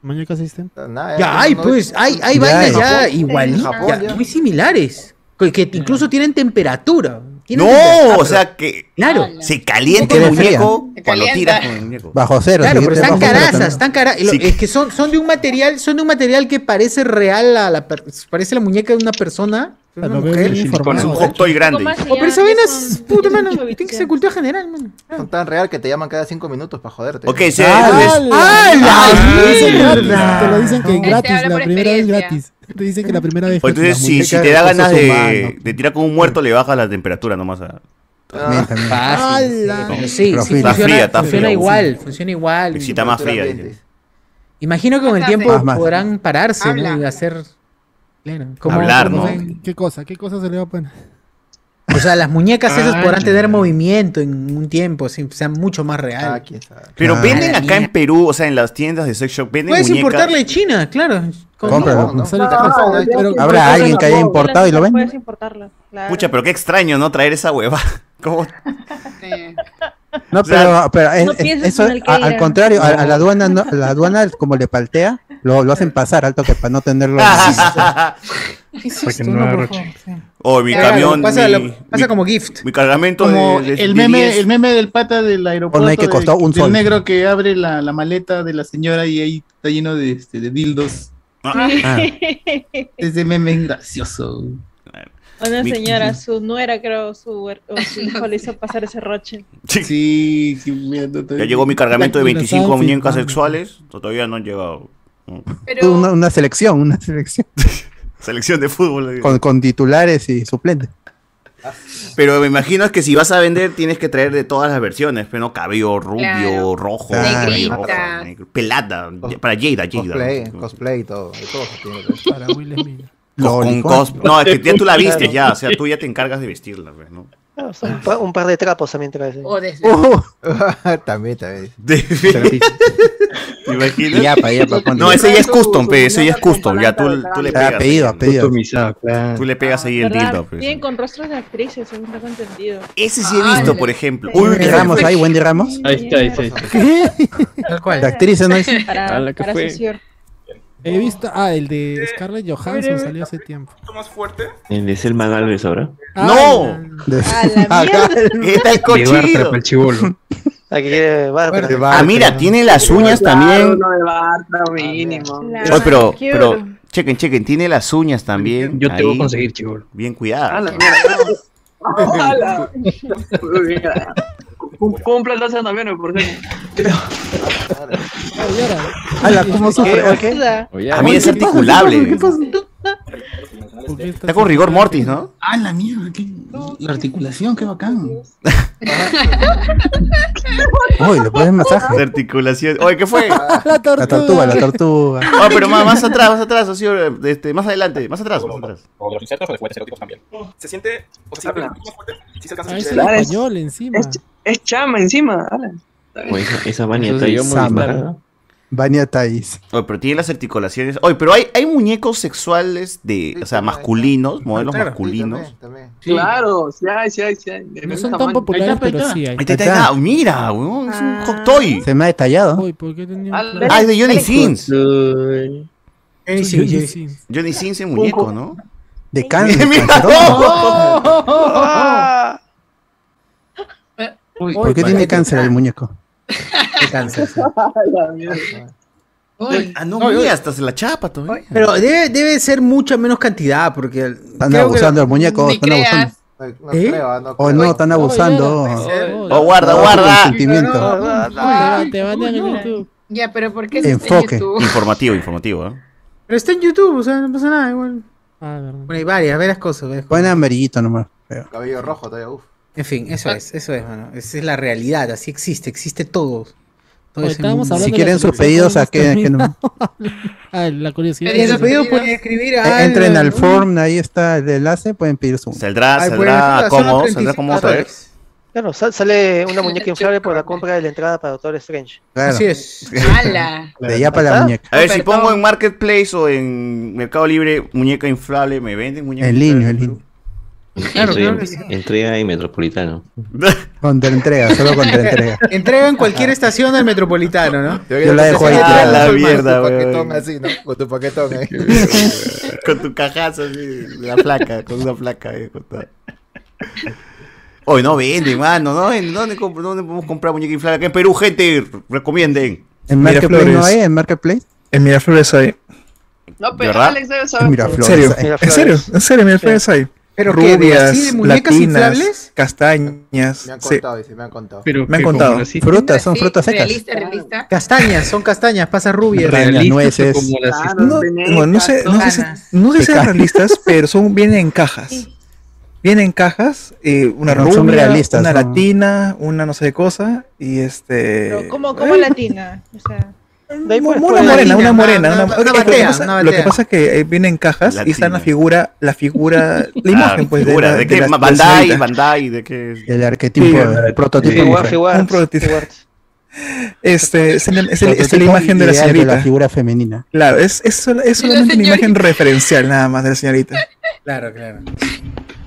Muñeca System. Ya hay, pues, hay, hay Ya vainas hay. ya Japón, en igualitas, Japón, ya, ya. muy similares, que, que incluso tienen temperatura. tienen No, temperatura, o pero- sea que Ah, Claro. se calienta Queda el fría. muñeco Se cuando calienta. tiras con el muñeco. Bajo cero. Claro, pero siguiente están bajo cero caras, también. están caras. Sí. Es que son, son de un material, son de un material que parece real a la per- parece la muñeca de una persona, de una Lo veo mujer. bien informado. Con un hot toy grande. ¿Cómo se Oh, pero esa vaina es puta mano, tiene que ser cultura general, mano. Son tan real que te llaman cada cinco minutos para joderte. Ok, sí, Ah, es- ¡Ah, Te lo dicen mierda! gratis, Te lo dicen que Ahí se gratis, habla la por primera vez gratis. Te dicen que la primera vez. O gratis, Pues entonces, las si, si muñecas te da ganas recursos de, humanos. de tirar con un muerto, le baja la temperatura nomás. A... También, también. ¡Hala! Pero sí, Pero sí, fría. funciona, Está fría, está funciona fría. igual, funciona igual. Excita más fría. dice. Imagino que con el Bastante. tiempo Más, más. podrán pararse ¿no? Habla. y hacer claro, Hablar, como- ¿no? ¿Qué cosa? ¿Qué cosa se le va a poner? O sea, las muñecas esas Ah, podrán tener movimiento en un tiempo, así, sean mucho más real. Pero Ah, venden la acá en mierda. Perú, o sea, en las tiendas de sex shop, venden Puedes muñecas. importarle de China, claro. Con- Cómpralo. No, no. Sale No, tan- ya pero- sí. Habrá alguien que haya Puedes importado y lo vende. Puedes importarlo. Claro. Pucha, pero qué extraño, ¿no? Traer esa hueva. ¿Cómo? No, O sea, pero, pero es- no es- pienses eso, en el que a- al dirán. contrario, a, a la aduana, no- a la aduana como le paltea, lo, lo hacen pasar al toque para no tenerlo. Ah, Tú no, por favor. O Oh, mi Claro, camión. pasa mi- lo- pasa mi- como gift. Mi cargamento Como de, de- el de meme, 10. el meme del pata del aeropuerto. Ponle que de- costó un del sol. negro que abre la, la maleta de la señora y ahí está lleno de, este, de dildos. Ah. Ese meme es gracioso. Una Mi- señora, su nuera, creo, su, her- o su hijo le hizo pasar ese roche. Sí, sí, mira, no te- Ya llegó mi cargamento de Lo estaban 25 muñecas filmando. sexuales. Todavía no han llegado. Una, una selección, una selección. Selección de fútbol. digo. Con, con titulares y suplentes. Pero me imagino que si vas a vender, tienes que traer de todas las versiones. Pero no cabello rubio, Claro. rojo, Claro. negro, Negrita. negro, pelada. Para Jada, Jada. Cosplay, cosplay y todo. de todo se tiene. Para Will Smith. Co- con Lolicón. cos- No, es que ya tú la vistes ya. O sea, tú ya te encargas de vestirla. pues, ¿no? Ah, son un, pa- un par de trapos también te parece. O desde- Oh. también, también. ¿Te imaginas? Yapa, yapa, ponte. no, ese ya es Su- su custom, pe, ese ya es custom. Ya tú, tú le Ah, pegas. apellido, apellido. Tú le pegas ahí el ¿Verdad? dildo. pues. Bien, con rostros de actrices, según tengo entendido. Ese sí Ah, he visto, por ejemplo. Uy, Wendy Ramos, ahí, Wendy Ramos. Ahí está, ahí está. ahí está. La actriz, ¿no? Dice- Para, A la que para fue. asociar. He visto. Ah, el de Scarlett Johansson Mira, salió hace tiempo. El de Selma Galvez ahora. ¡No! Ah, Está el De Bartra cochino. para el chivolo. Aquí quiere Bárbara. Ah, mira, tiene las uñas también. Uno de Ah, Bartra, mínimo. Oye, pero, pero, chequen, chequen, tiene las uñas también. Yo te voy a conseguir, chivolo. Bien A Ah, la cuidado. mierda. A la- Muy bien. Cum- Cumple el 12 de noviembre, por Ala, ¿cómo sufre? A mí es articulable. Está con rigor mortis, ¿no? Ah, la mierda, qué- la articulación, qué bacán. Uy, le pones masaje. De articulación. Oye, ¿qué fue? La La tortuga, la tortuga. Ah, pero más, más atrás, más atrás, así, este, más adelante, más atrás, más atrás. O de los insectos o de juguetes eróticos también. Se siente. O sea, si la película es más fuerte, sí se alcanza a Ah, es escuchar. en español encima. Es chama encima. ala. O Pues, esa, esa baña Entonces, está ahí yo muy sama. claro. Bania Thais. Oye, pero tiene las articulaciones. Oye, pero hay, hay muñecos sexuales de, o sea, masculinos, modelos Claro. masculinos. Claro, sí hay, sí hay, sí hay. No son tan populares, pero sí hay. Ahí está, ahí está. Ah, Mira, weón, es un hot toy. Se me ha detallado. Uy, ¿por qué tenía Ah, un plan? Ah, es de Johnny Sins. Johnny Sins, Johnny Sins. Johnny Sins es muñeco, ¿no? De cáncer. Mira, canceroso. Ah. Uy, ¿Por qué tiene cáncer el muñeco? cáncer. La mierda. Ah, no, Oye, oye. mira, hasta se la chapa todavía. Pero debe, debe ser mucha menos cantidad porque están abusando del muñeco, Ni están creas. abusando. No ¿Eh? ¿Eh? creo, ah, no O no, están abusando. Oh, guarda, Trabajo con guarda. sentimiento. Te- Te van a YouTube. Ya, pero ¿por qué Enfoque. Informativo, informativo, ¿eh? Pero está en YouTube, o sea, no pasa nada igual. Bueno, hay varias, varias cosas. varias cosas. Pon amarillito nomás. creo. Cabello rojo todavía, uff. En fin, eso es, eso es, mano. Esa es la realidad, así existe, existe todo. Todo ese mundo. oh, Si quieren sus pedidos, a que, que no- Ah, la curiosidad. Si quieren sus pedidos, pueden escribir a. eh, entren al form, ahí está el enlace, pueden pedir su. Saldrá, Ahí pueden- saldrá son como, 35 saldrá como otra vez. Claro, sal- sale una muñeca inflable por la compra de la entrada para Doctor Strange. Claro. Así es. ¡Hala! De allá para la muñeca. A ver, si pongo en Marketplace o en Mercado Libre muñeca inflable, ¿me venden muñeca El inflable? niño, el niño. Claro, Estoy en- claro que sí. Entrega y metropolitano. Contra entrega, solo contra entrega. Entrega en cualquier estación del metropolitano, ¿no? Yo la dejo ahí Ah, tirada. la Con tu mierda, paquetón paquetón así, ¿no? Con tu paquetón ¿eh? ahí. con tu cajazo así, de la placa, con una placa. eh, con todo. Hoy no venden, mano. No, venden. ¿Dónde, comp- ¿Dónde podemos comprar muñeca inflable? Acá en Perú, gente, recomienden. ¿En Marketplace no hay? ¿En Marketplace? En Miraflores hay. No, pero pero ¿Verdad? Alex debe saber. saber. ¿En serio? ¿En serio? ¿En serio? En Miraflores hay. ¿Pero qué, de Rubias, así, de muñecas inflables? latinas, castañas. Me han sí. contado, dice, me han contado. Pero Me han que como contado. las- Frutas, son frutas secas. Realista, realista. Castañas, son castañas, pasas rubias. Realistas, nueces. como las- No, no, no sé, no sé si, no sé si Peca- sean realistas, pero son, vienen en cajas. Vienen en cajas, eh, una No, son rubia, realistas, una son- latina, una no sé qué cosa, y este... Como, como latina. O sea. Una morena, una morena. una- Una, ok, lo, que batea, pasa, una lo batea. que pasa es que eh, vienen en cajas y está la figura, la figura, la imagen, pues, figura, la- de, qué? la- la Bandai, señorita. Bandai, de qué. El arquetipo, el prototipo. Un mujer. un prototipo. Este, es, el- es el- es la Prototipo imagen de la ideal señorita. la figura femenina. Claro, es, es, sol- es solamente una imagen referencial nada más de la señorita. Claro, claro.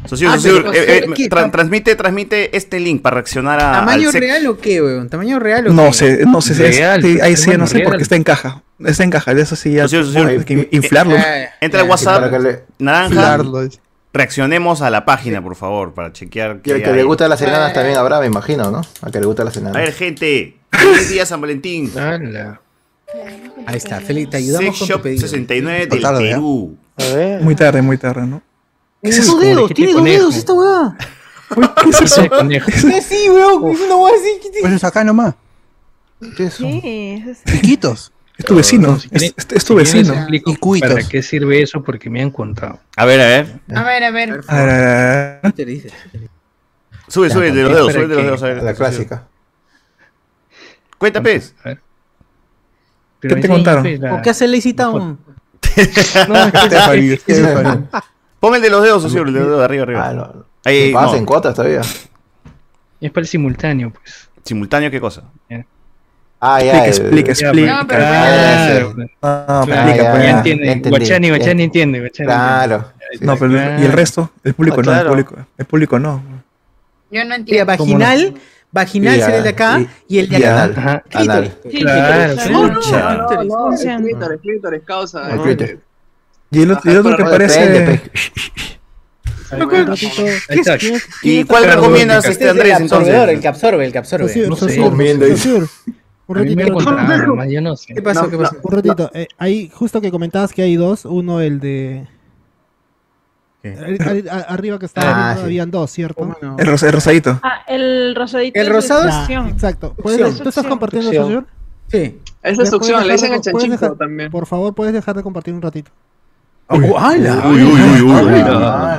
Socio, Ah, socio, pero- eh, eh, ¿qué? tra- transmite, transmite este link para reaccionar a. ¿Tamaño al sec- real o qué, weón? ¿Tamaño real o qué? No sé, no sé si es- Real, sí, ahí sí, hermano, no sé real. porque está en caja. Está en caja, de eso sí ya Socio, socio, hay que eh, inflarlo. eh, Entra al Sí, WhatsApp, para que le- naranja. Inflarlo. Reaccionemos a la página, por favor, para chequear. eh. Y al qué que le hay. gustan las Eh. Eh. enanas también habrá, me imagino, ¿no? Al que le gustan las A ver, enanas. gente. Feliz día San Valentín. Ahí está, Felipe, te ayudamos Sex con tu Shop pedido. 69 del Tarde, ¿eh? Perú. Muy tarde, muy tarde, ¿no? Tiene dos dedos, tiene dos dedos esta weá. ¿Qué es eso? Sí, sí, weón, es una weá así. Pues los acá nomás. ¿Qué es eso? Chiquitos. Es tu vecino. Es, es- es tu vecino. cuitos. cuitos. ¿Para qué sirve eso? Porque me han contado. A ver, a ver. A ver, a ver. A ver, a ver. Sube, sube de los Es para dedos, sube de los que- dedos. A ver, la clásica. Cuéntame. Pero ¿Qué te sí, contaron? pues, ¿Por qué hace Lazy Town? Ponme el de los dedos, socio, el de los dedos, arriba, arriba. Ah, Se Ahí, no. pasan cuotas todavía. Es para el simultáneo, pues. ¿Simultáneo qué cosa? Ah, ya. Explica, el- explica, Ah, explica. pero- Claro. Ah, Claro, explica, ya pues, ya. entiende. Ya entendí. Guachani, Guachani Ya. entiende, Guachani Claro. entiende. No, pero ¿y el resto? El público Ah, no, el claro. público. El público no. Yo no entiendo. Vaginal, vaginal Y sería el de a- acá y, el de y acá. anal. Ajá, Clítoris. anal. Clítoris. Claro, No, no, claro. no, No, no, es no, no. clítoris, clítoris, causa. El ¿no? clítoris. Y el otro, y el otro que Ah, Pero parece. depende, Pero ¿qué- qué es- qué es- qué es- cuál recomiendas, este, es el Andrés, entonces? absorbedor, El que absorbe, el que absorbe. Sosur, No sé. Sosur, Comiendo, dice. Sosur, Un A mí me ratito, encontraron, un ratito. nomás, yo no sé. ¿Qué pasó, qué pasó? Un ratito. eh, ahí, justo que comentabas que hay dos. Uno, el de. Ar- ar- ar- Arriba que estaba, Ah, viendo, sí. habían dos, ¿cierto? El, ros- el rosadito. Ah, el rosadito. El rosado es- Exacto. ¿Puedes- Succión. ¿Tú estás compartiendo Succión. Sosur? Sí. Ya, Esa es succión, puedes le dicen dejar el de- puedes chanchito dejar- también. Por favor, puedes dejar de compartir un ratito. Oh, Uy, uy, uy, uy.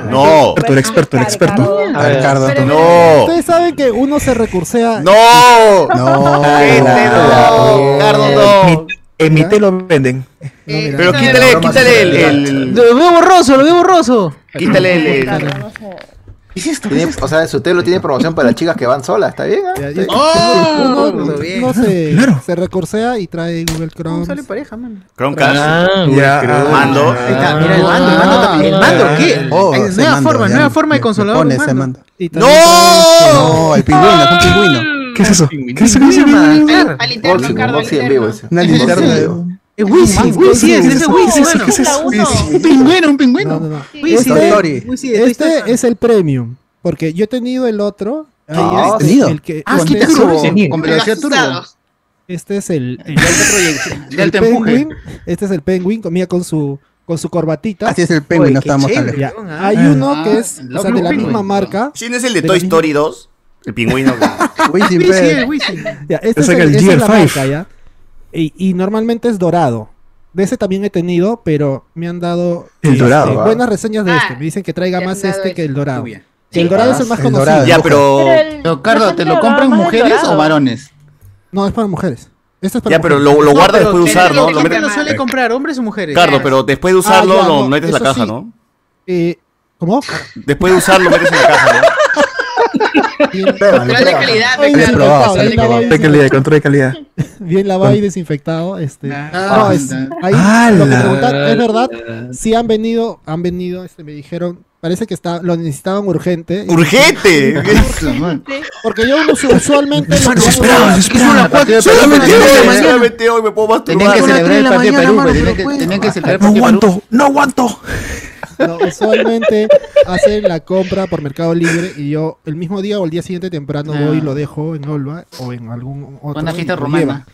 No. Experto, el experto, el experto. A ver, Ricardo. Pero, No. pero, Ustedes saben que uno se recursea. ¡No! No, En mi té lo venden. Pero quítale, quítale el. el- Lo veo borroso, lo veo borroso. Quítale el. el- Tiene- o sea, su telo tiene promoción para las chicas que van solas, ¿está bien? eh? Está bien. Uno, uno se, se recursea y trae Google Chrome. Sale pareja, man. Chromecast. Ah, Ya, Creo- ah, mando. Ahí Ah, mira, el mando, el mando también. ¿El mando qué? Oh, Hay se nueva mando, forma, ya. nueva forma Me- de me consolador. pone de ese mando. ¡No! No, el pingüino, es un pingüino. ¿Qué es eso? ¿Qué es eso? ¿Qué es eso? Al, al interno, Boxing, Cardo, al boxing en interno. vivo, ese. Una Boxing en linterna. vivo. Es Wizzy, Wizzy es, ese es Wizzy, mano. Un pingüino, un pingüino. Wizzy, Este- Dory. Wizzy de Toy Story. Este es el premium. Porque yo he tenido el otro. ahí Ah, este, ¿has tenido? el que- Ah, es que este- turbo, este- con velocidad turbo. Asustados. Este es el. el- de el alto empuje. Penguin, Este es el Penguin, comía con su. Con su corbatita. Así es el Penguin, Uy, no qué estábamos chévere, Ya, weón, ah. Hay uno que es Ah, o sea, de la Lovely misma Penguin. marca. ¿Quién es el de la Toy misma- Story 2? El pingüino. Wizzy, Wizzy, pe. el Ya, este Ese es que el, el esa es la GR5. marca, ya. Y, y normalmente es dorado. de ese también he tenido, pero me han dado El este, dorado, ¿va? buenas reseñas de este. Me dicen que traiga más este que el dorado. Que el dorado es el más El conocido. dorado, Ya, pero- pero el- Pero, Cardo, ¿te lo compran más el mujeres dorado. o varones? No, es para mujeres. Este es para Ya, pero mujeres. lo- lo No, guardas pero después de Pero usarlo, la lo gente metes- no suele comprar hombres o mujeres. Carlos, pero después de usarlo Ah, ya, lo no, metes en la eso caja, sí. ¿no? Eh, ¿Cómo? Después de usarlo metes en la caja, ¿no? Pruébalo, Control de pruébalo. calidad, Bien Ricardo. lavado, Control de bien lavado y calidad. De calidad, control de calidad. Bien lavado y desinfectado. Este. no, es, ahí ¡Hala! lo que preguntan, es verdad. Sí han venido, han venido, este, me dijeron, parece que está, lo necesitaban urgente. ¡Urgente! Porque yo usu- usualmente lo que hago- Solamente hoy, solamente hoy me puedo Tenían masturbar. que celebrar el partido de Perú, pues, tenían que- tenían que celebrar el partido de Perú. ¡No aguanto! No, usualmente hacen la compra por Mercado Libre y yo el mismo día o el día siguiente temprano Ah. voy y lo dejo en Olva o en algún otro. Una fiesta y lo romana. llevan.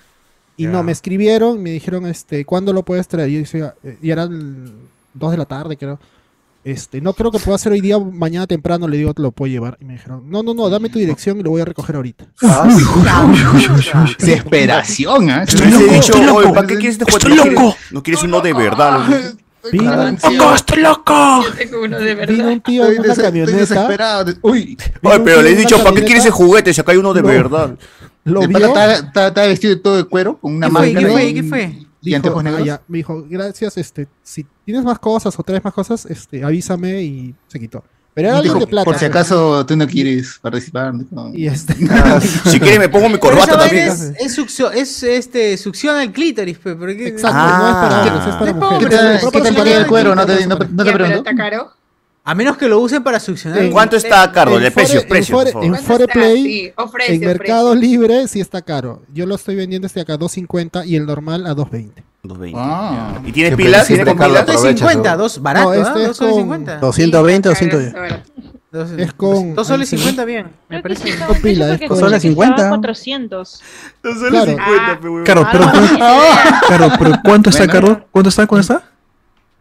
Y no, me escribieron, me dijeron, este, ¿cuándo lo puedes traer? Y, yo decía, eh, y eran 2 de la tarde, creo. Este, no creo que pueda hacer hoy día, mañana temprano le digo, te lo puedo llevar. Y me dijeron, no, no, no, dame tu dirección y lo voy a recoger ahorita. Desesperación, ¿eh? ¿ah? Estoy loco, estoy loco. ¿Para qué quieres este juguete? Estoy No quieres- loco. No quieres uno de verdad. ¿no? ¡Oh, ¡Loco, estoy loco! Vino un tío en una camioneta. Uy, Ay, pero le he Una dicho, ¿para qué camioneta. quieres ese juguete si acá hay uno de No. verdad? Lo el vio. pata está, está- está vestido de todo de cuero, con una ¿Qué fue? máscara. ¿Qué fue? y- ¿Qué fue? Y Dijo, pues, anteojos negros. "Ah, ya". Me dijo, gracias, este, si tienes más cosas o traes más cosas, este, avísame y se quitó. Pero era Y alguien dijo, de plata. Por si acaso tú no quieres participar. "Ah, Y este- Ah, Si quieres me pongo mi Pero corbata esa vaina también. Es, es, succio- es, este, succiona el clítoris, pe, pero ¿qué- Exacto, Ah. no es para hombres, es para Ah. ¿Qué mujeres. tal- Pero qué por tal si te queda el no- cuero? ¿No te, no, no te Ya, pero pregunto? está caro. A menos que lo usen para succionar. el ¿Cuánto clítoris. está, Cardo? En De precios, Fore- precios, por en Fore- favor. En Foreplay, Sí, ofrece, en ofrece. Mercado Libre, sí está caro. Yo lo estoy vendiendo este acá a 2.50 y el normal a 2.20. 220. Ah. ¿Y tienes Siempre- pilas? siempre ¿Tienes con Carlos pilas? aprovecha, 250, dos barato, No, este ¿ah? es Dos soles con 50. 220, 210. Dos- Es con. Dos soles ahí se ve. 50 bien, me parece. Creo que Con ¿eh? pila, estaba es en con- pecho Son las que estaba 50. 400. Claro. Ah, pues, Carlos, pero, Ah, Ah, Carlos, pero ¿cuánto está, Carlos? ¿Cuánto está? ¿Cuánto está?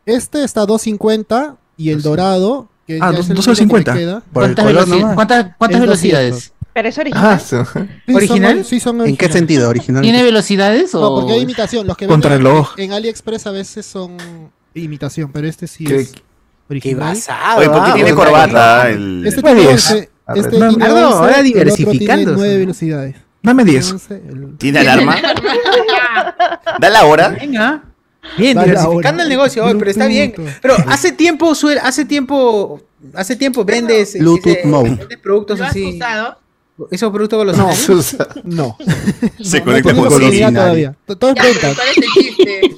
Este está a 2.50 y el dorado. Que Ah, ya es el dos- 2.50. único que queda. Por el ¿Cuántas color veloci- nomás. cuántas- cuántas Es velocidades? 200. Pero es original. Ah, Sí, son- ¿Original? sí, ¿En son qué originales. sentido? ¿Original? ¿Tiene velocidades o...? No, porque hay imitación. Los que Contra venden el ojo. en AliExpress a veces son imitación, pero este sí Qué- es original. basado, Oye, ¿por qué ah, tiene bueno, corbata? ahí. El... Este tiene Pues, 11, a ver, este Nardo, tiene 11, ahora el otro diversificándose. Tiene 9 velocidades. Dame 10. ¿Tiene alarma? ¿Da la hora? Venga. Bien, Dale diversificando ahora. el negocio, oye, pero está bien. Bluetooth. Pero hace tiempo, suel- hace tiempo, hace tiempo vendes, eh, Bluetooth dice, Mode. vendes productos ¿Lo has así. usado? Esos productos con los No, no. Se No conecta tengo con posibilidad Siri. todavía. T- Todo es venta.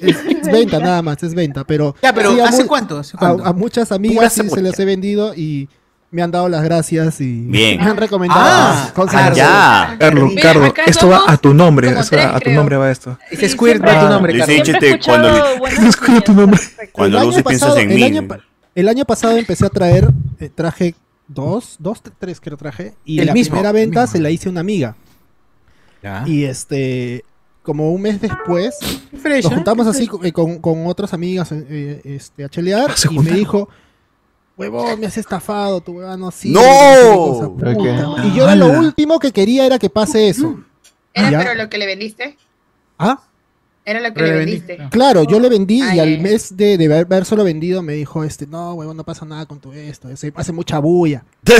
Es venta nada más, es venta, pero Ya, pero sí, a ¿hace mu- cuánto? ¿Hace a- cuánto? A, muchas amigas sí se las he vendido y me han dado las gracias y Bien. me han recomendado Ah, cosas. ah, ya. Carlos, Mira, Carlos, acá esto va somos a tu nombre. como o sea, tres, a tu creo. nombre va esto. Ese Squirt Ah, va tu nombre, le hice Carlos. chiste cuando Escucha tu nombre. Cuando El lo año uses piensas pasado- en el mí. año pa- El año pasado empecé a traer, eh, traje dos, dos, tre- tres creo traje. Y El la mismo, primera el venta mismo. se la hice a una amiga. Y este, como un mes después, fresh, Ah, nos ¿eh? juntamos Qué así co- eh, con, con otras amigas eh, eh, este, a chelear. ¿Se Y me juntaron? dijo, huevón, me has estafado, tu huevón no sirve, ¡No! no sé qué cosa ¿Pero puta". qué? Y yo era lo ¡Hala! último que quería era que pase eso. Era Ya. pero lo que le vendiste. ¿Ah? Era lo que Pero le le vendiste. Claro, yo le vendí y al mes de, de haber- haber solo vendido me dijo, este, no, huevón, no pasa nada con tu esto, ese- hace mucha bulla. Y yo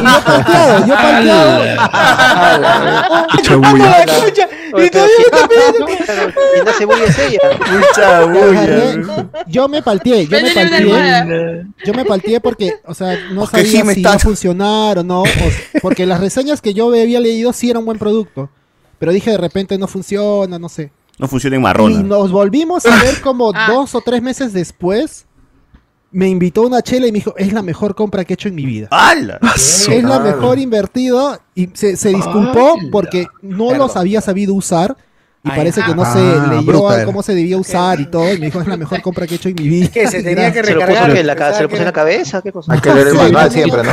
palteado, yo palteado. Ah, Mucha bulla. Oye, Y pero todavía si- pero si no se voy es ella. Mucha bulla. Yo me palteé, yo me Véndele una palteé. almohada. Yo me palteé porque, o sea, no Porque sabía sí me si iba estás- a funcionar o no. o s- porque las reseñas que yo había leído sí era un buen producto. Pero dije, de repente no funciona, no sé. No funciona en Y marrón. nos volvimos a ver como Ah. dos o tres meses después. Me invitó a una chela y me dijo, es la mejor compra que he hecho en mi vida. ¡Hala! Ah, Es la mejor invertido y se, se disculpó porque no los había sabido usar y Ay, parece que no ah, se leyó brutal. a cómo se debía usar y todo y me dijo es la mejor compra que he hecho en mi vida. que se tenía que ¿Se lo puso, recargar. en la, ca- ¿se lo puso en la cabeza? ¿Qué cosa? Hay que leer el Sí, manual sí. siempre, ¿no?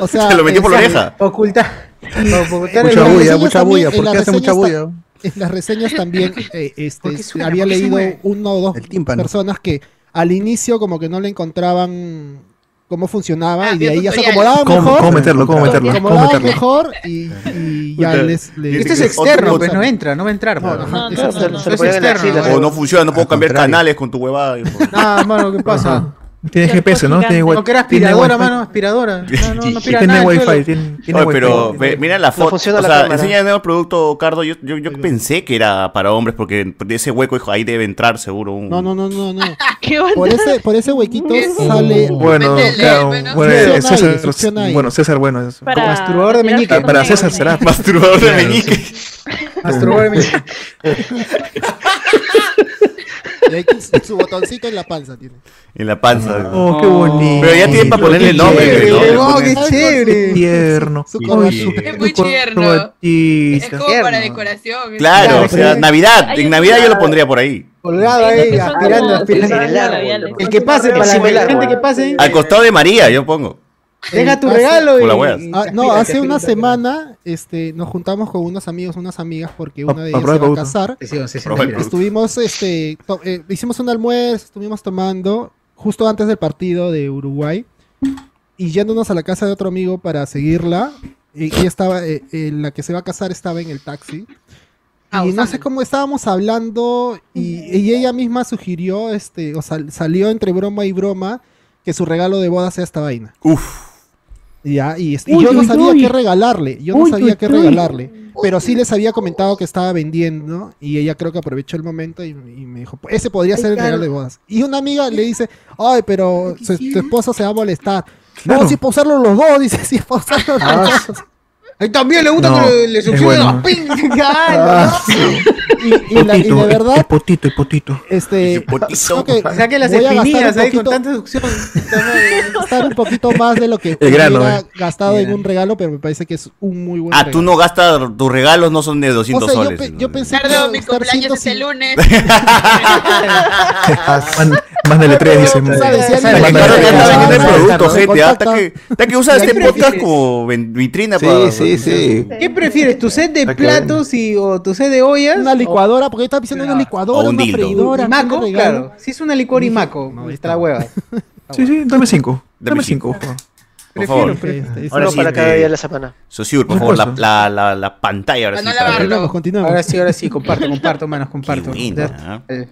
O sea, Se lo metió por la eh, oreja. Ocultar. Ocultar Mucha bulla, el- reseñas mucha también- bulla. en ¿Por las qué hace mucha reseñas bulla? En las reseñas también eh, este, suena? había ¿Por qué se leído mueve? uno o dos tímpano. personas que al inicio como que no le encontraban cómo funcionaba y de ahí ya se tutoriales. acomodaba ¿Cómo- mejor. cómo meterlo, cómo meterlo, Se cómo acomodaba meterlo? mejor y, y ya Puta. les, les- Este es externo, pues, no entra, no va a entrar. No, mano. ajá, No, exacto. no, no, no, es externo, ¿no? O no funciona, no puedo cambiar canales con tu huevada. hijo. Ah, mano, ¿qué pasa? Tiene GPS, ¿no? Tiene No, que era aspiradora, mano, aspiradora. No, no, no aspira nada. el suelo. Oye, pero ve- mira la foto. funciona o la sea, cámara. enseña el nuevo producto, Cardo. Yo, yo, yo pensé que era para hombres, porque de ese hueco, hijo, ahí debe entrar seguro un. No, no, no, no, no. Por ese, por ese huequito sale. Bueno, claro, bueno, eh, Succiona César, aire, succiona aire. bueno, César, bueno, es- Para- ¿cómo? Masturbador de meñique. Ah, Para César será. Masturbador de meñique. Masturbador de meñique. Y ahí su- su botoncito en la panza tiene. En la Ah. panza. Oh, qué bonito. Pero ya tienen para ponerle nombre, Qué ¿no? chévere, Le ponen- Qué tierno. Su Ay, su- Es muy su tierno. corbatita. Es como para decoración. es- Claro, o sea, Navidad. En Navidad yo lo pondría por ahí. Colgado ahí, aspirando, aspirando. El que pase, para la gente que pase, Al costado de María, yo pongo. deja tu Hace- regalo Por las y. huevas. Ah, no, Aspira, hace aspira, una aspira. semana este, nos juntamos con unos amigos, unas amigas, porque una de ellas prueba se va a producto. casar. Sí, sí, sí, sí, Prueba el producto. Estuvimos, este, to- eh, hicimos un almuerzo, estuvimos tomando justo antes del partido de Uruguay y yéndonos a la casa de otro amigo para seguirla. Y, y estaba, eh, eh, la que se va a casar estaba en el taxi. Ah, Y no sé cómo estábamos hablando y, y ella misma sugirió, este, o sal- salió entre broma y broma, que su regalo de boda sea esta vaina. Uf. Ya, y, este- Uy, yo no uy, sabía uy. qué regalarle, yo Uy, no sabía uy, qué uy. regalarle, pero sí les había comentado que estaba vendiendo y ella creo que aprovechó el momento y, y me dijo, "Pues, ese podría Ay, ser el claro. regalo de bodas. Y una amiga le dice, ay, pero su, tu esposo se va a molestar. Claro. No, si es para usarlo los dos, dice, si es para usarlo los dos. Ahí también le gusta No, que le, le es bueno. succionen los pin. Ah, Y, y la- y de Potito, verdad, es potito, es potito. este, creo que Saque las voy a gastar un espinillas ahí con poquito- tanta succión. gastar un poquito más de lo que El grano, hubiera eh. gastado en un regalo, pero me parece que es un muy buen Ah, regalo. tú no gastas, tus regalos no son de 200 O sea, yo, soles. pe- yo pensé que iba a Cardo, mi gastar cumpleaños 150 es el lunes. Man- Mándale tres, dice. ¿Sabes? Si alguien- Mándale Claro, ya tres. está vendiendo el Mándale producto, tres. gente. Hasta que, hasta que usa ¿Y este qué podcast prefieres? como ven- vitrina Sí, para. sí, sí. ¿Qué prefieres? ¿Tu set de Está platos y, o tu set de ollas? Una licuadora, porque yo estaba pensando en una licuadora, O un una dildo. freidora. Y ¿qué le maco, regalo? claro. Si es una licuadora y maco, está la hueva. Sí, sí, dame cinco. Dame Dame cinco, por favor. Por favor. Prefiero que- Ahora Uno sí, para cada eh, día de la semana. Sosur, por favor, la, Por la, la, la pantalla ahora sí. para ver. Continuamos, continuamos. Ahora sí, ahora sí, comparto, comparto, manos, comparto. buena, Ya- eh.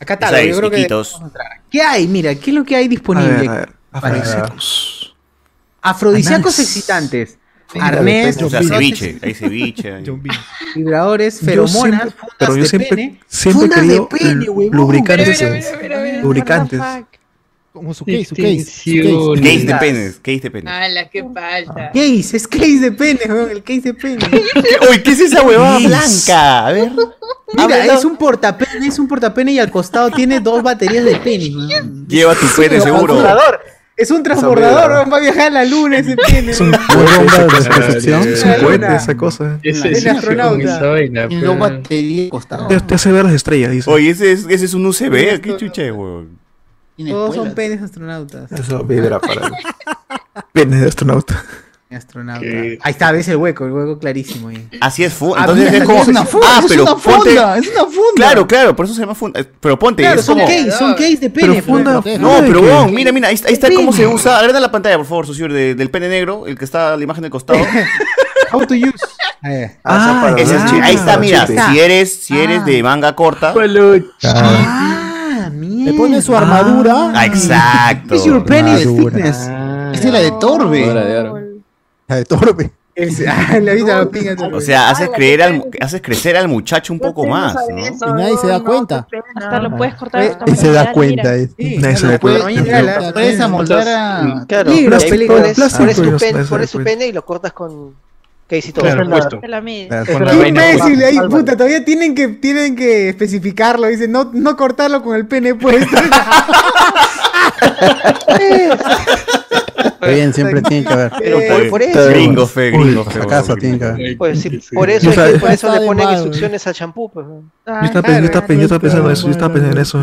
Acá Esa está, es, yo creo que. Iquitos. vamos a entrar. ¿Qué hay? Mira, ¿qué es lo que hay disponible? A ver, a ver. Afrodisíacos. Afrodisíacos Anales. excitantes. Venga, Arnés, O sea, broches, ceviche. Hay ceviche. hay- vibradores, Yo feromonas, siempre- pero yo fundas de siempre- pene. siempre he Fundas de querido pene, lu- huevón. lubricantes Mira, mira, en- mira, mira, mira. lubricantes. Como su case, su case. su Case de penes. Case de penes. Ala, qué falta. Case, es case de pene, weón, el case de pene. Uy, ¿qué es esa huevada Case. blanca? A ver. Mira, Ábrelo. es un portapene, es un portapene y al costado tiene dos baterías de pene, weón. Lleva tu pene seguro. Es un transbordador, mierda. weón, va a viajar a la luna ese pene. Es un bomba de superficción, Ay, es un cohete, luna. esa cosa. Ese es astronauta. Y dos baterías costados. Te, te hace ver las estrellas, dice. Oye, ese es, ese es un UCB. ¿Qué chuche, huevón? Todos son penes astronautas. Eso vibra para mí. Pene de astronauta. Astronauta. Eh, Ahí está, ves el hueco, el hueco clarísimo ahí. Así es funda. Ah, Entonces mira, es como. es una funda, ah, es pero una ponte- funda, es una funda. Claro, claro, por eso se llama funda. Eh, Pero ponte. Claro, es son como- case, son case de pene. Pero funda- pues. No, pero huevón, mira, mira, ahí está, ahí está Pene. cómo se usa. Agranda la pantalla, por favor, Susur, de- del pene negro, el que está a la imagen del costado. How to use. Ah, para ese los es- chips, ahí está, para los mira, chips. si eres, si eres de manga corta. Ah, Le pone su armadura. exacto. It's your penis thickness. Esa es la de Hora de Torbe. oro. La de Torbe. Ah, la vida la pinga. O sea, haces creer al haces crecer al muchacho un poco más, ¿no? Y nadie se da cuenta. Hasta lo puedes cortar de esta Y se da manera, cuenta. mira. eh. Nadie se da cuenta. Puedes amoldar a. Claro, Sí, y los ahí películas, pones, plástico, pones tu Dios, pene, nadie se pones da tu cuenta. pene y lo cortas con case y todo. Claro, puesto. Te la mide. Claro, Es con la una- Qué imbécil, ahí, Álvaro. puta, todavía tienen que, tienen que especificarlo, dicen, no, no cortarlo con el pene puesto. Está bien, siempre tiene que haber. Pero por- por eso. Gringo fe, gringo fe. Acaso tiene que haber. Pues sí, por eso, Yo es que sabe- por eso Está le de ponen mal, instrucciones al champú. pues. Yo estaba pensando, yo estaba pensando, yo estaba pensando eso, yo estaba pensando en eso.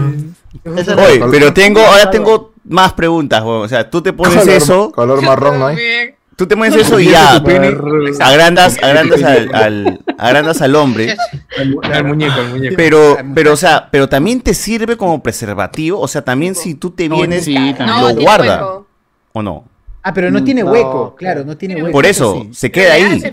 Esa es la- Oye, pero tengo, ahora tengo más preguntas, huevón. O sea, tú te pones Color- eso. Color marrón, ¿no hay? Tú te pones eso y ya. Agrandas, agrandas al, al- agrandas al hombre. Al muñeco, al muñeco. Pero, pero, o sea, pero también te sirve como preservativo. O sea, también si tú te No, vienes, sí, también. lo No, guarda. tiene ¿O no? Ah, pero no tiene No. hueco, claro, no tiene hueco. Por eso, se queda ahí.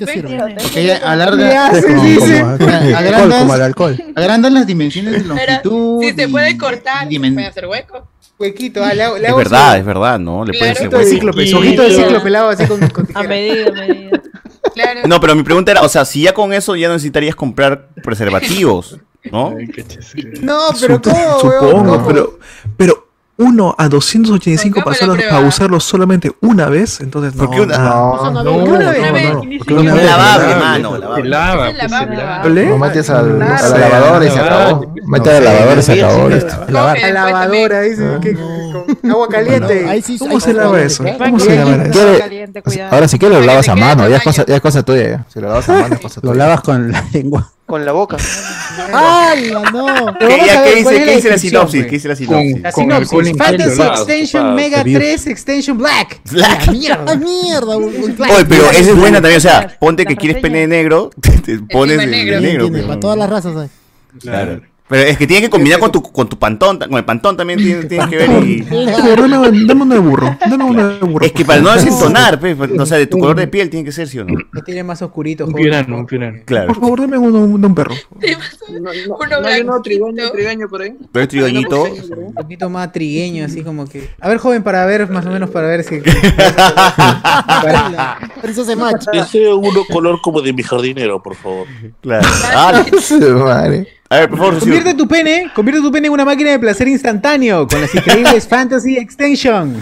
Porque ella alarga. ¿Qué haces, Como- dice? como- Como el agrandas- alcohol, como el Agrandan las dimensiones de Pero longitud. si se y- puede cortar, se dimen- puede hacer hueco. Huequito, ah, le hago, le Es hago verdad, es verdad, ¿no? Le pueden Claro. pues, hacer hueco. Cíclope, su ojito de cíclope, le hago así con, con tijera. No, pero mi pregunta era, o sea, si ya con eso ya no necesitarías comprar preservativos, ¿no? No, pero ¿cómo, weón? Supongo, ¿Cómo? pero, pero uno a 285 personas a usarlo solamente una vez, entonces no. Porque una- no, no, no, no, no, una vez. no, no, Porque porque una una vez vez, lavable, lavable, mano, ¿no? lavable. Lava, pues, ¿Ole? No metes al, Claro. a la lavadora y se acabó. Mete a la lavadora y se acabó. listo. La lavadora, dice, Ah. que- con agua caliente. ¿Cómo se lava eso? ¿Cómo se Quiere- lava eso? quiere- Ahora si quieres lo lavas a mano, ya es cosa, ya es cosa tuya. ya. Si lo lavas a mano, es cosa tuya. Lo lavas con la lengua. Con la boca. ¡Ay, no! ¿Qué, ya, ¿qué dice, qué dice la sinopsis? ¿Qué dice la sinopsis? La sinopsis. Fantasy Extension Mega 3 Extension Black. Black. La mierda. La mierda, Oye, pero esa es buena también, o sea, ponte que quieres pene de negro, te- te pones el negro. de negro. Entiende, pero- Para todas las razas. ¿sabes? Claro. Pero es que tiene que combinar con tu, con tu pantón, con el pantón también tiene, tiene que ver y... Pero dame, dame uno de burro. Dame uno de burro. Es que para no desentonar, pues, o sea, de tu color de piel tiene que ser, ¿sí o no? No tiene más oscurito, Un joven. piurano, un piurano. Claro. Por favor, dame uno de un perro. No, no, no hay uno trigueño, trigueño por ahí. Pero este es trigoñito. Un poquito más trigueño, así como que. A ver, joven, para ver, más o menos para ver si. Eso se match. Deseo uno color como de mi jardinero, por favor. Claro. Ah, A ver, por favor, Convierte tu pene, convierte tu pene en una máquina de placer instantáneo con las increíbles Fantasy Extension.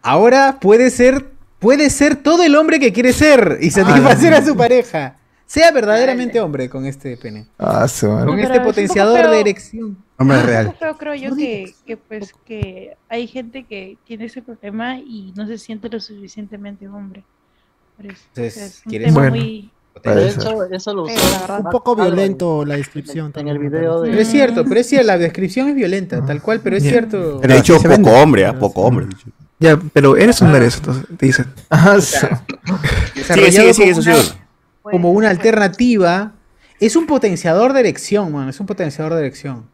Ahora puede ser, puede ser todo el hombre que quiere ser y satisfacer a su pareja. Sea verdaderamente hombre con este pene. Ah, su madre. Con Pero este es un potenciador poco feo. de erección. Hombre Es un real. poco feo, creo yo que, que, pues que hay gente que tiene ese problema y no se siente lo suficientemente hombre. Por eso, o sea, Entonces, es un ¿quieres- tema Bueno. muy- Eso- eso lo Eh, usó. la verdad. Un poco violento la descripción. En el video Pero es cierto, pero es cierto, la descripción es violenta, tal cual, pero es cierto. De hecho, poco hombre, ¿ah? Poco hombre. Ya, pero eres o no eres, entonces te dicen. Ah, desarrollado Sigue, sigue, sigue, como, eso una, Pues, sigue. como una alternativa, es un potenciador de erección, man, es un potenciador de erección.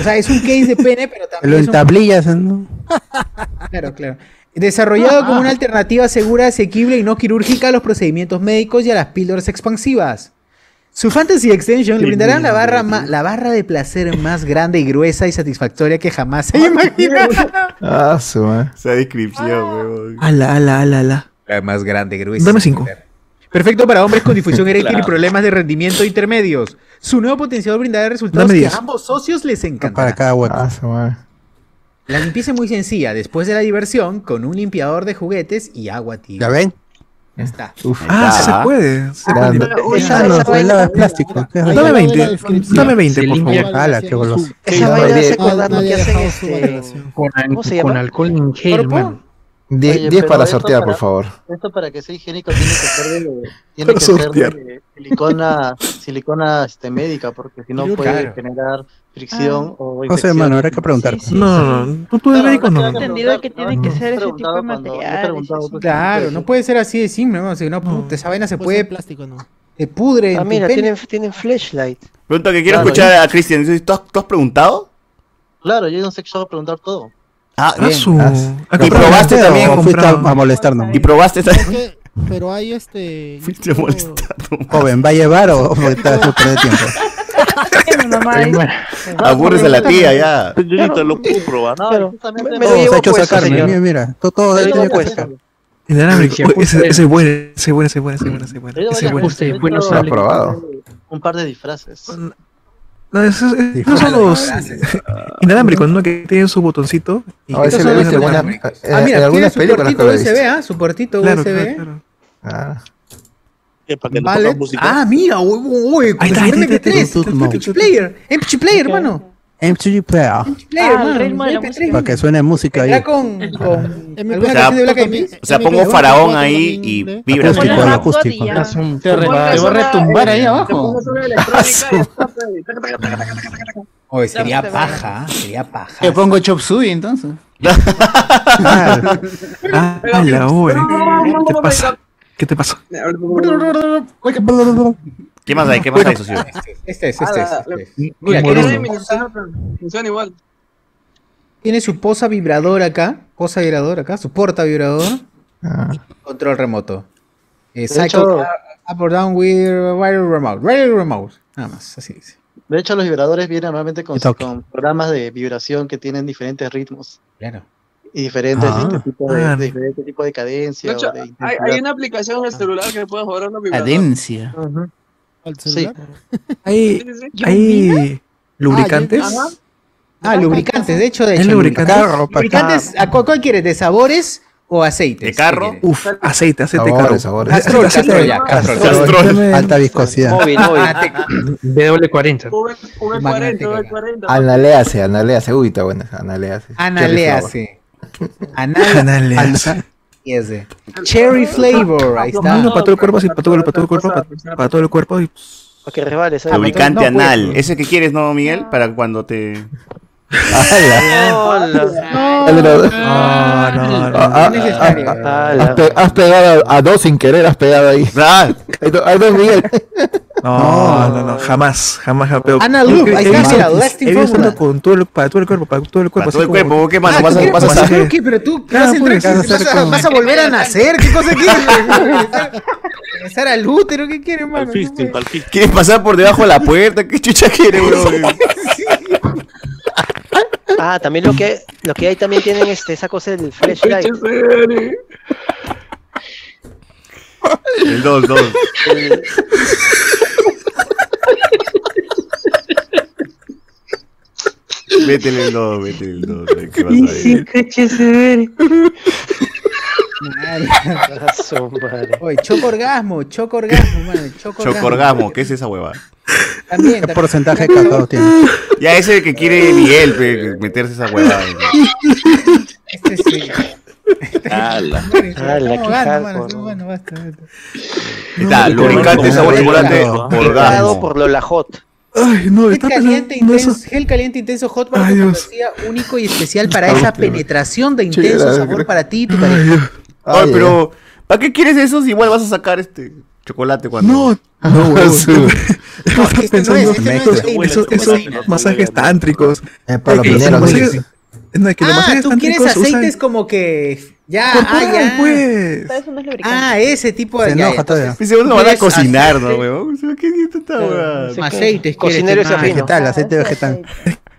O sea, es un case de pene, pero también Lo es un- entablillas, ¿no? Claro, claro. Desarrollado como una alternativa segura, asequible y no quirúrgica a los procedimientos médicos y a las píldoras expansivas. Su Fantasy Extension le brindará la barra, ma- la barra de placer más grande y gruesa y satisfactoria que jamás se haya imaginado. Ah, su madre. Esa descripción, weón. Ala, ala, ala, ala. La Ah, más grande, gruesa. Dame cinco. Perfecto para hombres con difusión eréctil Claro. y problemas de rendimiento intermedios. Su nuevo potenciador brindará resultados Dame que diez. a ambos socios les encantará. Para cada hueco. La limpieza es muy sencilla, después de la diversión, con un limpiador de juguetes y agua tibia. ¿Ya ven? Ya está. Ah, Ahí sí está. se puede. Se Ah, puede. Esa pero esa- no, esa se vaina- lava el plástico. Dame 20. Dame 20, por favor. Ala, qué goloso. Esa vaina hace Nadie- acordar lo que hacen este. Con, al- ¿Cómo se llama? con alcohol en gel, man. Die- Oye, diez pero para esto sortear, para- por favor. Esto para que sea higiénico tiene que ser de, tiene Para que ser sortear. de silicona, silicona este, médica, porque si no Claro. puede generar fricción o No sé, infección. hermano, habrá que preguntar. No, no, no. Tú de médico no. no. entendido que tiene que ser ese tipo de materiales. Claro, no puede ser así de simple, hermano. Si no, puta, esa vaina se puede. plástico, no. Se pudre. en Ah, tu mira, pene. tienen, tienen flashlight. Pregunta que quiero Claro, escuchar ya. a Cristian. ¿Tú has, tú has preguntado? Claro, yo en un sex shop a preguntar todo. Ah, Ah, bien. su- Ah, ¿Y probaste también? a molestarnos. ¿Y probaste también? Pero hay eh, este. Fuiste a molestarnos. Joven, ¿va a llevar o o está perder tiempo? Ah, Aburres a Ah, la tía ya. Yo te lo puedo probar. Claro. Me, me lo Todo se llevo ha hecho puesto, sacarme. señor. Mira, mira. Todo, todo Me se lo ha hecho llevo sacarme. puesto. Inalámbrico. Uy, Uy, Ese ese es bueno, ese es bueno, ese es bueno, ese es bueno, ese es bueno. Ese es bueno. He hecho Lo has probado. Un par de disfraces. No, esos, esos son los inalámbricos, ¿no? Que tienen su botoncito. y Ah, que ese se lo pueden hice recargar. buena- eh, Ah, mira, en tiene algunas su películas portito que lo he visto. USB, ¿ah? Su portito Claro, USB. claro, Ah. Vale. Ah, mira, uy, uy, uy, como si fuera MP3. MP3 player, MP3 player, hermano. MTG Player. MP3 player, Ah, el hermano. ritmo de la MP3. pues, Para que suene música ahí. Ya con, con MP3 alguna O canción sea, de Black Eyed Peas. o sea, pongo faraón ahí y vibra. Acústico, Claro. acústico. Ah, Te, re- te va a retumbar ahí abajo. Oye, sería paja, ¿ah? sería paja. Te pongo chop suey entonces. Ah, ah, la uve. ¿Qué te pasa? ¿Qué te pasó? ¿Qué más hay? ¿Qué más hay, socio? Este es, este es. Ah, este es. la- Bueno, Mira, ¿quieres- funciona, pero Funciona igual. Tiene su posa vibrador acá, posa vibrador acá, su porta vibrador. Control remoto. Eh, De cycle hecho- up, up or down with wire remote. Wire remote. Nada más, así dice. De hecho, los vibradores vienen normalmente con, con programas de vibración que tienen diferentes ritmos. Claro. Y diferentes Ah, este tipo de, claro. diferente tipo de cadencia. De hecho, o de hay, intensidad. hay una aplicación en el celular que puedes jugar a una vibrador. Cadencia. Ujú. Sí. Hay, hay lubricantes. Ajá. Ah, lubricantes, de hecho, de ¿Es hecho. lubricante? lubricantes. Carro, pa' Lubricantes, ¿a cu- cuál quieres? ¿De sabores o aceites? ¿De carro? Uf, aceite, aceite Sabores, caro. sabores. Castrol, Aceite- castrol, ya, castrol. castrol. Castrol. Alta viscosidad. Móvil, móvil. W40. Analease, analease. Uy, está buena. esa, Analease. Analease. Anal- Analease. Analease. eh. Cherry flavor, Ah, ahí está. Mano, para todo el cuerpo, sí, para todo el para todo el cuerpo, para- para todo el cuerpo. y- Para que resbales. ¿sabes? Lubricante No, pues, anal. Ese que quieres, ¿no, Miguel? Para cuando te. No, no, no. Ah, Innecesario. ah, ah, has, pe- has pegado a, a dos sin querer, has pegado ahí. Hay do- hay dos Miguel. No, no, no, jamás, jamás japeo. Ana Luke, ahí está, mira, lasting formula. con todo el, para todo el cuerpo, para todo el cuerpo. Para todo el cuerpo, ¿qué mano? Ah, Vas a- ¿tú quieres vas a- masaje? ¿Qué? Pero tú, ¿qué Ah, vas a entrar? pues, vas a ¿Vas a- hacer ¿Vas a volver a nacer? ¿Qué cosa quieres? ¿Regresar al útero? ¿Qué quieres, mano? ¿Quieres pasar por debajo de la puerta? ¿Qué chucha quieres, bro? Ah, también lo que, lo que hay también tienen este, esa cosa del flashlight. El 2, 2. Métele el 2, métele el 2. ¿Qué vas a ver? Oye, choco orgasmo, choco orgasmo, mano. Choco Chocorgamo, ¿qué es esa hueva? También, ¿Qué porcentaje de cacao tiene? Ya ese que quiere Miguel pe, meterse esa hueva. Este sí. Ala. Estamos ahogando, mano. sí, Bueno, basta. basta. Ahí Está, No, lubricante, no, sabor no, chocolate, no. Picado orgasmo. por lo lajot. Ay, no, Gel caliente, intenso, gel caliente intenso Hot Bar con fantasía único y especial para esa penetración de intenso Chela, sabor creo- para ti y tu pareja. Ay, pero ¿para qué quieres eso si igual vas a sacar este chocolate cuando? No, No, huevón, yo- yo estaba este no pensando es, este no es, esos- este no es, esos, este no es. esos masajes tántricos. para los Es que mineros, los dices. masajes- No, es que los Ah, masajes tú quieres tántricos usan- aceites como que. Ya, Corporal, ah, ya. pues. Ah, ese tipo de. Se ya, enoja ya, todavía. entonces, Ah, Dice, uno van a ¿quieres cocinar, ¿no, aceite? weón? ¿Qué dieta esta hueva? Aceites, Cocinero quieres. ese este, hermano. vegetal, aceite vegetal.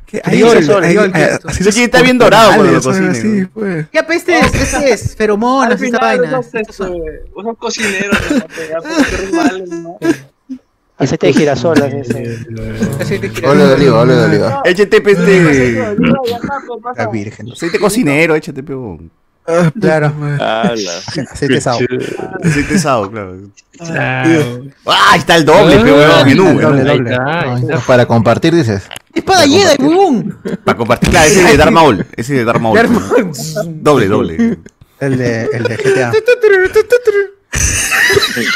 ¿Qué hay? Criol, Hay- hay- criol, ¿qué es hay- esto? así Sí, se- está bien dorado cuando lo son cocines, así, ¿no? pues. Ya, pues, este es, este es feromonas, Al esta final, vaina. unos, este, unos cocineros para pegar por los rivales, ¿no? Aceite de girasol. Óleo de oliva, óleo de oliva. Échate pe, este. pues, La virgen. Aceite cocinero, échate pe. huevón. Claro. Ah, Ala. Aceite sao. Aceite sao, oh, claro. Ah, ahí está el doble, pe, Ah, huevón, en doble, Uber. doble, Ahí doble. está, ahí está. Para compartir, dices. Espada Jedi, huevón. Para compartir, claro, ese es de Darth Maul. Ese es de Darth Maul. Darth Doble, doble. El de, el de GTA.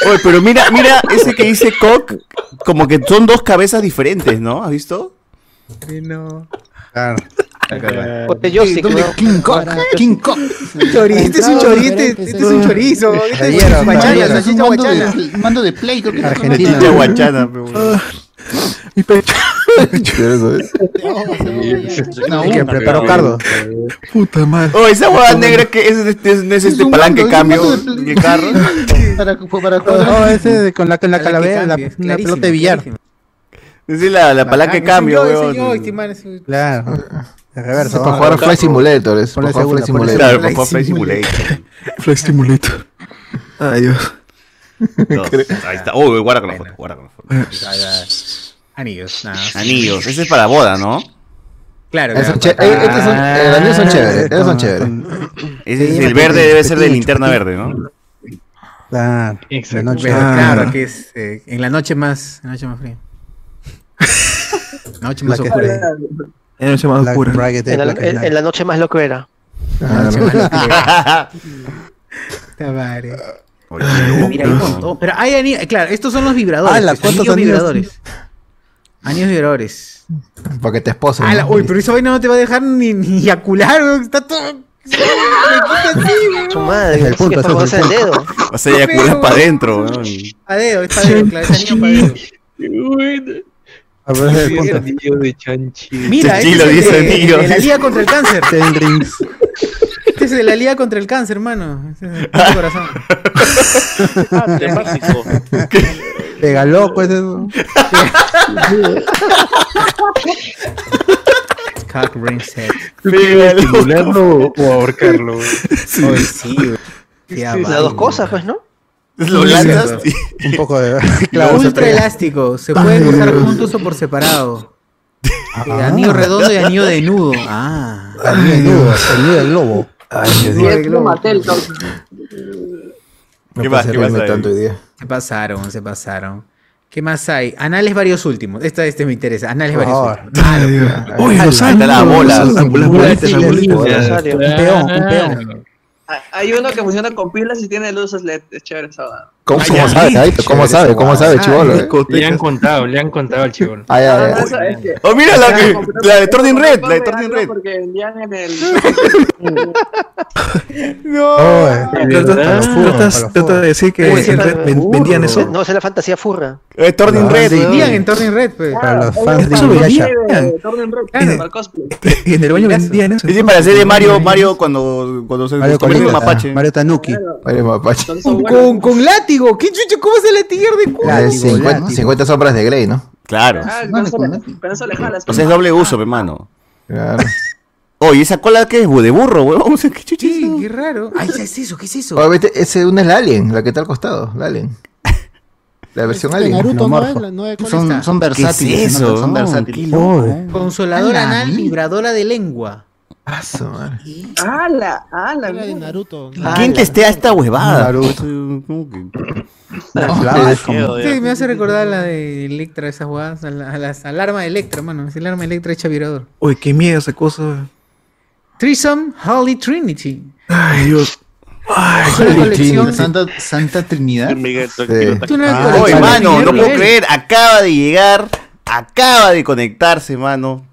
Oye, pero mira, mira, ese que dice Cock, como que son dos cabezas diferentes, ¿no? ¿Has visto? Sí, no. Claro. Porque yo sí, Eh, ¿Dónde? creo- King Kong. King Kong. Este es un chorizo, este es un chorizo. Este es Caballero, un guachana, caballero. salchicha Un mando de- guachana. un mando de play, creo que Argentina. De Guachana, pe, huevón. Ah, Mi pecho. No, el que preparó Cardo. Puta madre. Oh, esa hueá negra que es, es, es- es este palanque cambio de carro. Para, para No, Oh, ese de- con la, con la Para que calavera, la, cambie, la clarísimo, pelota de billar. clarísimo. Ah, Esa es la, la palanca de cambio, Ese yo, weón. ese yo, este man es un- Claro. De reversa. Para jugar a Fly Simulator, es para Ponle jugar a Fly segunda, ponle Simulator. Claro, para jugar Flight Simulator. Fly Simulator. Ay, Dios. Dos. Ahí está. Oh, guarda con la foto, guarda con la foto. Anillos, nada. Anillos, ese es para boda, ¿no? Claro, Esos claro. che- eh, estos son- eh, los anillos son chéveres, estos son chéveres. Ese es Sí, el verde, pequeño, debe ser de pequeño, linterna pequeño. verde, ¿no? Claro. Pero De noche. Ah. Ah. Claro, que es eh, en la noche más, en la noche más fría. noche más La que- oscura. En la noche más Black oscura. Friday, En la, Black en- Friday. en la noche más locuera. Ah, Puta madre. Mira, hay un montón. Pero hay anillos, claro, estos son los Ah, vibradores. Ala, pues, ¿cuántos anillos anillos? vibradores? Anillos vibradores. Para que te esposen. Ah, Ala, Ah, uy, pero esa vaina no te va a dejar ni, ni eyacular, weón, está todo. Su madre, el el punto, que es el conoce el dedo. O sea, ya culas para adentro, weón. Padeo, es padeo, claro, es anillo padeo. A ver, Sí, ponte. el tío de Chanchi. Mira, este es el de- de la Liga contra el Cáncer. Ten rings. Este es de la Liga contra el Cáncer, hermano. Este es el Club corazón. Ah, temático. Pega loco, pues, ese Cock ring set. ¿Estimularlo o ahorcarlo? Oye, sí, güey. Sí, ah, Las dos vale. cosas, pues, ¿no? Lo lanzas Un poco de. Lo ultra se- elástico. Se pueden Ay. usar juntos o por separado. Eh, Ah. anillo redondo y anillo de nudo. Ah. Anillo de nudo, anillo del lobo. Sí, el globo. ¿Qué más? ¿Qué más? hay? Se pasaron, se pasaron. ¿Qué más hay? Anales varios últimos. Esta este me interesa. Anales varios últimos. Ah, no. Uy, Ah, los ahí está la altos, bola. las Las bolitas, las bolitas. bolitas. Las bolitas. Un peón, un peón. Ah, Hay uno que funciona con pilas y tiene luces LED. Es chévere esa vaina. Ah, ¿Cómo, cómo sabe, Taito? ¿Cómo sabe? ¿Cómo sabe, chivolo? eh? Le han contado, le han contado al chivolo. Ah, ya, ya. Oh, mira la, que, la de Turning Red, la de Ponme Turning algo Red. Porque vendían en el. Oh, eh, De tratas- verdad. tratas- Trata de decir que Uy, sí, en la- red ven- vendían eso. No, esa es la fantasía furra. Ah, Eh, Turning Ah, Red. sí. weón. Vendían en Turning Red, pues. Para los fans de Eso Inuyasha. Eh, vendían. Turning Red, claro, para el cosplay. En el baño vendían eso. Dicen para hacer de Mario, Mario cuando, cuando se Mario convierte en Colita, mapache. Mario Tanuki. Mario Mapache. Con, con, con látigo. ¿Qué chucho? ¿Cómo se latiguear de culo? La de 50, 50 sombras de Grey, ¿no? Claro. Ah, con eso le- con eso le jalas. O sea, es doble uso, hermano. Claro. Oye, ¿esa cola qué es? bu- ¿De burro, huevón? ¿Qué chucha es eso? Qué raro. Ay, ¿qué es eso? ¿Qué es eso? Obviamente, ese una es la Alien, la que está al costado, la Alien. La versión Este Alien. Naruto, ¿no es? La- no es- ¿cuál Son- está? son versátiles, ¿Qué es eso? son versátiles. Oh. Qué loco. Consoladora Ala, anal, vibradora de lengua. Ah, ¡Hala! ¡Hala! Era de Naruto. Ah, ¿Quién testea esta huevada? Naruto. ¿Cómo que? Sí, me hace recordar la de Electra, esas jugadas, a la, a las alarma de Electra, hermano. Es el arma de Electra hecha vibrador. Uy, qué miedo esa cosa. Threesome Holy Trinity. Ay, Dios. Ay, Es una colección- Santa, Santa Trinidad. Tú no- Ah, Oye, vale. mano, no puedo Nivel. creer. Acaba de llegar, acaba de conectarse, mano.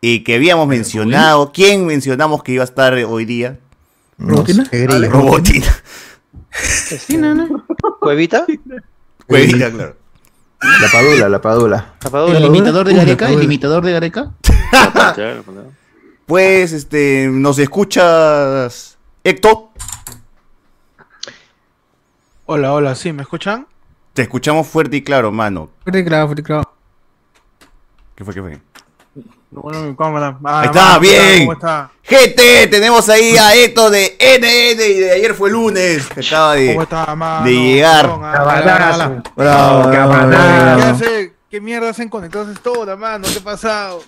Y que habíamos mencionado. ¿Quién mencionamos que iba a estar hoy día? ¿Robotina? Robotina. Sí, no, no. ¿Cuevita? Huevita, claro. La Padula, la Padula. ¿El imitador de Gareca? ¿El imitador de Gareca? Pues, este, nos escuchas, Héctor. Hola, hola, sí, ¿me escuchan? Te escuchamos fuerte y claro, mano. Fuerte claro, fuerte claro. ¿Qué fue, qué fue? Bueno, mi cámara. Ah, Ahí está, mano, ¿qué tal? bien. ¿Cómo Ah. está? Gente, tenemos ahí a Héctor de NN y de ayer fue lunes. que Acaba de, ¿Cómo está, mano? de llegar. ah, Cabanazo. Bravo, ¿Qué bravo. hace? ¿Qué mierda hacen conectados toda, mano? ¿Qué ha pasado?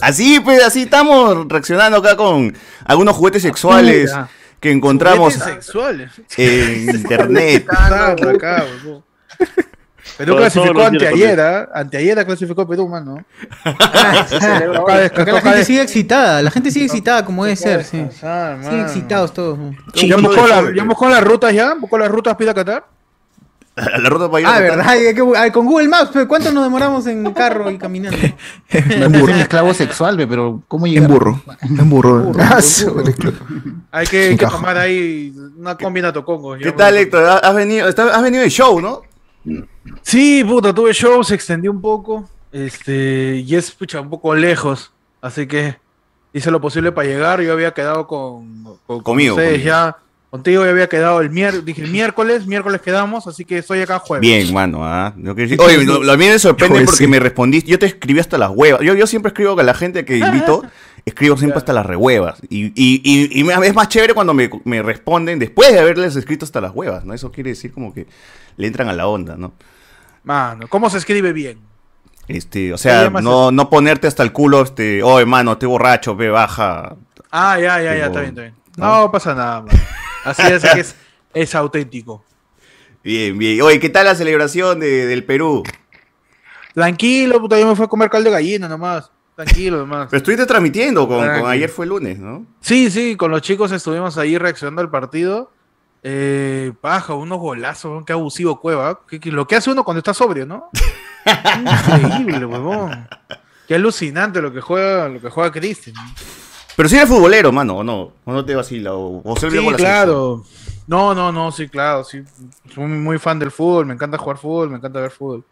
Así, pues, así estamos reaccionando acá con algunos juguetes sexuales Mira. que encontramos Juguetes sexuales. en internet. Claro, acá, huevón. Perú Todo- clasificó todos los días anteayer, ¿ah? Anteayer clasificó Perú, Ah, mano. Ah, Acá la gente sigue excitada, la gente sigue excitada como debe ser, sí. Sigue mano. excitados todos. ¿Ya buscó, la, ¿Ya buscó las rutas ya? ¿Buscó las rutas pida Qatar? La ruta para ir a Ah, Qatar. verdad, Ay, qué bu- ay, con Google Maps, pues, ¿cuánto nos demoramos en carro y caminando? Es un esclavo sexual, ve, pero ¿cómo llega? En burro. En burro. Ah, Hay que, Un que cajo. tomar ahí una combina tocongo. ¿Qué tal, Héctor? ah? Has venido, está- has venido de show, ¿no? Sí, puta, tuve show, se extendió un poco. Este, y es pucha, un poco lejos. Así que hice lo posible para llegar. Yo había quedado con, con- con Conmigo, ustedes conmigo. ya. Contigo yo había quedado el miércoles, dije el miércoles, miércoles quedamos, así que estoy acá jueves. Bien, mano, ¿ah? No quiero decir- Oye, lo, lo- a mí me sorprende Oye, porque sí. me respondiste. Yo te escribí hasta las huevas. Yo, yo siempre escribo con la gente que invito, escribo siempre hasta las rehuevas. Y, y, y, y me- es más chévere cuando me, me responden después de haberles escrito hasta las huevas, ¿no? Eso quiere decir como que le entran a la onda, ¿no? Mano, ¿cómo se escribe bien? Este, o sea, llamas no, no ponerte hasta el culo, este, oye, mano, estoy borracho, ve, baja. Ah, ya, ya, ya, está bien, está bien. No, pasa nada, mano. Así es que es, es auténtico. Bien, bien. Oye, ¿qué tal la celebración de- del Perú? Pues Tranquilo, puta, yo me fui a comer caldo de gallina nomás. Tranquilo, nomás. Pero estuviste transmitiendo con, con Tranqui. ayer fue lunes, ¿no? Sí, sí, con los chicos estuvimos ahí reaccionando al partido. Eh, paja, unos golazos, weón, qué abusivo Cueva. Qué- qué- lo que hace uno cuando está sobrio, ¿no? Increíble, huevón. Qué alucinante lo que juega, lo que juega Cristian. Pero si eres futbolero, mano, o no, o no te vacila, o, o Silvio Sí, con la claro. No, no, no, sí, claro, sí. Soy muy fan del fútbol, me encanta jugar fútbol, me encanta ver fútbol.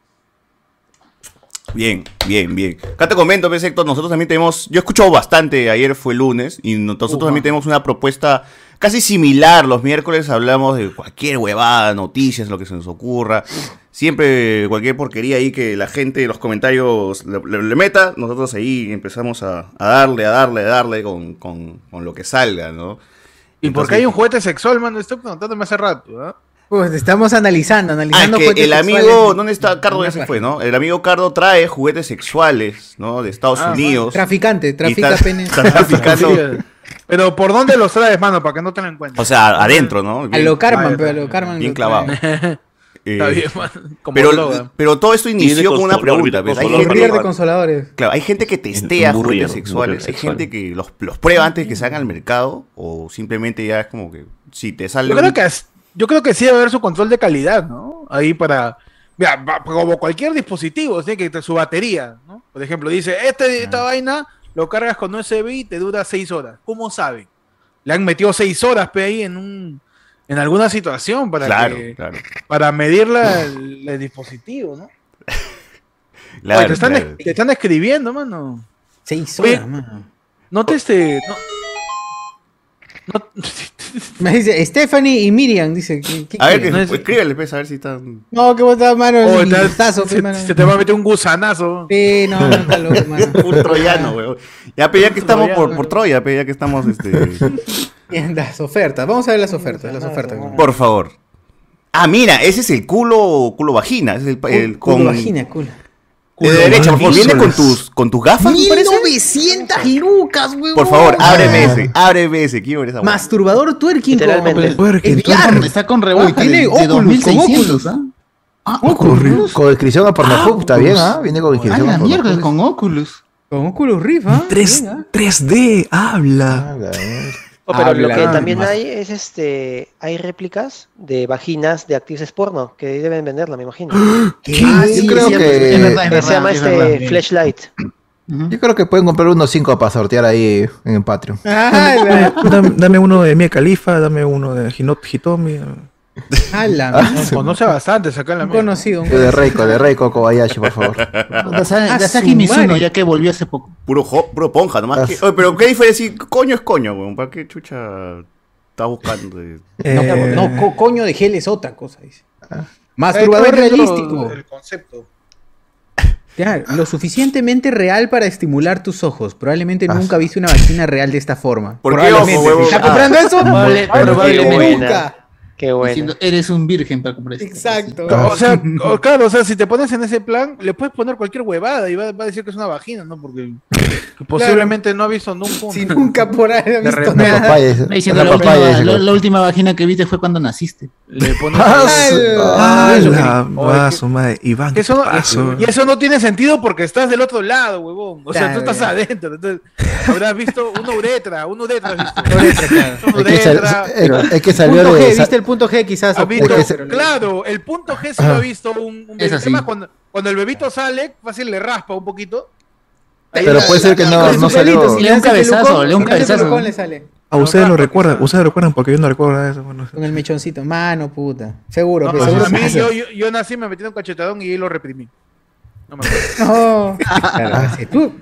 Bien, bien, bien. Acá te comento, pues, Héctor, nosotros también tenemos, yo escucho bastante, ayer fue lunes, y nosotros también tenemos una propuesta casi similar. Los miércoles hablamos de cualquier huevada, noticias, lo que se nos ocurra. Siempre cualquier porquería ahí que la gente en los comentarios le, le- le meta, nosotros ahí empezamos a, a darle, a darle, a darle con, con- con lo que salga, ¿no? ¿Y por qué hay un juguete sexual, mano? Estoy preguntándome hace rato, ¿ah? Pues estamos analizando, Ah, es analizando. que fuentes el amigo, sexuales. ¿dónde está? Cardo ya se fue, ¿no? El amigo Cardo trae juguetes sexuales, ¿no? De Estados Ah, Unidos. Traficante, trafica Y está- pene. está traficando, Pero ¿por dónde los traes, mano? Para que no te lo encuentres. o sea, adentro, ¿no? A lo Carman, pero a lo Bien, Carman. lo clavado. trae. Eh, bien, man. Como pero, droga. pero todo esto Y de inició con una consolador, pregunta. de ¿ves? Hay consolador, gente, de consoladores. claro, hay gente que testea Un juguetes burrier, sexuales. burrier Hay sexual. gente que los, los prueba antes que salgan al mercado o simplemente ya es como que si te sale... Yo un- creo que, as- yo creo que sí debe haber su control de calidad, ¿no? Ahí para. Mira, va- como cualquier dispositivo, tiene que tener su batería, ¿no? Por ejemplo, dice, Ah. este, esta vaina lo cargas con USB y te dura seis horas. ¿Cómo saben? Le han metido seis horas pe, ahí en un en alguna situación para Claro, que- claro. para medir la- el, el dispositivo, ¿no? Claro, Oye, te, están, claro. te están escribiendo, mano. Seis Oye, horas, mano. No te este. no- Me dice Stephanie y Miriam, dice. ¿qué- qué A ver, que, quieren? escríbele, pues, a ver si están... No, que vos estás, mano. Oh, el está- gustazo, pues, se, mano. se te va a meter un gusanazo. Sí, no, no está loco, mano. Un troyano, weón. Ya, pero ya que estamos por, Troyano. por Troya, pero ya que estamos, este... Bien, Las ofertas, vamos a ver las ofertas, las ofertas. Por favor. Ah, mira, ese es el culo, culo vagina. ese es el, el Culo con- vagina, culo. De derecha, por favor, viene con tus, con tus gafas. me parece? 1900 lucas, weón. Por favor, ábreme ese, ábreme ese, quiero ver esa hueá. Masturbador twerking. con- Literalmente. Twerking, es VR. Está Ah, con Uy, rebaja tiene de, de Oculus, con 2600, Oculus. ¿ah? Con con inscripción a Pornhub, pues. está bien, ¿ah? Oculus. Viene con A inscripción la a Pornhub. mierda, con Oculus. Con Oculus Rift, ¿ah? 3D, habla. Oh, Ah, pero lo que Habla. también hay es este, hay réplicas de vaginas de actrices porno que deben venderla, me imagino. Ah, yo creo que- Es verdad, es se llama verdad, es este verdad. flashlight. Yo creo que pueden comprar unos 5 para sortear ahí en el Patreon. Dame, dame- dame uno de Mia Califa, dame uno de Hinot Hitomi. Ah, Ah, Ala, Conoce bastante, saca la mano. conocido. Yo de Reiko, de Reiko Kobayashi, por favor. Ah, Dasaki su Mizuno, madre. ya que volvió hace poco. Puro, jo- puro ponja nomás. que- Oye, pero ¿qué diferencia? Coño es coño, weón. ¿Para qué chucha está buscando? eh? No, Eh, no, co- coño de gel es otra cosa, dice. Ahí Masturbador está viendo realístico. El concepto. Claro, lo suficientemente real para estimular tus ojos. Probablemente nunca viste una vagina real de esta forma. ¿Por qué Probablemente. ojo, huevo? Ah. ¿Está comprando eso? Probable- Probablemente probablemente. nunca. Qué Diciendo, eres un virgen para comprar esto. Exacto. O sea, o- claro, o sea, si te pones en ese plan, le puedes poner cualquier huevada y va, va a decir que es una vagina, ¿no? Porque que posiblemente no ha visto nunca. Si nunca por ahí ha visto repente. nada. Está diciendo, la, última, la- la última vagina que viste fue cuando naciste. Le pones- Ah, Eso, la Oye, vaso, madre. Iván, que qué eso no- paso. y eso no tiene sentido porque estás del otro lado, huevón. O sea, Claro, tú estás ya. adentro. Entonces, habrás visto una uretra, una uretra. has visto. Una Es que sal- uretra. es- es que salió punto de- G, ¿Viste el punto G quizás? Ha o visto- poco, pero lo- Ah, claro, el punto G sí Ah. lo ha visto un, un bebé. Es El tema así. es cuando, cuando el bebito sale, fácil le raspa un poquito. Pero puede ser que no, no salió. Le da un cabezazo, le da un Con ese cabezazo. pelucón le sale. A Ah, ustedes lo recuerdan, ustedes lo recuerdan porque yo no recuerdo eso. Bueno, Con el mechoncito. Mano, puta. Seguro, No, pero a seguro mí, se hace. yo, yo, yo nací, me metí en un cachetadón y lo reprimí. No me acuerdo. No. Claro, sí, tú-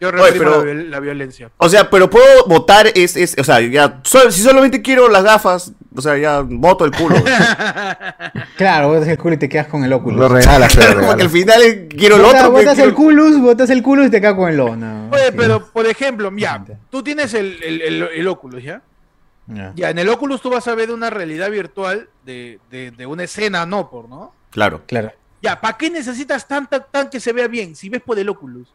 Yo reprimo Oye, pero- la, viol- la violencia. O sea, pero puedo votar, es, es, o sea, ya, sol- si solamente quiero las gafas, o sea, ya voto el culo. Claro, botas el culo y te quedas con el óculos. Lo regalas, pero lo Como que al regalas. final eh, quiero el Bota- otro. pues, Botas quiero- el culus, botas el culus y te quedas con el lona. Oye, pero por ejemplo, ya, tú tienes el, el, el, el Oculus, ¿ya? Ya, en el Oculus tú vas a ver una realidad virtual de, de, de una escena no por, ¿no? Claro. Claro. Ya, ¿para qué necesitas tanta tan que se vea bien si ves por el Oculus?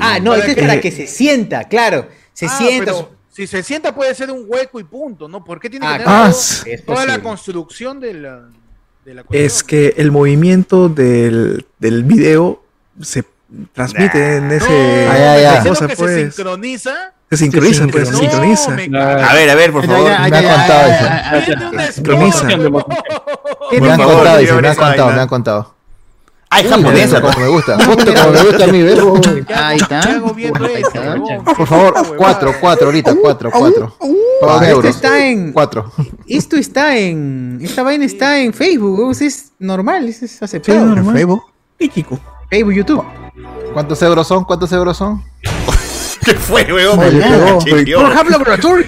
Ah, no, ¿Para este es qué? para que se sienta, claro. Se Ah, sienta. pero si se sienta puede ser un hueco y punto, ¿no? ¿Por qué tiene Ah, que tener claro. todo- Ah, sí. Es toda la posible. construcción de la, de la cuestión? Es que el movimiento del, del video se transmite en ese No, esa ¿me dijeron cosa, que pues. se sincroniza. Se sincroniza, pues, se sincroniza. A ver, a ver, por favor. Me ha contado eso. Sincroniza. Me han contado, dice, me han contado, me han contado. Ah, es Uy, japonesa. Como me gusta, pues. justo como me gusta a mí, ¿ves? Ahí está. Por favor, cuatro, cuatro, ahorita, cuatro, cuatro. Por Uh, Esto euros. está en- Cuatro. Esto está en. Esta vaina está en Facebook. o sea, Es normal, es, es aceptado. Facebook. Facebook, YouTube. ¿Cuántos euros son? ¿Cuántos euros son? ¿Qué fue, weón? Oye, Me weón, chingió. weón. Pornhub Oh, Laboratorio.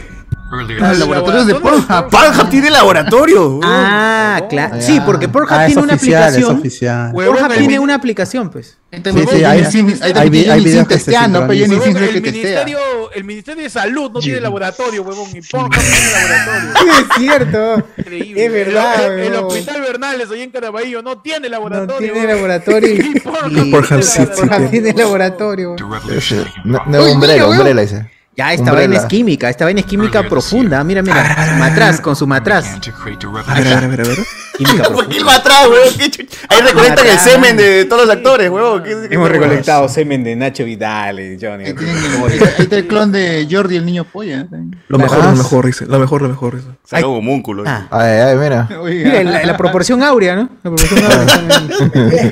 Ah, laboratorios de Pornhub. Pornhub tiene laboratorio. Ah, claro. Sí, porque Pornhub Ah, es tiene una oficial, es aplicación. oficial. Pornhub Huevón, tiene el- una aplicación, pues. Sí, sí, hay, hay, hay, vi- hay videos que se pues, sincronizan. el, ministerio, el Ministerio de Salud no tiene laboratorio, huevón. Y Pornhub tiene laboratorio. Sí, es cierto. Increíble. Es verdad, El, el huevón. Hospital Bernales, ahí en Caraballo, no tiene laboratorio. No tiene laboratorio. y- Y- Pornhub sí, sí, Pornhub tiene. tiene laboratorio. Ese, no, no, Uy, mira, umbrella, weón. umbrella ese. Ya, esta Umbrella. vaina es química, esta vaina es química profunda. Mira, mira, su matraz, con su matraz. A ver, a ver, a ver, a ver. Química profunda. ¿Por qué va atrás, weón? ¿Qué chucha? Ahí recolectan el semen de todos los actores, weón. ¿Qué- qué- Hemos recolectado semen de Nacho Vidal y Johnny. Ahí está el clon de Jordi, el niño polla. ¿eh? Lo mejor, lo mejor, Rizel. Lo mejor, lo mejor, Rizel. Salió un homúnculo. Ah. Ay, ay, mira. Mira, la, la proporción áurea, ¿no? La proporción áurea.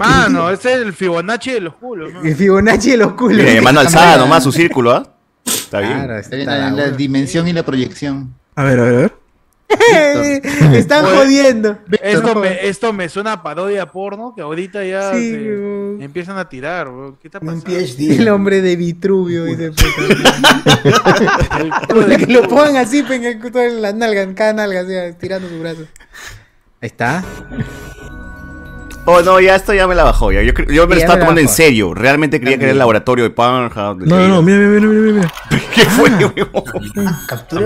Ah. Mano, ese Ah, este es el Fibonacci de los culos. El Fibonacci de los culos. Mira, de mano alzada ¿eh? nomás su círculo, ¿ah? Está bien. Claro, está La, la dimensión y la proyección. A ver, a ver, a ver. Te están Oye, jodiendo. Pues, Esto me, esto me suena a parodia porno que ahorita ya Sí, se- empiezan a tirar. weón. ¿Qué está pasando? El hombre de Vitruvio, dice puta. Puta, que lo pongan así, pe, en el cuto de la nalga, en cada nalga, así, estirando su brazo. Ahí está. Oh, no, ya esto ya me la bajó. Ya. Yo, cre- yo me lo Ya estaba me la tomando en bajó. serio. Realmente creía que era el laboratorio de Pornhub. No, no, no, mira, mira, mira, mira, mira. ¿Qué fue, weón?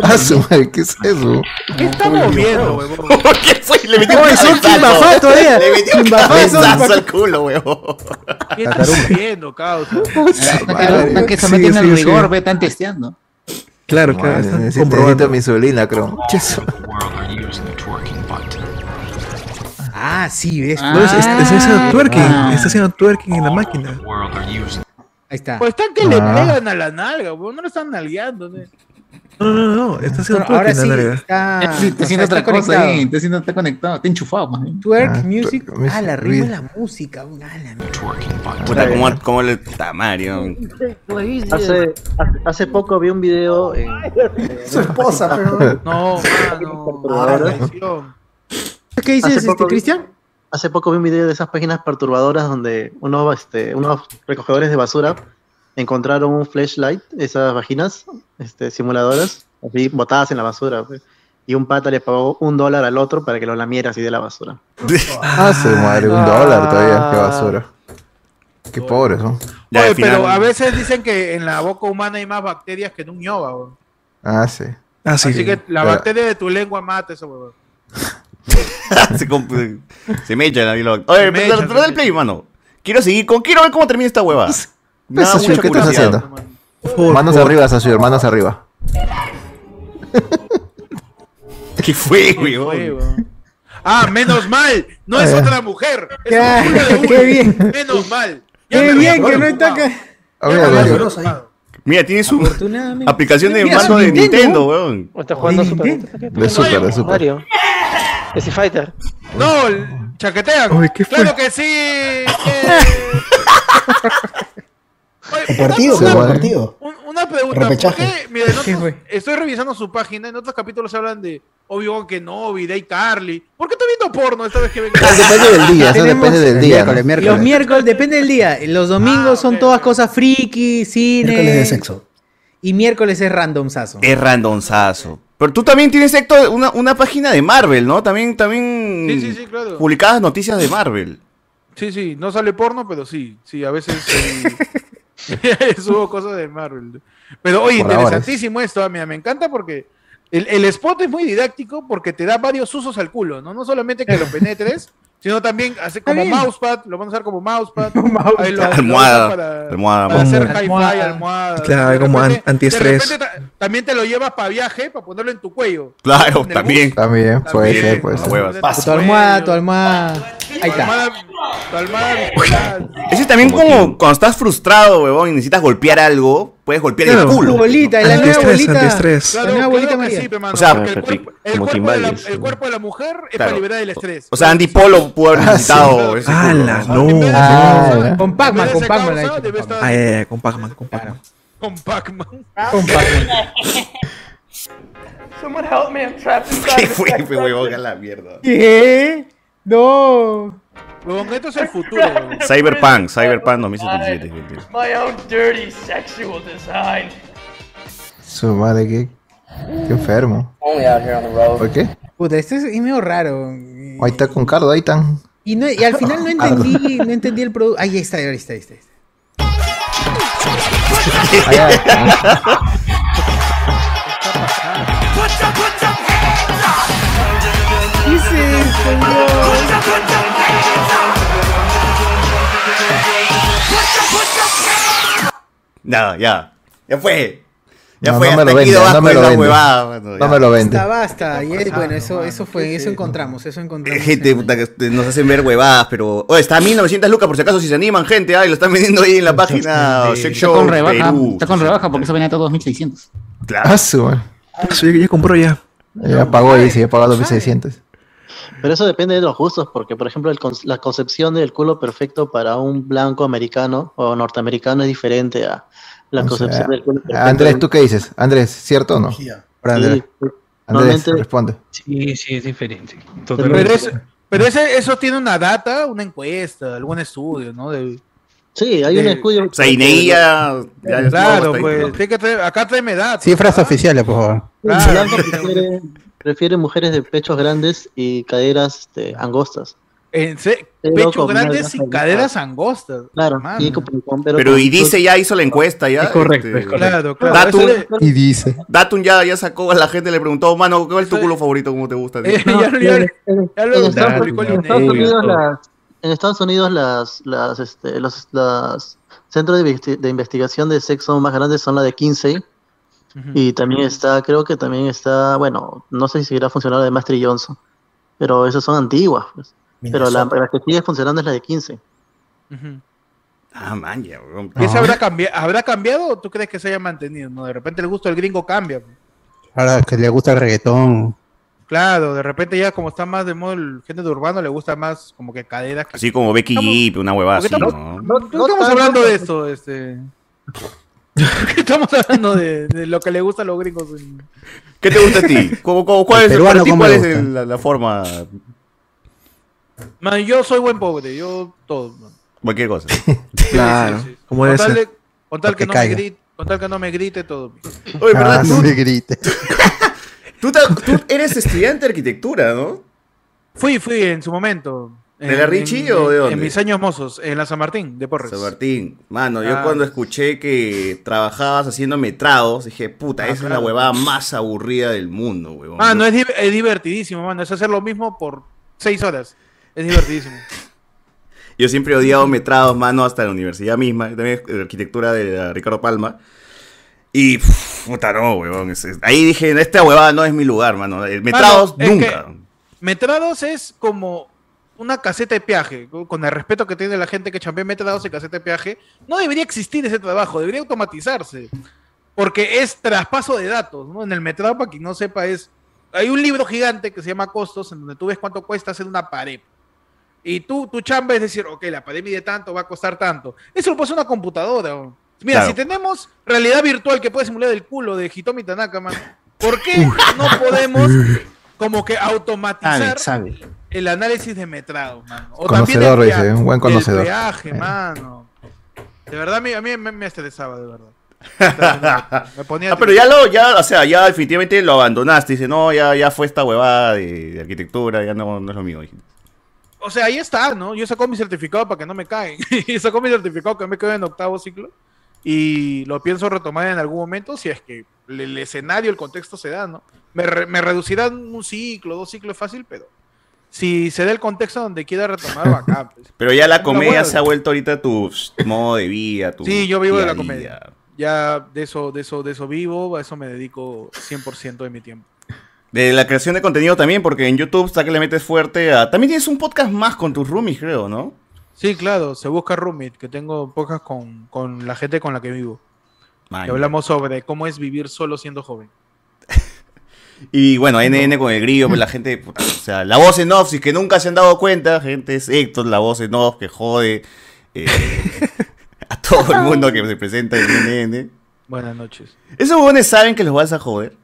Ah, su madre, ¿qué es eso? ¿Qué estamos viendo, huevón? ¿Qué fue? Le metió Oye, un son cabezazo. Kimbafá todavía. Le metió un Kimbafá son cabezazo pa- al culo, weón. ¿Qué estás viendo, causa? Hasta que se Sigue, meten al sigue, sigue. rigor, ve, están testeando. Claro, Madre, claro. están necesito, necesito comprobando. a mi sobrina, creo. ¿Qué es eso? Ah, sí, ves. No, es- es- está Ah. haciendo twerking. Está haciendo twerking en la máquina. Ahí está. Pues están que le Ah. pegan a la nalga, weón. No lo están nalgueando. ¿no? No, no, no, no. Está haciendo Bueno, ahora twerking en la sí verga. está- Eh, Sí, o sea, está haciendo está otra cosa conectado. ahí, está haciendo- está conectado, está enchufado más bien. Twerk music. Ah, la rima ruido. la música. un- ah, la Puta, ¿cómo, cómo le está Mario? Hace, hace- hace poco vi un video en. Su esposa, pero. No, Ah, ¿Qué dices, este, Cristian? Hace poco vi un video de esas páginas perturbadoras donde unos, este, unos recogedores de basura encontraron un flashlight, esas vaginas este, simuladoras, así, botadas en la basura. pues. Y un pata le pagó un dólar al otro para que lo lamiera así de la basura. Ah, su madre, un dólar todavía, qué basura. Qué pobres son. Oye, pero a veces dicen que en la boca humana hay más bacterias que en un ñoba, weón. Ah, sí. Ah, sí. Así que la Pero- bacteria de tu lengua mata eso, huevón. se, comp- se me echan ahí lo- Oye, me pero echan, pero del play, mano. Quiero seguir con. Quiero ver cómo termina esta hueva. Pues, Me da Sasur, mucha ¿qué estás curiosidad. haciendo? Manos arriba, Sasur, manos arriba. ¿Qué fue, weón? Ah, menos mal, no es Eh. Ah, ya. otra mujer. Es Ya, un culo de qué uno. bien. Menos mal. Ya Qué me bien voy a que no dormir. está acá. Ah, mira, mira. Mira, tiene su Afortunadamente. aplicación de Mira, mando de Nintendo. Nintendo, weón. O está jugando Super De Super, de Super. Mario. Ese Fighter. No, el- chaquetean. Oye, ¿qué fue? Claro que sí. eh. Oye, una- Partido, una, claro, partido. un- una pregunta. ¿por Repechaje. qué? Mira, en ¿Qué otros- fue? estoy revisando su página. En otros capítulos hablan de Obi-Wan Kenobi, Day Carly. ¿Por qué está viendo porno esta vez que venga? Depende del día, eso Tenemos- depende del día. ¿no? Los miércoles, depende del día. Los domingos son todas cosas friki, cine. Miércoles de sexo. Y miércoles es random sazo. Es randonzazo. Pero tú también tienes Héctor, una, una página de Marvel, ¿no? También, también Sí, sí, sí, claro. publicadas noticias de Marvel. Sí, sí, no sale porno, pero sí, sí, a veces eh, subo cosas de Marvel. Pero oye, Por ahora es. interesantísimo esto, ah, mira, me encanta porque el, el spot es muy didáctico porque te da varios usos al culo, ¿no? No solamente que lo penetres, sino también hace como bien. mousepad, lo van a usar como mousepad, ahí lo- lo usan Almohada, para, almohada, para hacer almohada. hi-fi, almohada. Claro, como an- De repente antiestrés. ta- también te lo llevas para viaje, para ponerlo en tu cuello. Claro, En el también. También, puede ser, puede ser. Tu almohada, Ah, tu almohada. Ahí Tu está. almohada, tu almohada vinculada. Ese también como cuando estás frustrado, huevón, y necesitas golpear algo, puedes golpear Claro. el culo. Tu bolita, la nueva Antiestrés, bolita. antiestrés. La nueva bolita María. o sea, como timbales. el cuerpo de la mujer es para liberar el estrés. O sea, Andy Polo pudo haber necesitado ese culo, ¡Hala, ¿no? no! Ah, con En Pac-Man, vez con de Pac-Man. la causa, he hecho. debe estar Ay, ay, ay, con Pac-Man, con Pac-Man. con Pac-Man. Con Pac-Man. Someone help me, I'm trapped ¿Qué fue, pe, huevón? A la mierda. ¿Qué? No. Huevón, esto es el futuro. huevón. Cyberpunk, Cyberpunk 2077. gente. My own dirty sexual design. Su madre, qué, qué enfermo. Only out here on the road. ¿Por qué? Puta, esto es, es medio raro. Ahí está con Cardo, ahí están. Y, no- y al final no entendí, no entendí el producto. Ahí está, ahí está, ahí está. ahí está. Allá está. ¿Qué es esto, No, ya. Ya fue. Ya No, fue. no me hasta lo aquí venden, nomás no me fue lo la venden. huevada, mano, No ya. me lo venden. Basta, basta. Y es- bueno, eso, eso fue, eso encontramos, eso encontramos. Eh, Gente, puta, que este, nos hacen ver huevadas, pero. Oh, está a 1900 lucas, por si acaso, si se animan, gente. Ay, lo están vendiendo ahí en la página. Sex Está Shop con rebaja, Perú. está con rebaja porque eso venía todo 2600. Ah, su madre. Sí, ya compró ya. Ya pagó, dice, ya pagó 2600. Pero eso depende de los gustos, porque por ejemplo el con- la concepción del culo perfecto para un blanco americano o norteamericano es diferente a la O sea, concepción del culo perfecto. Andrés, ¿tú qué dices? Andrés, ¿cierto o no? Ahora, Andrés, Sí, Andrés normalmente- responde. Sí, sí, es diferente. Pero, eso, pero ese, eso tiene una data, una encuesta, algún estudio, ¿no? De- Sí, hay un de- estudio. Claro, pues. tiene que traer- acá tráeme datos. Cifras oficiales, por favor. El blanco prefiere, prefiere mujeres de pechos grandes y caderas este, angostas. En se- Pero pechos con una grandes grasa y caderas alta. angostas. Claro, Mano. y con- con- Pero con- y dice, ya hizo la encuesta, ya. Es correcto, este, es correcto. Claro, claro, Datum, eso Y dice. Datum ya, ya sacó a la gente, le preguntó, mano, ¿cuál es tu culo favorito? ¿Cómo te gusta? Eh, ya lo- ya lo- ya en Estados publicó en el Estados United. Unidos las- en Estados Unidos las, las, este, los las centros de, investi- de investigación de sexo más grandes son la de 15 y también está, creo que también está, bueno, no sé si seguirá funcionando la de Master y Johnson, pero esas son antiguas, pues. pero la, la que sigue funcionando es la de 15. Ah, man, ya, weón. ¿Y ese habrá, cambi- habrá cambiado o tú crees que se haya mantenido? No, de repente el gusto del gringo cambia. Ahora que le gusta el reggaetón. Claro, de repente ya como está más de moda el género urbano, le gusta más como que caderas. Que... Así como Becky Jeep, una huevada así, Porque estamos- ¿no? No, no estamos hablando de esto, este. estamos hablando de, de lo que le gusta a los gringos. ¿Qué te gusta a ti? ¿Cómo- cómo- ¿Cuál El es, el- peruano, para ti, ¿cómo cuál le es gusta? el- la, la forma? Man, yo soy buen pobre, yo todo. man. Cualquier cosa. Claro, Sí, sí, sí. como Con debe tal, ser. de- con tal Lo que que no me caiga. grite, con tal que no me grite todo. Oye, pero Ah, tú- se grite. Tú, ta- tú eres estudiante de arquitectura, ¿no? Fui, fui en su momento. ¿De En- la Richie en- o de en- En dónde? mis años mozos, en la San Martín, de Porres. San Martín, mano, yo Ah. cuando escuché que trabajabas haciendo metrados, dije, puta, esa es la Ah, claro. huevada más aburrida del mundo, huevón. Ah, no, es, di- es divertidísimo, mano. Es hacer lo mismo por seis horas. Es divertidísimo. Yo siempre he odiado metrados, mano, hasta la universidad misma. Yo también eh, arquitectura de la Ricardo Palma. Y, pff, puta, no, huevón. es- es- Ahí dije, esta huevada no es mi lugar, mano. El metrados, Mano, es nunca. que Metrados es como una caseta de peaje. Con el respeto que tiene la gente que champea Metrados y caseta de peaje, no debería existir ese trabajo, debería automatizarse. Porque es traspaso de datos. ¿no? En el metrado, para quien no sepa, es. Hay un libro gigante que se llama Costos, en donde tú ves cuánto cuesta hacer una pared. Y tú, tu chamba es decir, ok, la pared mide tanto, va a costar tanto. Eso lo pasa una computadora. ¿no? Mira, Claro. si tenemos realidad virtual que puede simular el culo de Hitomi Tanaka, man, ¿por qué no podemos como que automatizar Sabe, sabe. el análisis de metrado, mano? O Conocedor, también el dice, peaje, un buen conocedor. Eh. El peaje, mano. De verdad, a mí, a mí me, me estresaba, de verdad. Me ponía Ah, pero ya lo, ya, o sea, ya definitivamente lo abandonaste. Dice, no, ya, ya fue esta huevada de, de arquitectura, ya no, no es lo mío. dije. O sea, ahí está, ¿no? Yo saco mi certificado para que no me caen. y saco mi certificado que me quedo en octavo ciclo. Y lo pienso retomar en algún momento si es que el, el escenario, el contexto se da, ¿no? Me, re- me reducirán un ciclo, dos ciclos fácil, pero si se da el contexto donde quiera retomar, acá. Pero ya la No, comedia bueno. se ha vuelto ahorita tu modo de vida. Tu Sí, yo vivo día de a la día. comedia. Ya de eso, de eso, de eso vivo, a eso me dedico 100% de mi tiempo. De la creación de contenido también, porque en YouTube está que le metes fuerte a... También tienes un podcast más con tus roomies, creo, ¿no? Sí, claro, se busca roommate, que tengo pocas con, con la gente con la que vivo. Man, Que hablamos sobre cómo es vivir solo siendo joven. Y bueno, NN con el grillo, pues la gente, puta, o sea, la voz en off, si es que nunca se han dado cuenta, gente, es Héctor, la voz en off, que jode eh, a todo el mundo que se presenta en NN. Buenas noches. ¿Esos huevones saben que los vas a joder?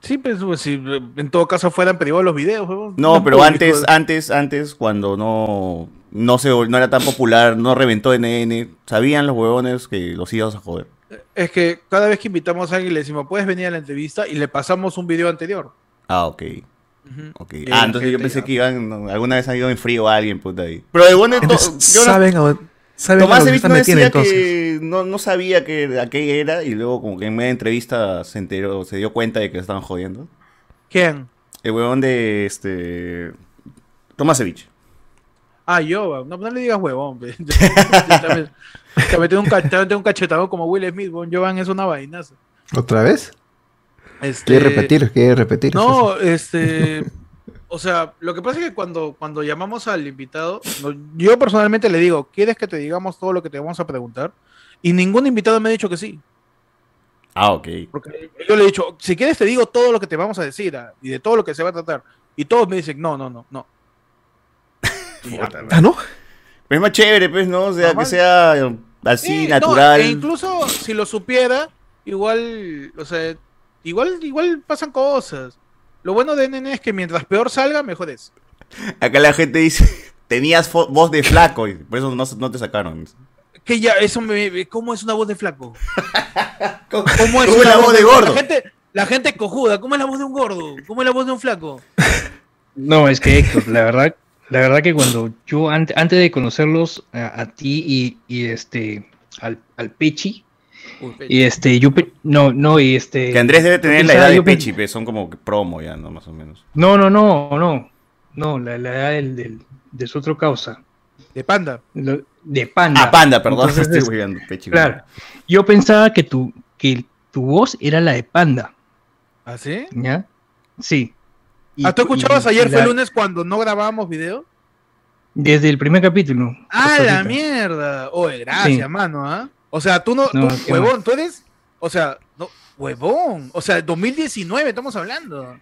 Sí, pues, pues, si en todo caso fueran privados los videos, huevón. No, pero público. antes, antes, antes, cuando no, no, se, vol- no era tan popular, no reventó NN, sabían los huevones que los íbamos a joder. Es que cada vez que invitamos a alguien le decimos, puedes venir a la entrevista y le pasamos un video anterior. Ah, ok. Ujú. ok. Eh, Ah, entonces yo gente, pensé que iban, no, alguna vez han ido en frío a alguien, puta ahí. Pero de bueno, Entonces, saben a dónde- saben a Tomás dónde Evich están no metiendo decía entonces. que no, no sabía que a qué era y luego como que en media entrevista se enteró, se dio cuenta de que estaban jodiendo. ¿Quién? El huevón de este Tomasevich. Ah, yo, no, no le digas huevón. pues. pe. Ya te met- te metí un, cach- te metí un cachetado como Will Smith, huevón. Jovan es una vainaza. ¿Otra vez? Este- Quiere repetir, quiere repetir. No, este. O sea, lo que pasa es que cuando, cuando llamamos al invitado, no- yo personalmente le digo, ¿quieres que te digamos todo lo que te vamos a preguntar? Y ningún invitado me ha dicho que sí. Ah, ok. Porque yo le he dicho, si quieres te digo todo lo que te vamos a decir ah, y de todo lo que se va a tratar. Y todos me dicen, no, no, no, no. ¿Ah, no? Pero es más chévere, pues, ¿no? O sea, que sea um, así, Sí, no, natural. e incluso si lo supiera, igual, o sea, igual, igual pasan cosas. Lo bueno de NN es que mientras peor salga, mejor es. Acá la gente dice, tenías fo- voz de flaco y por eso no, no te sacaron. Que ya, eso me. ¿Cómo es una voz de flaco? ¿Cómo ¿Cómo es la voz de gordo? La gente, la gente cojuda, ¿cómo es la voz de un gordo? ¿Cómo es la voz de un flaco? No, es que Héctor, la verdad, la verdad que cuando yo ante- antes de conocerlos a, a ti y, y, este al, al Pechi, y este yo pe- no no y este Que Andrés debe yo tener la pensaba- edad de yo pe- Pechi, pues, son como que promo ya, ¿no? Más o menos. No, no, no, no. No, la, la edad del, del, de su otro causa. De Panda. de Panda. Ah, Panda, perdón, Entonces, estoy es- hueveando, Pechi. Claro. Yo pensaba que tu, que tu voz era la de Panda, ¿Ah, sí? ¿ya? Sí. Y ¿Ah, tú tu- y- escuchabas y ayer fue la- lunes cuando no grabábamos video? Desde el primer capítulo. ¡Ah, hasta la ahorita. mierda! Oye, gracias, Sí. mano, ¿ah? O sea, tú no, No, tú, qué huevón, más. tú eres, o sea, no, huevón, o sea, 2019 estamos hablando.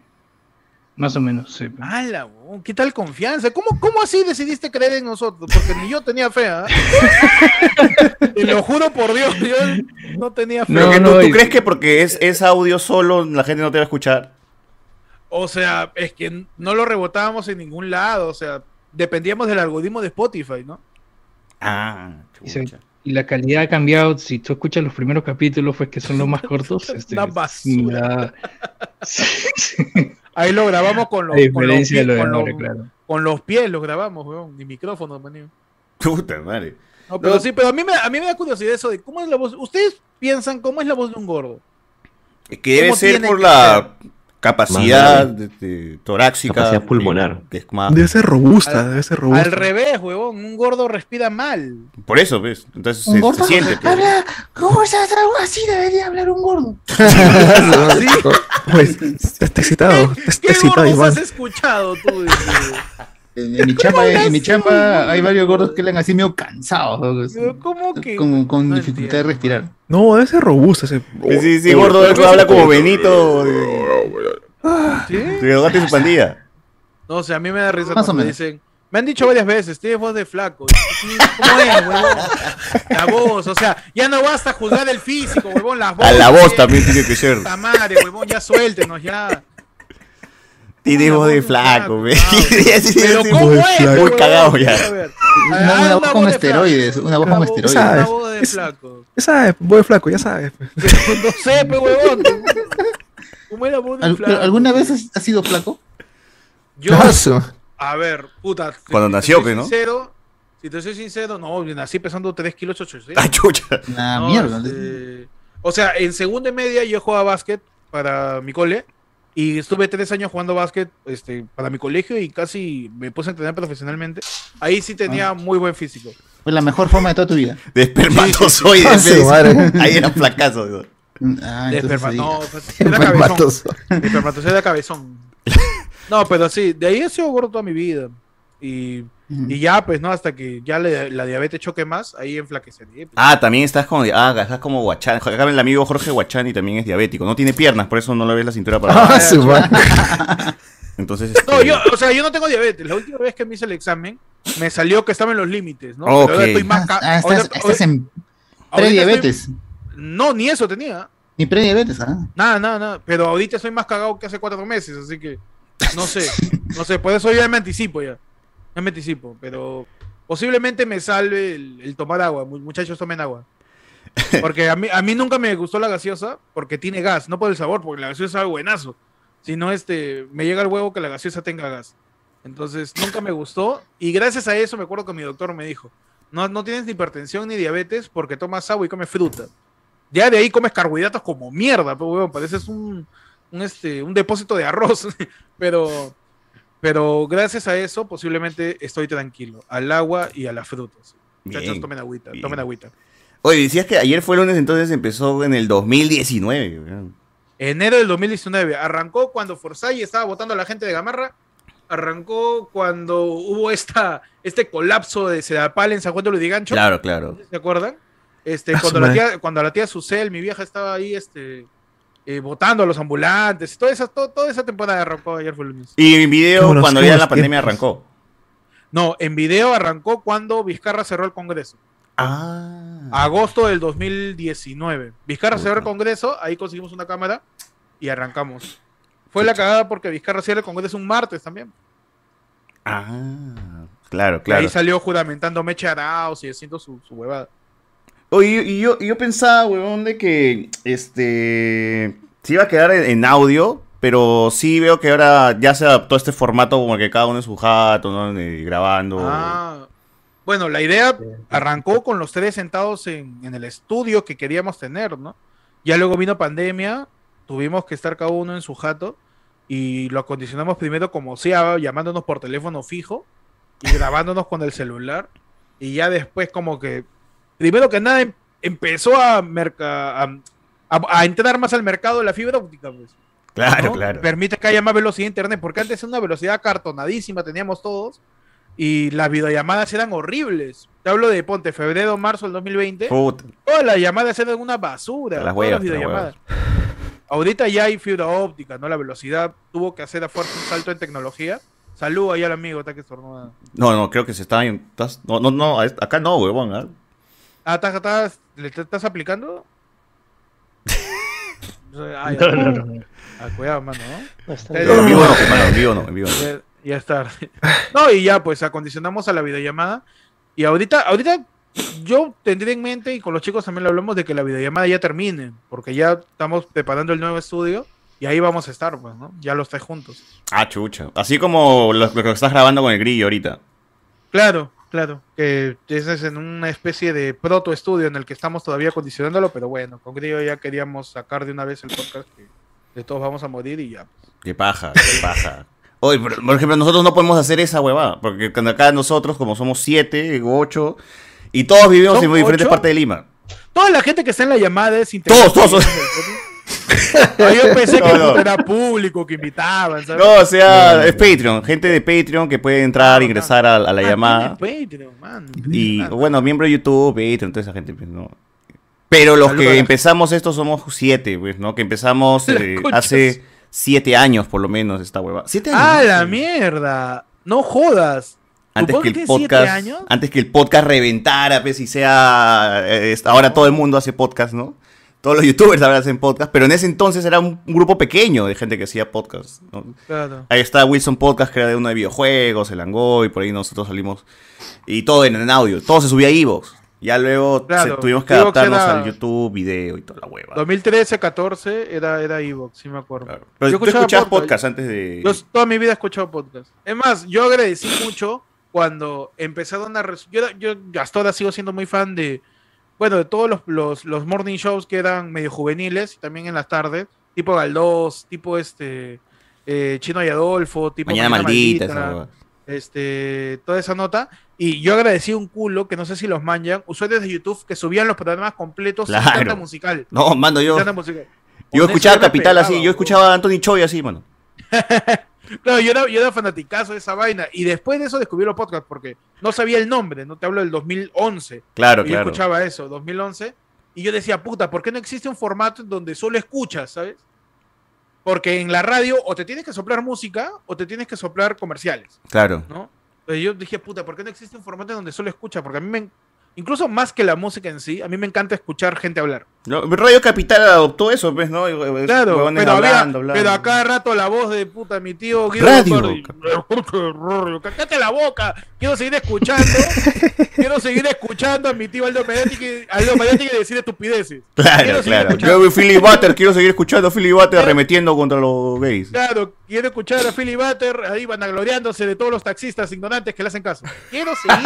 Más o menos, sí. ¡Hala, huevón! ¿Qué tal confianza? ¿Cómo, ¿Cómo así decidiste creer en nosotros? Porque ni yo tenía fe, ¿ah? Te lo juro por Dios, yo no tenía fe. Pero que tú, ¿tú crees que porque es, es audio solo la gente no te va a escuchar? O sea, es que no lo rebotábamos en ningún lado, o sea, dependíamos del algoritmo de Spotify, ¿no? Ah, Y, se- y la calidad ha cambiado. Si tú escuchas los primeros capítulos, pues que son los más cortos. Este, Una basura. Ahí lo grabamos con los, A con los, diferencia de pies- lo de con los- ahora, claro. con los pies, lo grabamos, weón, ni micrófono, manío. Puta madre. No, pero No. sí, pero a mí, me, a mí me da curiosidad eso de cómo es la voz. Ustedes piensan cómo es la voz de un gordo. Es que debe ¿Cómo ser tiene por que la capacidad Más de- de torácica. Capacidad pulmonar. que es más- Debe ser robusta, debe ser robusta. Al revés, huevón, un gordo respira mal. Por eso, ¿ves? Entonces Un se, gordo se siente. pues. habla- ¿Cómo estás? Algo así debería hablar un gordo. Pues, está excitado, Este está excitado Iván. escuchado tú? En, en mi chamba, en mi chamba hay varios gordos que le han así medio cansados. ¿no? ¿Cómo que? Con, con dificultad de respirar. No, debe ser robusta ese. Eh, Sí, sí, Oh, sí, gordo, Pero- habla como Benito. De gato y su pandilla. No, o sea, a mí me da risa Más o cuando menos. dicen. Me han dicho varias veces, tienes voz de flaco. Y yo, ¿Cómo es, huevón? La voz, o sea, ya no basta juzgar el físico, huevón, la voz. eh. A la voz también tiene que ser. Puta madre, huevón, ya suéltenos, ya. Tiene voz de oh, flaco, ¿ves? Pero ¿cómo es, Muy huevón? cagado ya. A ver. Una, una voz con este- esteroides, una voz con esteroides. ¿Sabes? de Es- flaco. Ya sabes, voy de flaco, ya sabes. pues. No sé, pe, huevón. ¿Cómo era voz de Al- flaco? ¿Alguna vez has, has sido flaco? Yo, Caso. a ver, puta. si Cuando te nació, soy pe, ¿no? Sincero, si te soy sincero, no, yo nací pesando 3 kilos 800. Ah, chucha. Ah, No, mierda. este, O sea, en segunda y media yo jugaba básquet para mi cole y estuve tres años jugando básquet este, para mi colegio y casi me puse a entrenar profesionalmente. Ahí sí Ah. tenía muy buen físico. Fue la mejor forma de toda tu vida. De espermatozoides. Sí, sí, sí. ¿ves? Ahí era fracaso. Ah, De entonces esperma- sí. no, pues, era cabezón. Espermatozoide era cabezón. No, pero sí, de ahí he sido gordo toda mi vida. Y, y ya, pues, ¿no? Hasta que ya le- la diabetes choque más, ahí enflaquecería. Ah, también estás como. Ah, estás como Guachani. Acá el amigo Jorge Guachani también es diabético. No tiene piernas, por eso no le ves la cintura para abajo. Entonces. No, este, yo, o sea, yo no tengo diabetes. La última vez que me hice el examen, me salió que estaba en los límites, ¿no? Ok. Pero ahora estoy más ca- Ah, estás, ahora- estás en ahorita prediabetes. estoy- No, ni eso tenía. Ni prediabetes, ¿ah? Nada, nada, nada. Pero ahorita soy más cagado que hace cuatro meses, así que no sé. No sé, por eso yo ya me anticipo ya. Ya me anticipo, pero posiblemente me salve el, el tomar agua. Mu- Muchachos, tomen agua. Porque a mí, a mí nunca me gustó la gaseosa porque tiene gas, no por el sabor, porque la gaseosa es buenazo. Sino este, me llega el huevo que la gaseosa tenga gas. Entonces, nunca me gustó. Y gracias a eso me acuerdo que mi doctor me dijo, no, no tienes ni hipertensión ni diabetes porque tomas agua y comes fruta. Ya de ahí comes carbohidratos como mierda, pues, huevón, pareces un, un, este, un depósito de arroz. pero, pero gracias a eso, posiblemente estoy tranquilo. Al agua y a las frutas. Muchachos, Bien, tomen agüita, bien. tomen agüita. Oye, decías que ayer fue lunes, entonces empezó en el 2019. weón. Enero del 2019. Arrancó cuando Forsyth estaba votando a la gente de Gamarra. Arrancó cuando hubo esta, este colapso de Sedapal en San Juan de Lurigancho. Claro, claro. ¿Se acuerdan? Este, Ah, su cuando, la madre. tía, cuando la tía Susel, mi vieja, estaba ahí este, eh, votando a los ambulantes. Toda esa, to- toda esa temporada arrancó ayer fue el lunes. Y mi video Vámonos, cuando ya la vámonos, pandemia tiempos. arrancó. No, en video arrancó cuando Vizcarra cerró el Congreso. Ah. Agosto del 2019. Vizcarra cerró el Congreso, ahí conseguimos una cámara y arrancamos. Fue la cagada porque Vizcarra cierra el Congreso un martes también. Ah, claro, Y claro. ahí salió juramentando Meche Arauz y haciendo su, su huevada. Oye, y yo, y yo pensaba, huevón, de que este se iba a quedar en, en audio, pero sí veo que ahora ya se adaptó a este formato como que cada uno en su jato, ¿no? Y grabando. Ah, bueno, la idea arrancó con los tres sentados en, en el estudio que queríamos tener, ¿no? Ya luego vino pandemia, tuvimos que estar cada uno en su jato y lo acondicionamos primero como sea, llamándonos por teléfono fijo y grabándonos con el celular. Y ya después como que, primero que nada, em- empezó a, merca- a, a- a entrar más al mercado la fibra óptica, pues. claro, ¿no? claro. Permite que haya más velocidad de internet, porque antes era una velocidad cartonadísima, teníamos todos, y las videollamadas eran horribles. Te hablo de Ponte, febrero, marzo del 2020. Puta. Todas las llamadas eran una basura. Te las todas huevas, las te las videollamadas. Ahorita ya hay fibra óptica, ¿no? La velocidad tuvo que hacer a fuerza un salto en tecnología. Saludo ahí al amigo, está que estornuda. No, no, creo que se está. en- estás- No, no, no, es- acá no, huevón. ¿ah? Ah, ¿estás, estás- le te- estás aplicando? Ah, ya. No, no, no. Ah, cuidado, mano, ¿no? No está Te- bien. En vivo no, hermano, en vivo no, en vivo no. Ya, ya es tarde. No, y ya, pues acondicionamos a la videollamada. Y ahorita, ahorita yo tendría en mente, y con los chicos también lo hablamos, de que la videollamada ya termine, porque ya estamos preparando el nuevo estudio y ahí vamos a estar, pues, ¿no? Ya los tres juntos. Ah, chucha. Así como lo, lo que estás grabando con el grillo ahorita. Claro, claro. Que ese es en una especie de proto estudio en el que estamos todavía condicionándolo, pero bueno, con Grillo ya queríamos sacar de una vez el podcast que de todos vamos a morir y ya. Qué paja, qué paja. Oye, pero, por ejemplo, nosotros no podemos hacer esa huevada, porque cuando acá nosotros, como somos siete u ocho, y todos vivimos ¿Son en muy diferentes ocho? partes de Lima. Toda la gente que está en la llamada es Todos, todos. Ah, yo pensé que No, no. era público, que invitaban, ¿sabes? No, o sea, es Patreon, gente de Patreon que puede Ah, entrar, ingresar a, a la llamada. Patreon, man. Y bueno, miembro de YouTube, Patreon, toda esa gente, pues, no. Pero los Saluda a que la- empezamos esto somos siete, pues, ¿no? Que empezamos eh, concha hace siete años, por lo menos, esta hueva. ¿Siete años? ¡Ah, la mierda! No jodas. Antes ¿Tu que, podcast el tiene siete podcast, años? antes que el podcast reventara, pues, y sea... eh, es- ahora todo el mundo hace podcast, ¿no? Todos los youtubers ahora hacen podcast, pero en ese entonces era un, un grupo pequeño de gente que hacía podcast, ¿no? Claro. Ahí está Wilson Podcast, que era de uno de videojuegos, el Angoy, y por ahí nosotros salimos. Y todo en, en audio, todo se subía a Evox. Ya luego Claro, se- tuvimos que Evox adaptarnos era- al YouTube, video y toda la hueva. 2013, 14 era, era Evox, sí me acuerdo. Pero tú escuchaba escuchabas podcast. podcast antes de. Yo toda mi vida he escuchado podcast. Es más, yo agradecí mucho cuando empezaron a... res- Yo, era- yo hasta ahora sigo siendo muy fan de... Bueno, de todos los, los, los morning shows que eran medio juveniles, y también en las tardes, tipo Galdós, tipo este eh, Chino y Adolfo, tipo Mañana Maldita, esa hueva. este, toda esa nota. Y yo agradecí un culo, que no sé si los manjan, usuarios de YouTube que subían los programas completos sin Claro. tanta musical. No, mando, yo- Sin tanta musical. Yo Con escuchaba eso yo me Capital así, pegaba, yo escuchaba a Anthony Choi así, mano. Claro, yo era, yo era fanaticazo de esa vaina. Y después de eso descubrí los podcasts porque no sabía el nombre, no te hablo del 2011. Claro, Y claro. Yo escuchaba eso, 2011. Y yo decía, puta, ¿por qué no existe un formato en donde solo escuchas, sabes? Porque en la radio o te tienes que soplar música o te tienes que soplar comerciales. Claro. ¿no? Entonces yo dije, puta, ¿por qué no existe un formato en donde solo escucha? Porque a mí me... incluso más que la música en sí, a mí me encanta escuchar gente hablar. No, Radio Capital adoptó eso, pues, ¿no? Claro, Huevones pero, había- hablando, hablando. pero a cada rato la voz de puta mi tío Guido Radio. Lombardi. Cállate la boca, quiero seguir escuchando, quiero seguir escuchando a mi tío Aldo Mediati que, Aldo Mediati que decir estupideces. Claro, claro. Yo vi Philly Butter, quiero seguir escuchando a Philly Butter arremetiendo contra los gays. Claro, quiero escuchar a Philly Butter ahí vanagloriándose de todos los taxistas ignorantes que le hacen caso. Quiero seguir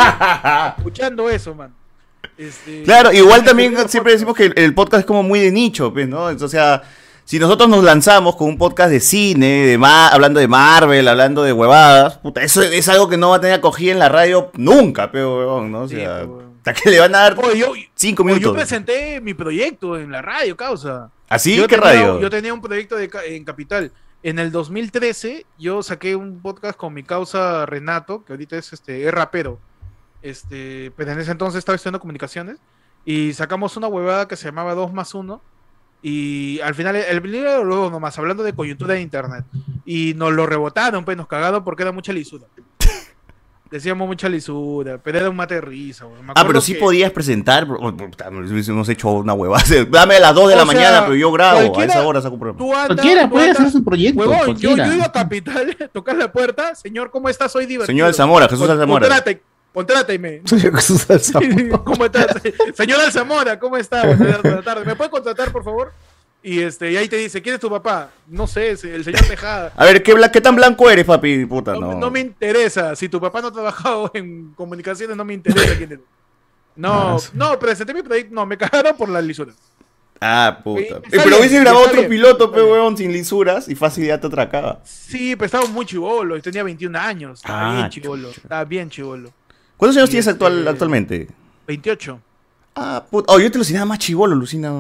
escuchando eso, man. Este- Claro, igual también siempre decimos que el, el podcast es como muy de nicho, pues, ¿no? Entonces, o sea, si nosotros nos lanzamos con un podcast de cine, de ma- hablando de Marvel, hablando de huevadas, puta, eso es algo que no va a tener acogida en la radio nunca, pero, huevón, ¿no? O sea, hasta que le van a dar cinco Oye, Yo minutos. presenté mi proyecto en la radio, causa. ¿Ah, sí? Yo ¿Qué tenía- radio? Yo tenía un proyecto de ca- en Capital. En el 2013 yo saqué un podcast con mi causa Renato, que ahorita es este es rapero. Este, pero en ese entonces estaba estudiando comunicaciones y sacamos una huevada que se llamaba 2 más 1 y al final el primero luego nomás hablando de coyuntura de internet y nos lo rebotaron, pues nos cagaron porque era mucha lisura. Decíamos mucha lisura, pero era un mate de risa. weón. Me Ah, acuerdo pero sí que- podías presentar. bro. Oh, puta, Hemos hecho una huevada. Dame a las 2 de O la sea, mañana, pero yo grabo. A cualquiera- esa hora saco un programa. Tú andas- Cualquiera tú puede andas- hacer su proyecto, Huevón, yo- cualquiera. yo he ido a Capital, tocas la puerta, señor, ¿cómo estás? Soy divertido. Señor Alzamora, Jesús Con- Alzamora. Contrátame, contrátenme. Jesús Alzamora. ¿Cómo estás? señor Alzamora, ¿cómo está? Buenas buenas tardes. ¿Me puede contratar, por favor? Y, este, y ahí te dice, ¿quién es tu papá? No sé, es el señor Tejada. A ver, ¿qué, bla- qué tan blanco eres, papi? Puta, no. No me interesa. Si tu papá no ha trabajado en comunicaciones, no me interesa quién eres. Ah, No, no, presenté mi proyecto. No, me cagaron por la lisura. Ah, puta. Sí, Eh, está pero bien, hubiese grabado está otro bien, piloto, pe, weón, sin lisuras y fácil ya te atracaba. Sí, pero estaba muy chivolo, tenía 21 años. Estaba Ah, bien chivolo, estaba bien chivolo. ¿Cuántos años Y tienes este, actual, actualmente? 28. Ah, puta. Oh, yo te alucinaba más chivolo, Lucina.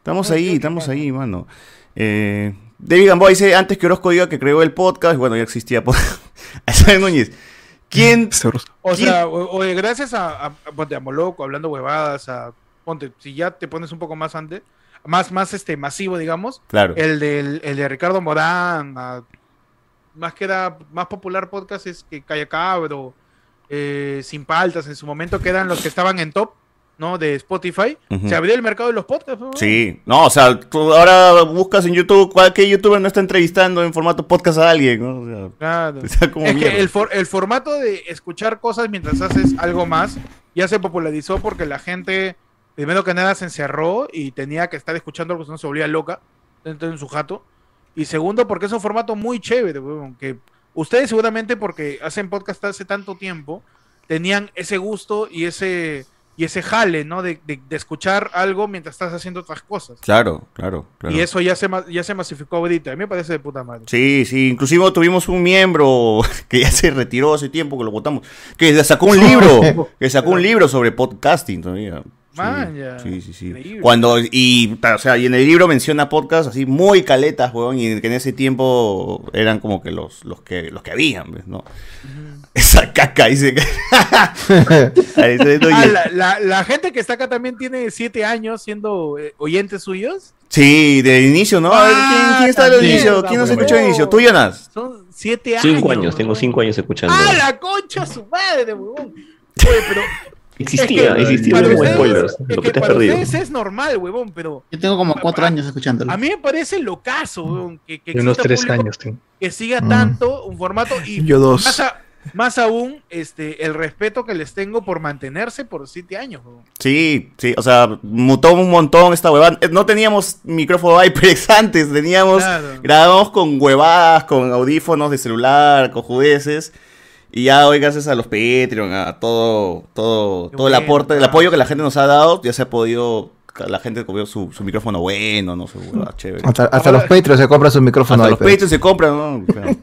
Estamos ahí, estamos ahí, mano. Eh, David Gamboa dice, antes que Orozco diga que creó el podcast, bueno, ya existía podcast. Isabel Núñez, ¿quién? O sea, o- oye, gracias a, a, a- ponte, a Moloco, hablando huevadas, a ponte, si ya te pones un poco más antes, más, más este masivo, digamos, Claro. el del, el de Ricardo Morán, a- más que era, más popular podcast es que Calla Cabro, eh, Sin Paltas, en su momento que eran los que estaban en top, ¿no? de Spotify, Ujú. se abrió el mercado de los podcasts, ¿no? Sí, no, o sea, tú ahora buscas en YouTube, ¿cuál- ¿qué youtuber no está entrevistando en formato podcast a alguien? ¿no? O sea, Claro. Está como Es que mierda. el, for- el formato de escuchar cosas mientras haces algo más ya se popularizó porque la gente, primero que nada, se encerró y tenía que estar escuchando algo, si no se volvía loca dentro de su jato. Y segundo, porque es un formato muy chévere, weón, que ustedes seguramente porque hacen podcast hace tanto tiempo, tenían ese gusto y ese, y ese jale, ¿no? De, de- de escuchar algo mientras estás haciendo otras cosas. Claro, claro, claro. Y eso ya se, ma- ya se masificó ahorita. A mí me parece de puta madre. Sí, sí, inclusive tuvimos un miembro que ya se retiró hace tiempo que lo votamos, que sacó un libro, que sacó un libro sobre podcasting todavía. Sí, Man, ya. sí, sí, sí. Increíble. Cuando, y, ta- o sea, y en el libro menciona podcasts así muy caletas, weón, y que en ese tiempo eran como que los, los que los que habían, pues, ¿no? Esa caca, dice que. Ahí se- Ah, la, la- la gente que está acá también tiene siete años siendo eh, oyentes suyos. Sí, del inicio, ¿no? A ver, ¿quién, quién está del también, inicio? ¿Quién nos también. escuchó al inicio? ¿Tú, Jonas? Son siete años. Cinco años, tengo cinco años escuchando. ¡Ah, la concha su madre, huevón! Oye, pero. Existía, es que existía para como ustedes- spoilers, es lo que que te has para perdido. ustedes es normal, huevón, pero Yo tengo como cuatro años escuchándolo. a mí me parece locazo, huevón, ¿Mm? Ah, que, que De unos exista tres público años tengo. que siga tanto un formato y Yo dos. Más, a- más aún este el respeto que les tengo por mantenerse por siete años, huevón. Sí, sí, o sea, mutó un montón esta huevada. Eh, No teníamos micrófono HyperX antes, teníamos, Claro. grabábamos con huevadas, con audífonos de celular, con judeces. Y ya hoy gracias a los Patreon, a todo, todo, todo el bueno, aporte, el apoyo que la gente nos ha dado, ya se ha podido, la gente cogió su, su micrófono bueno, no sé, huevada, chévere. Hasta, hasta los Patreons se compran su micrófono. Hasta ahí, los pero- Patreons se compran, ¿no? Claro.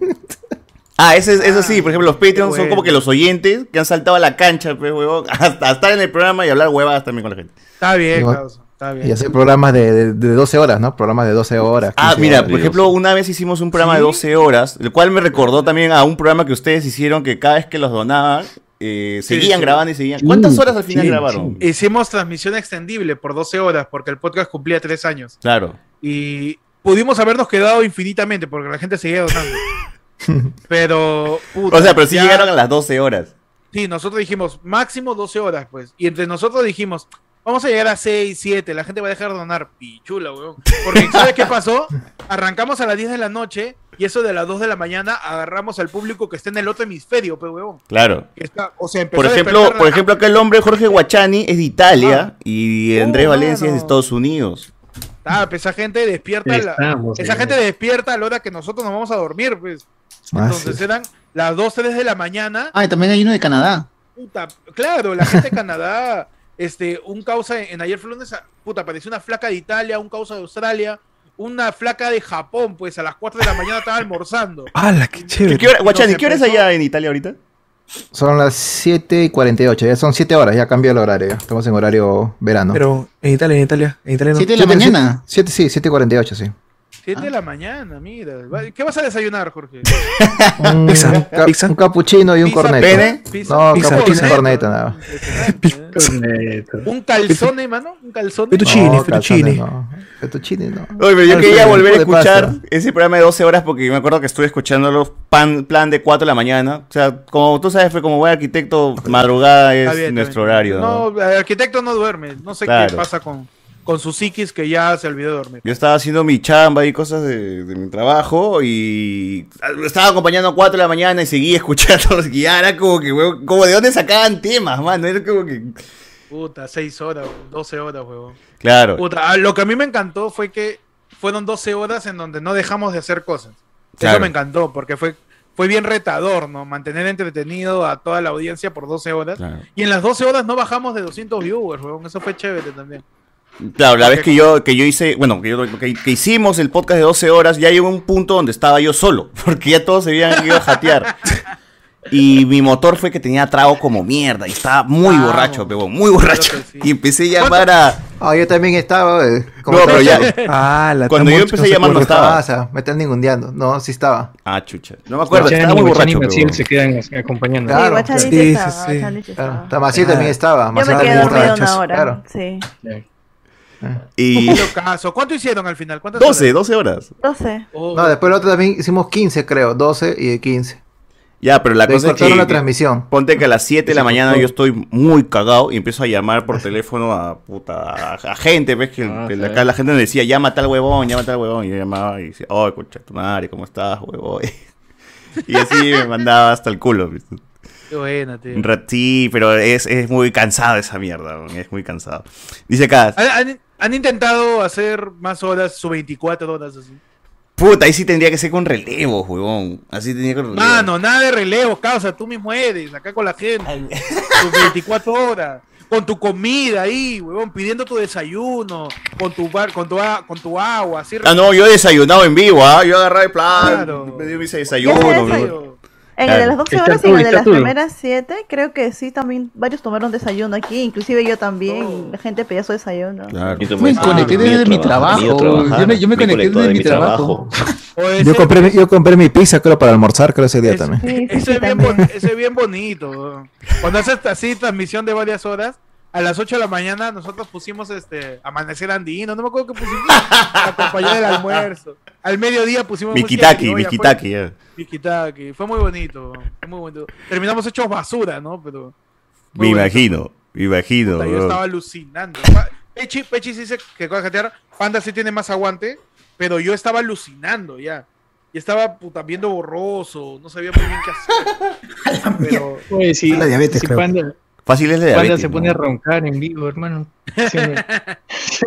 Ah, ese, es- eso sí, por ejemplo, los Patreons son bueno. como que los oyentes que han saltado a la cancha, pues, huevón, hasta estar en el programa y hablar huevadas también con la gente. Está bien, Igual- causa, está bien. Y hacer programas de, de, de 12 horas, ¿no? Programas de 12 horas. Ah, 15 mira, horas. por ejemplo, una vez hicimos un programa de 12 horas, el cual me recordó también a un programa que ustedes hicieron que cada vez que los donaban, eh, seguían sí. grabando y seguían. Uh, ¿Cuántas horas al final grabaron? Hicimos transmisión extendible por 12 horas porque el podcast cumplía 3 años. Claro. Y pudimos habernos quedado infinitamente porque la gente seguía donando. pero. puta, O sea, pero sí ya- llegaron a las 12 horas. Sí, nosotros dijimos máximo 12 horas, pues. Y entre nosotros dijimos, vamos a llegar a 6, 7, la gente va a dejar de donar. Pichula, weón. Porque ¿sabes qué pasó? Arrancamos a las 10 de la noche y eso de las 2 de la mañana agarramos al público que está en el otro hemisferio, pues, weón. Claro. Que está- o sea, empezó Por a ejemplo, despertar la- por ejemplo, acá el hombre Jorge Guachani es de Italia y Oh, Andrés Valencia es de Estados Unidos. Ah, pues, esa gente despierta. a la- Estamos, esa señor. gente despierta a la hora que nosotros nos vamos a dormir, pues. Ah, Entonces eran las 2, 3 de la mañana. Ah, y también hay uno de Canadá. Puta, claro, la gente de Canadá, este, un causa en, en ayer fue lunes, a- puta, apareció una flaca de Italia, un causa de Australia, una flaca de Japón, pues a las 4 de la mañana estaba almorzando. ¡Hala, qué chévere! ¿Qué hora- Guachani, ¿qué hora es allá en Italia ahorita? Son las 7 y 48, ya son 7 horas, ya cambió el horario. ya Estamos en horario verano. Pero en Italia, en Italia, en Italia no. ¿Siete Siete- Siete, sí, 7 y 48, sí. 7 Ah. de la mañana, mira. Va- ¿Qué vas a desayunar, Jorge? Ah, Un, ca- un cappuccino y un Pizza, corneto. pene, pizza. No, Pizza, cappuccino pizza. y corneto, nada. ¿Un calzone, mano? ¿Un calzone? Fettuccine, fettuccine. No, fettuccine, no. Oye, pero yo Algo quería de- volver a de pasta. escuchar ese programa de 12 horas porque me acuerdo que estuve escuchándolo pan, plan de 4 de la mañana. O sea, como tú sabes, fue como buen arquitecto, madrugada es Está bien, está nuestro bien. horario. ¿no? No, el arquitecto no duerme. No sé qué Claro. pasa con, con su psiquis que ya se olvidó de dormir. Yo estaba haciendo mi chamba y cosas de, de mi trabajo y ah, estaba acompañando a 4 de la mañana y seguía escuchando. Y ya era como que, huevón, como de dónde sacaban temas, mano. Era como que. Puta, 6 horas, weón, 12 horas, huevón. Claro. Puta, ah, lo que a mí me encantó fue que fueron 12 horas en donde no dejamos de hacer cosas. Claro. Eso me encantó, porque fue, fue bien retador, ¿no? Mantener entretenido a toda la audiencia por 12 horas. Claro. Y en las 12 horas no bajamos de 200 viewers, huevón. Eso fue chévere también. Claro, la vez que yo, que yo hice, bueno, que, yo- que- que hicimos el podcast de 12 horas, ya llegó un punto donde estaba yo solo, porque ya todos se habían ido a jatear. Y mi motor fue que tenía trago como mierda, y estaba muy Vamos. borracho, pero muy borracho. Y empecé a llamar a... Ah, yo también estaba. eh, como No, estaba- pero ya- Ah, Cuando yo empecé a llamar no estaba. Ah, o sea, me están ningundeando. No, sí estaba. Ah, chucha. No me acuerdo, estaba muy borracho, pero... se quedan as- acompañando. Claro. Guachani sí, sí sí, estaba, sí. Guachani sí Claro. estaba. Tamacir también Ah. estaba. Yo Macir me quedé también dormida borracho, una hora. Claro. Sí. Y... Qué locazo. ¿Cuánto hicieron al final? ¿Cuántas 12, horas? 12 horas. 12. Oh. No, después el otro también hicimos 15, creo. 12 y 15. Ya, pero la Le cosa es que... cortaron la transmisión. Ponte que a las 7 de la mañana yo estoy muy cagado y empiezo a llamar por teléfono a puta a, a gente, ves que Ah, que sí. la- acá la gente me decía, llama a tal huevón, llama a tal huevón. Y yo llamaba y decía, oh, concha tu madre, ¿cómo estás, huevón? Y así me mandaba hasta el culo. ¿viste? Qué buena, Ah, tío. Un rat- Sí, pero es, es muy cansado esa mierda, weón, es muy cansado. Dice acá, ¿Han, han- han intentado hacer más horas, su 24 horas así. puta, ahí sí tendría que ser con relevo, huevón. Así tenía que relevo. Mano, nada de relevo, causa, tú mismo eres, acá con la gente, tus 24 horas, con tu comida ahí, huevón, pidiendo tu desayuno, con tu bar, con tu, a- con tu agua, así. Ah, no, yo he desayunado en vivo, ¿ah? Yo agarraba el plan, Claro. me dio mis desayunos. Ya bro. En el de Claro. las 12 horas y en el de las primeras 7, creo que sí, también varios tomaron desayuno aquí, inclusive yo también, y la gente pedía su desayuno. Yo Me conecté desde mi trabajo. Yo me, yo me conecté desde mi trabajo. Yo compré, mi- yo compré mi pizza, creo, para almorzar, creo, ese día también. Eso es, bien bon- eso es bien bonito. weón. Cuando haces así transmisión de varias horas, a las 8 de la mañana nosotros pusimos este Amanecer Andino, no me acuerdo qué pusimos, para acompañar el almuerzo. Al mediodía pusimos música Mikitaki, criolla, fue- Mikitaki, eh. ya. Mikitaki, fue muy bonito, weón, fue muy bonito. Terminamos hechos basura, ¿no? Pero Me imagino, me imagino. puta, yo bro. estaba alucinando. Pa- Pechi, Pechi sí dice que con jatear, Panda sí tiene más aguante, pero yo estaba alucinando ya. Y estaba puta, viendo borroso, no sabía muy bien qué hacer. Pero, Oye, Pues, sí, La diabetes, sí, creo. Panda, Fácil es la Panda diabetes. se ¿no? pone a roncar en vivo, hermano. Sí, me-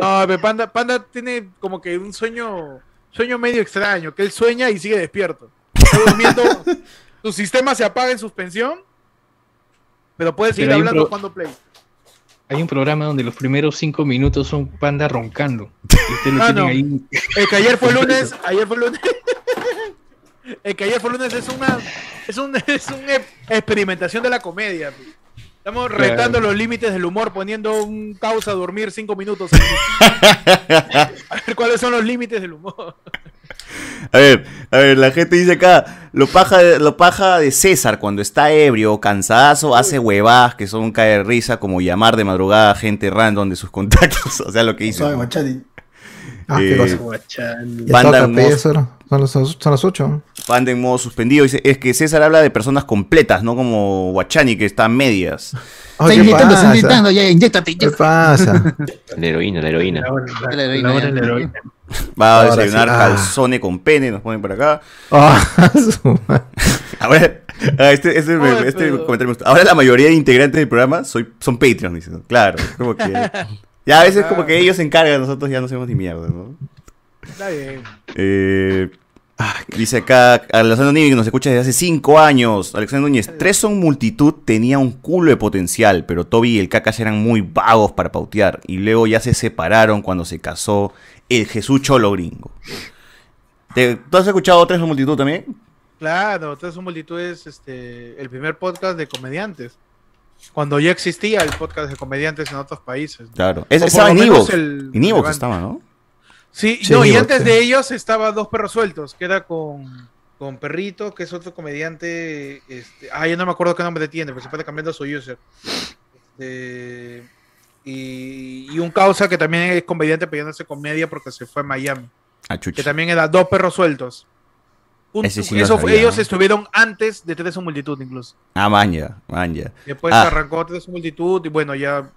No, pero Panda, Panda tiene como que un sueño, sueño medio extraño, que él sueña y sigue despierto. Está durmiendo, su sistema se apaga en suspensión, pero puede seguir Pero hay un hablando pro- cuando play. Hay un programa donde los primeros cinco minutos son Panda roncando. Y ustedes lo Ah, tienen no. ahí. El que ayer fue lunes, ayer fue lunes. El que ayer fue lunes es una es un, es una e- experimentación de la comedia. pe. Estamos Claro. retando los límites del humor poniendo un causa a dormir cinco minutos. a ver cuáles son los límites del humor. A ver, a ver, la gente dice acá, lo paja, de- lo paja de César cuando está ebrio o cansadazo hace huevadas que son caer risa como llamar de madrugada a gente random de sus contactos, o sea, lo que hizo. Guachani. Ah, qué Eh, cosa. Ya Panda toca, en pe, modo- ya es hora. Son las, son las 8. Panda en modo suspendido. Dice, es que César habla de personas completas, no como Guachani, que está a medias. Ah, Está inyectando, está inyectando, ya, inyectate, ¿Qué pasa? La heroína, la heroína. La heroína, ya. Va a Ahora desayunar sí. Ah. calzone con pene, nos ponen por acá. Ah, su madre. Ahora, ah, este, este me- este comentario me gustó. Ahora la mayoría de integrantes del programa soy, son Patreon, dicen. Claro, es como que. Ya a veces como que ellos se encargan, nosotros ya no hacemos ni mierda, ¿no? Está bien. Eh, Ah, dice acá Alexander Nivi, que nos escucha desde hace 5 años. Alexander Núñez, tres son multitud, tenía un culo de potencial, pero Toby y el Cacas eran muy vagos para pautear. Y luego ya se separaron cuando se casó el Jesús Cholo Gringo. ¿Te- ¿Tú has escuchado tres son multitud también? Claro, Tres son multitudes, este, el primer podcast de comediantes. Cuando ya existía el podcast de comediantes en otros países. Claro. O Es, por estaba lo en menos Evox. el- En Evox el- estaba, ¿no? Sí, Sí, no, y Evox, antes sí. de ellos estaba Dos Perros Sueltos, que era con, con Perrito, que es otro comediante. Este, ah, yo no me acuerdo qué nombre tiene, pero se puede cambiando su user. Este, y, y un causa que también es comediante, pero ya no hace comedia porque se fue a Miami. Ah, chucha. Que también era Dos Perros Sueltos. Un- Ese sí lo eso fue- sabía, ellos ¿no? estuvieron antes de Tres en Multitud, incluso. Ah, manja, manja. Después Ah, arrancó Tres en Multitud, y bueno, ya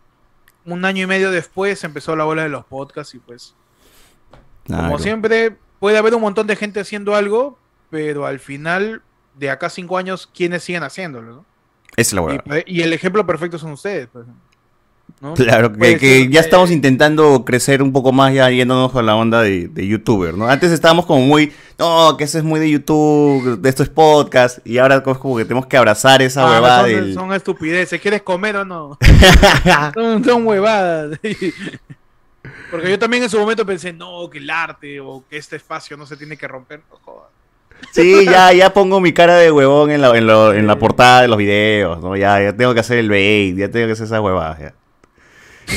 un año y medio después empezó la ola de los podcasts, y pues. Como claro. siempre, puede haber un montón de gente haciendo algo, pero al final, de acá a cinco años, ¿quiénes siguen haciéndolo? no? Esa es la hueá. Y, y el ejemplo perfecto son ustedes. pues, ¿no? Pues, eh, Claro, que, Puede que ser ya estamos intentando crecer un poco más, ya yéndonos con la onda de, de youtuber, ¿no? Antes estábamos como muy, no, que eso es muy de YouTube, de esto es podcast, y ahora es como que tenemos que abrazar esa Ah, huevada son, del... son estupideces. ¿Quieres comer o no? son, son huevadas. Porque yo también en su momento pensé, no, que el arte o que este espacio no se tiene que romper. No jodas. Sí, ya, ya pongo mi cara de huevón en la, en lo- en la portada de los videos, ¿no? Ya, ya tengo que hacer el bait, ya tengo que hacer esa huevada. ya.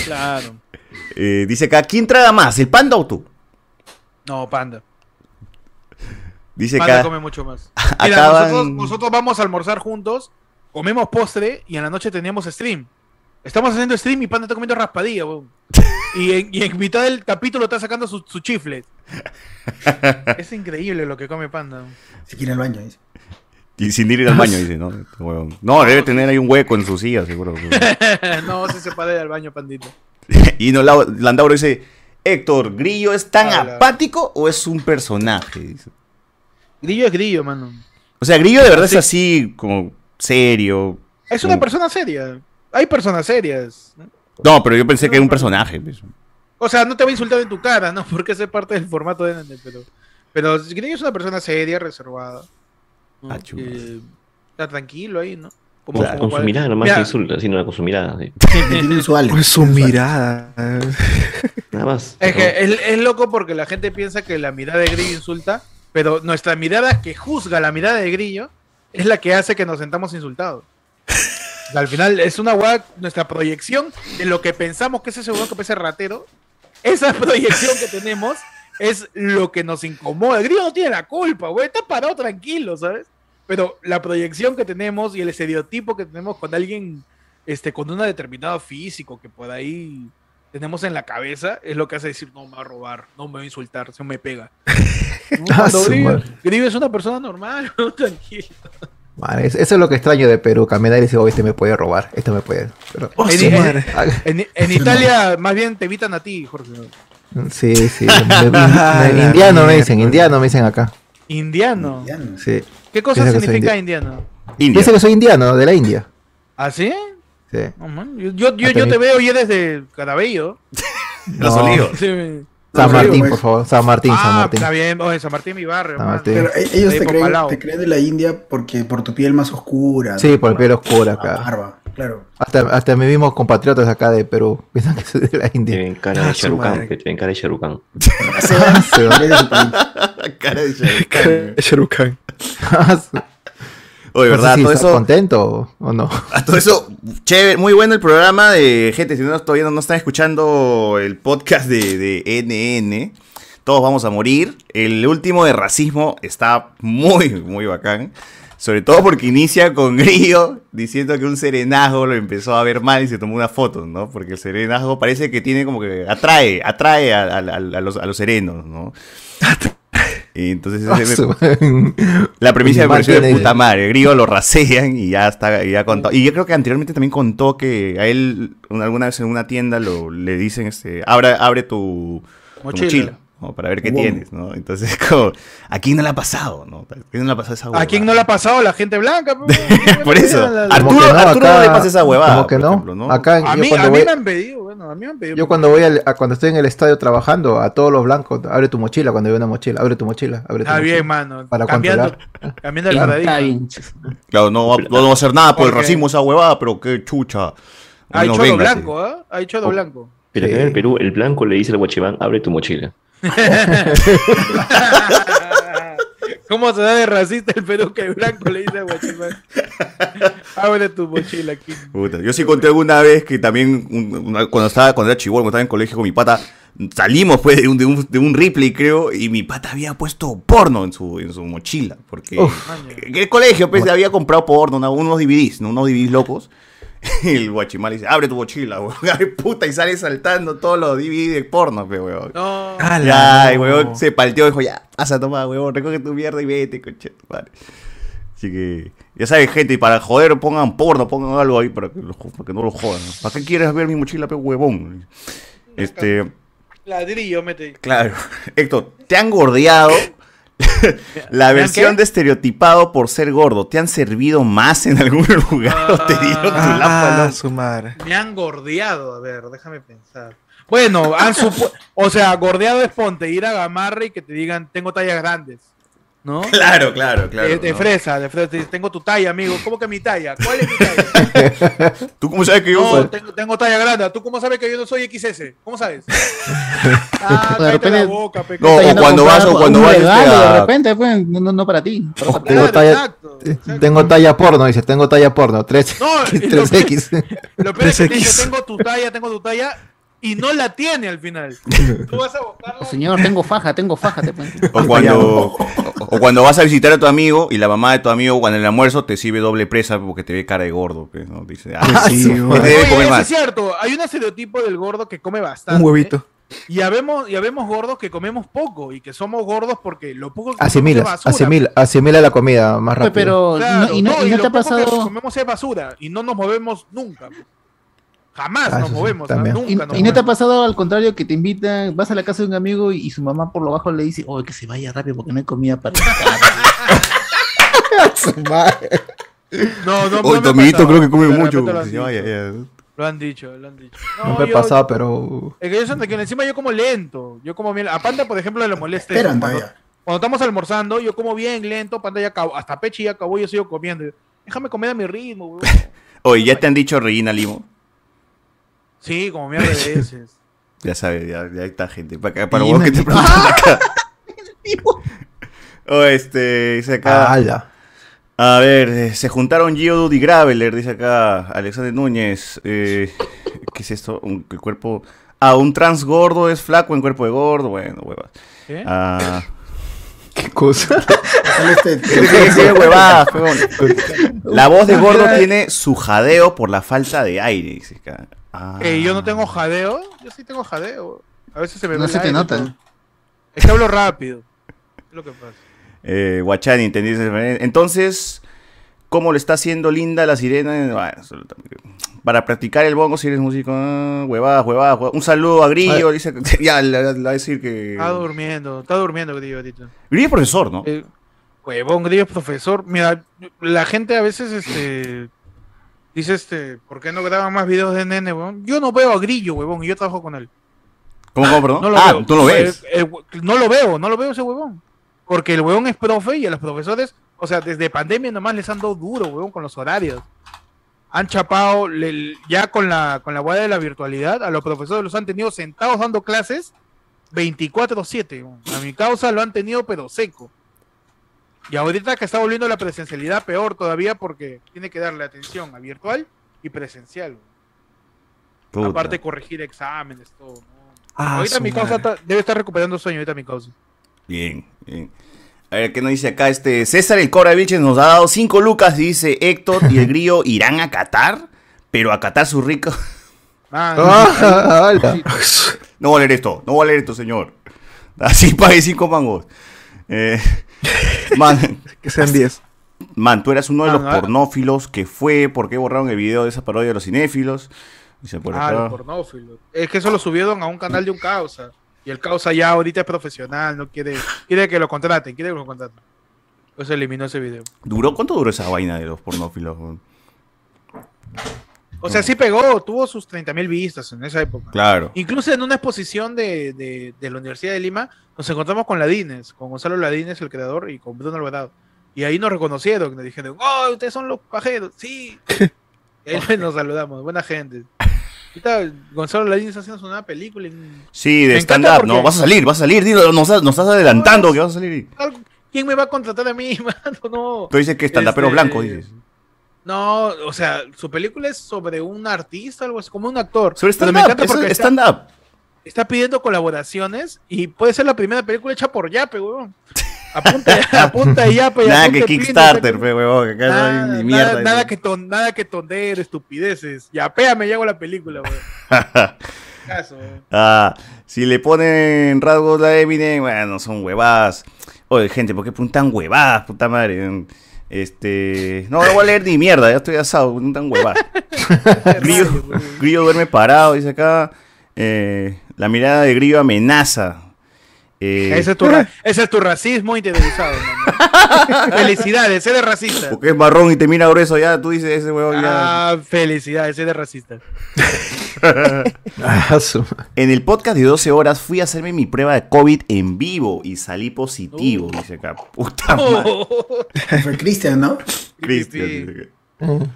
Claro. Eh, dice acá, ¿quién traga más, el panda o tú? No, panda. Dice Panda acá, come mucho más. Mira, acaban- nosotros, nosotros vamos a almorzar juntos, comemos postre y en la noche teníamos stream. Estamos haciendo stream y Panda está comiendo raspadilla, weón. Y en, y en mitad del capítulo está sacando su, su chifle. Es increíble lo que come Panda. Se quiere ir al baño, dice. y sin ir al baño, dice, ¿no? Este huevón. No, debe tener ahí un hueco en su silla, seguro. no, se separa del baño, Pandito. Y no, Lau- Landauro dice, Héctor, ¿Grillo es tan apático o es un personaje? Dice. Grillo es grillo, mano. O sea, Grillo de verdad es así, como serio. Es una como- persona seria. Hay personas serias. No, pero yo pensé que era un personaje. pues. O sea, no te va a insultar en tu cara, ¿no? Porque esa es parte del formato de NN, pero. Pero Grillo es una persona seria, reservada. ¿no? Que está tranquilo ahí, ¿no? Con, con su cual- mirada nomás Mira, se insulta, sino con su mirada. sí. Ah, Pues su mirada. Nada más. Es que es, es loco porque la gente piensa que la mirada de Grillo insulta, pero nuestra mirada que juzga la mirada de Grillo es la que hace que nos sentamos insultados. O sea, Al final es una hueá, nuestra proyección de lo que pensamos que es ese hueón que parece ratero, esa proyección que tenemos es lo que nos incomoda. El Grillo no tiene la culpa, güey, está parado tranquilo, ¿sabes? Pero la proyección que tenemos y el estereotipo que tenemos con alguien, este, con un determinado físico que por ahí tenemos en la cabeza es lo que hace decir, no me va a robar, no me va a insultar, se me pega. ¿No? Ah, Cuando su Grillo, madre. Grillo es una persona normal, tranquilo. Madre, es- eso es lo que extraño de Perú. Caminar y decir, oh, este me puede robar, este me puede. Pero... en, Sí, en- madre. Oh, en- en Italia más bien te evitan a ti, Jorge. Sí, sí. me- me- me- indiano me dicen, indiano me dicen acá. Indiano. Sí. ¿Qué cosa Piensa que soy significa indi- indiano? Dice que soy indiano, de la India. ¿Ah, sí? Sí. No, man, Yo, yo, yo- Hasta yo mi- te veo ya desde Carabello. Los Olivos. Sí, me- San Los Martín, Olivos. por favor. San Martín, San Ah, Martín. está bien. Oye, San Martín, mi barrio. San man. Martín. Pero e- ellos Ahí te por creen, Palau. te creen de la India porque por tu piel más oscura. Sí, ¿no? por el piel oscura, la claro. barba, claro. Hasta, hasta mis mismos compatriotas acá de Perú piensan que soy de la Te India. ven cara de Ah, su Sharukan, madre. te ven cara de Sharukan. Se va. cara de Sharukan. Sharukan. Ah, su- Oye, No sé ¿verdad? si Todo está eso, contento o no? a todo eso, chévere, muy bueno el programa de gente. Si no, todavía no están escuchando el podcast de, de NN, todos vamos a morir. El último de racismo está muy, muy bacán. Sobre todo porque inicia con Grillo diciendo que un serenazgo lo empezó a ver mal y se tomó una foto, ¿no? Porque el serenazgo parece que tiene como que atrae, atrae a, a- a- a los, a los serenos, ¿no? Y entonces Ah, ese- su- la premisa me pareció de Mantiene- puta madre. Grillo lo rasean y ya está, y ya contó. Y yo creo que anteriormente también contó que a él una- alguna vez en una tienda lo, le dicen este, abre, abre tu tu mochila. Mochila. como para ver qué Wow. tienes, ¿no? Entonces, como, ¿a quién no le ha pasado, no? ¿A quién no le ha pasado esa Ah, ¿A huevada? quién no le ha pasado? La gente blanca. pues. Por eso. la- la- Arturo, Como que no, Arturo acá- no le pasa esa huevada. como que por no. ejemplo, Acá A yo mí, cuando a mí voy- me han pedido, bueno, a mí me han pedido. Yo cuando voy al- a- cuando estoy en el estadio trabajando, a todos los blancos, abre tu mochila cuando veo una mochila, abre tu mochila, abre tu Está mochila. bien, mano. Para cambiando, controlar. cambiando el Claro. paradigma. Claro, no va, no va a hacer nada por el Porque- racismo esa huevada, pero qué chucha. Hay Bueno, cholo venga, sí. Oh, blanco, ¿ah? Hay cholo blanco. Pero acá en el Perú, el blanco le dice al guachimán, abre tu mochila. ¿Cómo se da de racista el Perú que el blanco le dice a Guachimán? Abre tu mochila aquí. Puta, yo sí conté alguna vez que también un- una- cuando estaba cuando era chivolo, cuando estaba en colegio con mi pata, salimos pues de un, de un, de un replay, creo, y mi pata había puesto porno en su, en su mochila. Porque Uf. en el colegio pues, había comprado porno, una- unos DVDs, ¿no? unos DVDs locos. Y el guachimal dice, abre tu mochila, weón. Ay, puta, y sale saltando todos los DVDs de porno, pe, weón. No. Ay, weón, se palteó y dijo, ya, pasa, toma, weón, recoge tu mierda y vete, coche, tu madre. Así que, ya saben, gente, y para joder, pongan porno, pongan algo ahí para que, lo jo- para que no lo jodan. ¿no? ¿Para qué quieres ver mi mochila, pe huevón? Este, Ladrillo, mete. claro. Héctor, te han gordeado la han versión qué? de estereotipado por ser gordo. ¿Te han servido más en algún lugar o te dieron tu Ah, lámpara? su madre. Me han gordeado, a ver, déjame pensar. Bueno, han supu- o sea, gordeado es ponte, ir a Gamarra y que te digan, tengo tallas grandes. ¿No? Eh, Claro, claro, claro. de, de ¿no? fresa, de fresa, te dicen, tengo tu talla, amigo. ¿Cómo que mi talla? ¿Cuál es mi talla? ¿Tú cómo sabes que yo No, tengo, tengo talla grande. ¿Tú cómo sabes que yo no soy XS? ¿Cómo sabes? Ah, De cállate la repente- boca, pe. No, o cuando vas, o cuando Un vas. este, regalo, a- de repente, pues, no, no- no para ti. O tengo, talla, tengo talla porno, dice, tengo talla porno, 3, No, y lo- 3X. Lo peor es que te dice, tengo tu talla, tengo tu talla, y no la tiene al final. Tú vas a buscarla. Señor, tengo faja, tengo faja. te ponen. O cuando, o- o cuando vas a visitar a tu amigo y la mamá de tu amigo cuando en el almuerzo te sirve doble presa porque te ve cara de gordo. pues, ¿no? Dice, ah, Sí, sí, sí, este debe Oye, comer eso más. es cierto. Hay un estereotipo del gordo que come bastante. Un huevito. Y habemos, y habemos gordos que comemos poco y que somos gordos porque lo poco que comemos Asimilas, es basura. asimila, asimila la comida más rápido. Pero, Claro, no- ¿y no, y no lo te ha poco que pasado...? comemos es basura y no nos movemos nunca. Jamás Ah, eso nos sí, movemos, ¿ah? también. nunca Y, y nos no te ha movemos. pasado al contrario que te invitan, vas a la casa de un amigo y, y su mamá por lo bajo le dice, oh, que se vaya rápido porque no hay comida para No, no, Oye, no tu me ha amiguito pasado. creo que come De mucho. repente lo han Sí, oye, oye. Lo han dicho, lo han dicho. No me he yo- pasado, pero... Es que yo siento que encima yo como lento. Yo como bien. A Panda, por ejemplo, le molesta. eso. Esperan Cuando, todavía. cuando estamos almorzando, yo como bien lento. Panda ya acabó. Hasta Pechi ya acabó. Yo sigo comiendo. Déjame comer a mi ritmo, weón. Oye, ¿ya te han dicho Regina Limo? Sí, como mierda de veces. Ya sabes, ya, ya está gente. Para, para vos que te preguntan acá. O este, dice acá. ¡Hala! A ver, eh, se juntaron Geodude y Graveler, dice acá Alexander Núñez. Eh, ¿Qué es esto? Un el cuerpo. Ah, un trans gordo es flaco en cuerpo de gordo. Bueno, huevas. ¿Qué? Ah. este, ¿Qué cosa? ¿Qué- qué huevadas, huevón? La voz de gordo tiene su jadeo por la falta de aire, dice acá. Ah. Eh, yo no tengo jadeo. Yo sí tengo jadeo. A veces se me No ve el se te aire, nota. todo. Es que hablo rápido. Es lo que pasa. Eh, Guachani, ¿entendí? Entonces, ¿cómo lo está haciendo linda la sirena? Bueno, eso lo también creo. para practicar el bongo, si eres músico, ah, huevadas, huevadas, huevadas. Un saludo a Grillo, dice. Ya, le le- le va a decir que. Está durmiendo. Está durmiendo, Grillo, ahorita. Grillo es profesor, Pues ¿no? Ah, Eh, Huevón, Grillo es profesor. Mira, la gente a veces este, dice, este, ¿por qué no graban más videos de nene, huevón? Yo no veo a Grillo, huevón, y yo trabajo con él. ¿Cómo, cómo, perdón? No lo ah, veo. tú lo ves. Eh, eh, hue- no lo veo, no lo veo ese huevón. Porque el huevón es profe y a los profesores, o sea, desde pandemia nomás les han dado duro, huevón, con los horarios. Han chapado le- ya con la con la hueá de la virtualidad, a los profesores los han tenido sentados dando clases 24/7. huevón. A mi causa lo han tenido pero seco. Y ahorita que está volviendo la presencialidad peor todavía porque tiene que darle atención a virtual y presencial. huevón. Puta. Aparte corregir exámenes, todo. ¿no? Ah, ahorita su mi causa madre. está- debe estar recuperando sueño, ahorita mi causa. Bien, bien. A ver, ¿qué nos dice acá? Este César el Cobra Vilches nos ha dado 5 lucas. Dice Héctor y el Grillo irán a Qatar, pero a Qatar su rico. Ah, ala. No voy a leer esto, no voy a leer esto, señor. Así pagué 5 mangos. Eh, man, que sean 10. Man, tú eras uno de los Ah, ah. pornófilos que fue. ¿Por qué borraron el video de esa parodia de los cinéfilos? Dice por Ah, acá. los pornófilos. Es que eso lo subieron a un canal de un causa. Y el causa ya ahorita es profesional, no quiere, quiere que lo contraten, quiere que lo contraten. Entonces Pues eliminó ese video. ¿Duró? ¿Cuánto duró esa vaina de los pornófilos? weón? O sea, sí pegó, tuvo sus 30.000 vistas en esa época. Claro. Incluso en una exposición de, de- de la Universidad de Lima, nos encontramos con Ladines, con Gonzalo Ladines, el creador, y con Bruno Alvarado. Y ahí nos reconocieron, nos dijeron, ¡Oh, ustedes son los pajeros! ¡Sí! Y ahí nos saludamos, buena gente. Ahorita Gonzalo Ladines está haciendo una película en- Sí, Me de encanta stand-up, porque- ¿no? Vas a salir, vas a salir, dilo, nos, estás- nos estás adelantando que vas a salir. algo- ¿Quién me va a contratar a mí, mano? No. Tú dices que stand-upero Este, blanco, dices. No, o sea, su película es sobre un artista, algo así, como un actor. Sobre Pero stand-up, me encanta es porque está- stand-up. está pidiendo colaboraciones y puede ser la primera película hecha por Yape, weón. Apunta, apunta Yape. Nada apunta que Pino, Kickstarter, pe, huevón, que acá no hay pues. Nada, ni nada, mierda. nada que ton- nada que tonder, estupideces. Yapea, me llevo la película, weón. Caso, weón. Ah, si le ponen rasgos la Eminem, bueno, son huevadas. Oye, gente, ¿por qué puntan huevadas, puta madre? Este. No, no voy a leer ni mierda, ya estoy asado, puntan huevadas. Grillo, Grillo duerme parado, dice acá. Eh, la mirada de Grillo amenaza. Eh, Ese es tu, ra- ese es tu racismo interiorizado, mano. Felicidades, eres racista. Porque es marrón y te mira grueso ya, tú dices ese huevón ya. Ah, felicidades, eres racista. en el podcast de 12 horas fui a hacerme mi prueba de COVID en vivo y salí Uh. positivo, dice acá. Ah, Puta Oh, madre. Fue Cristian, ¿no? Cristian, dice acá.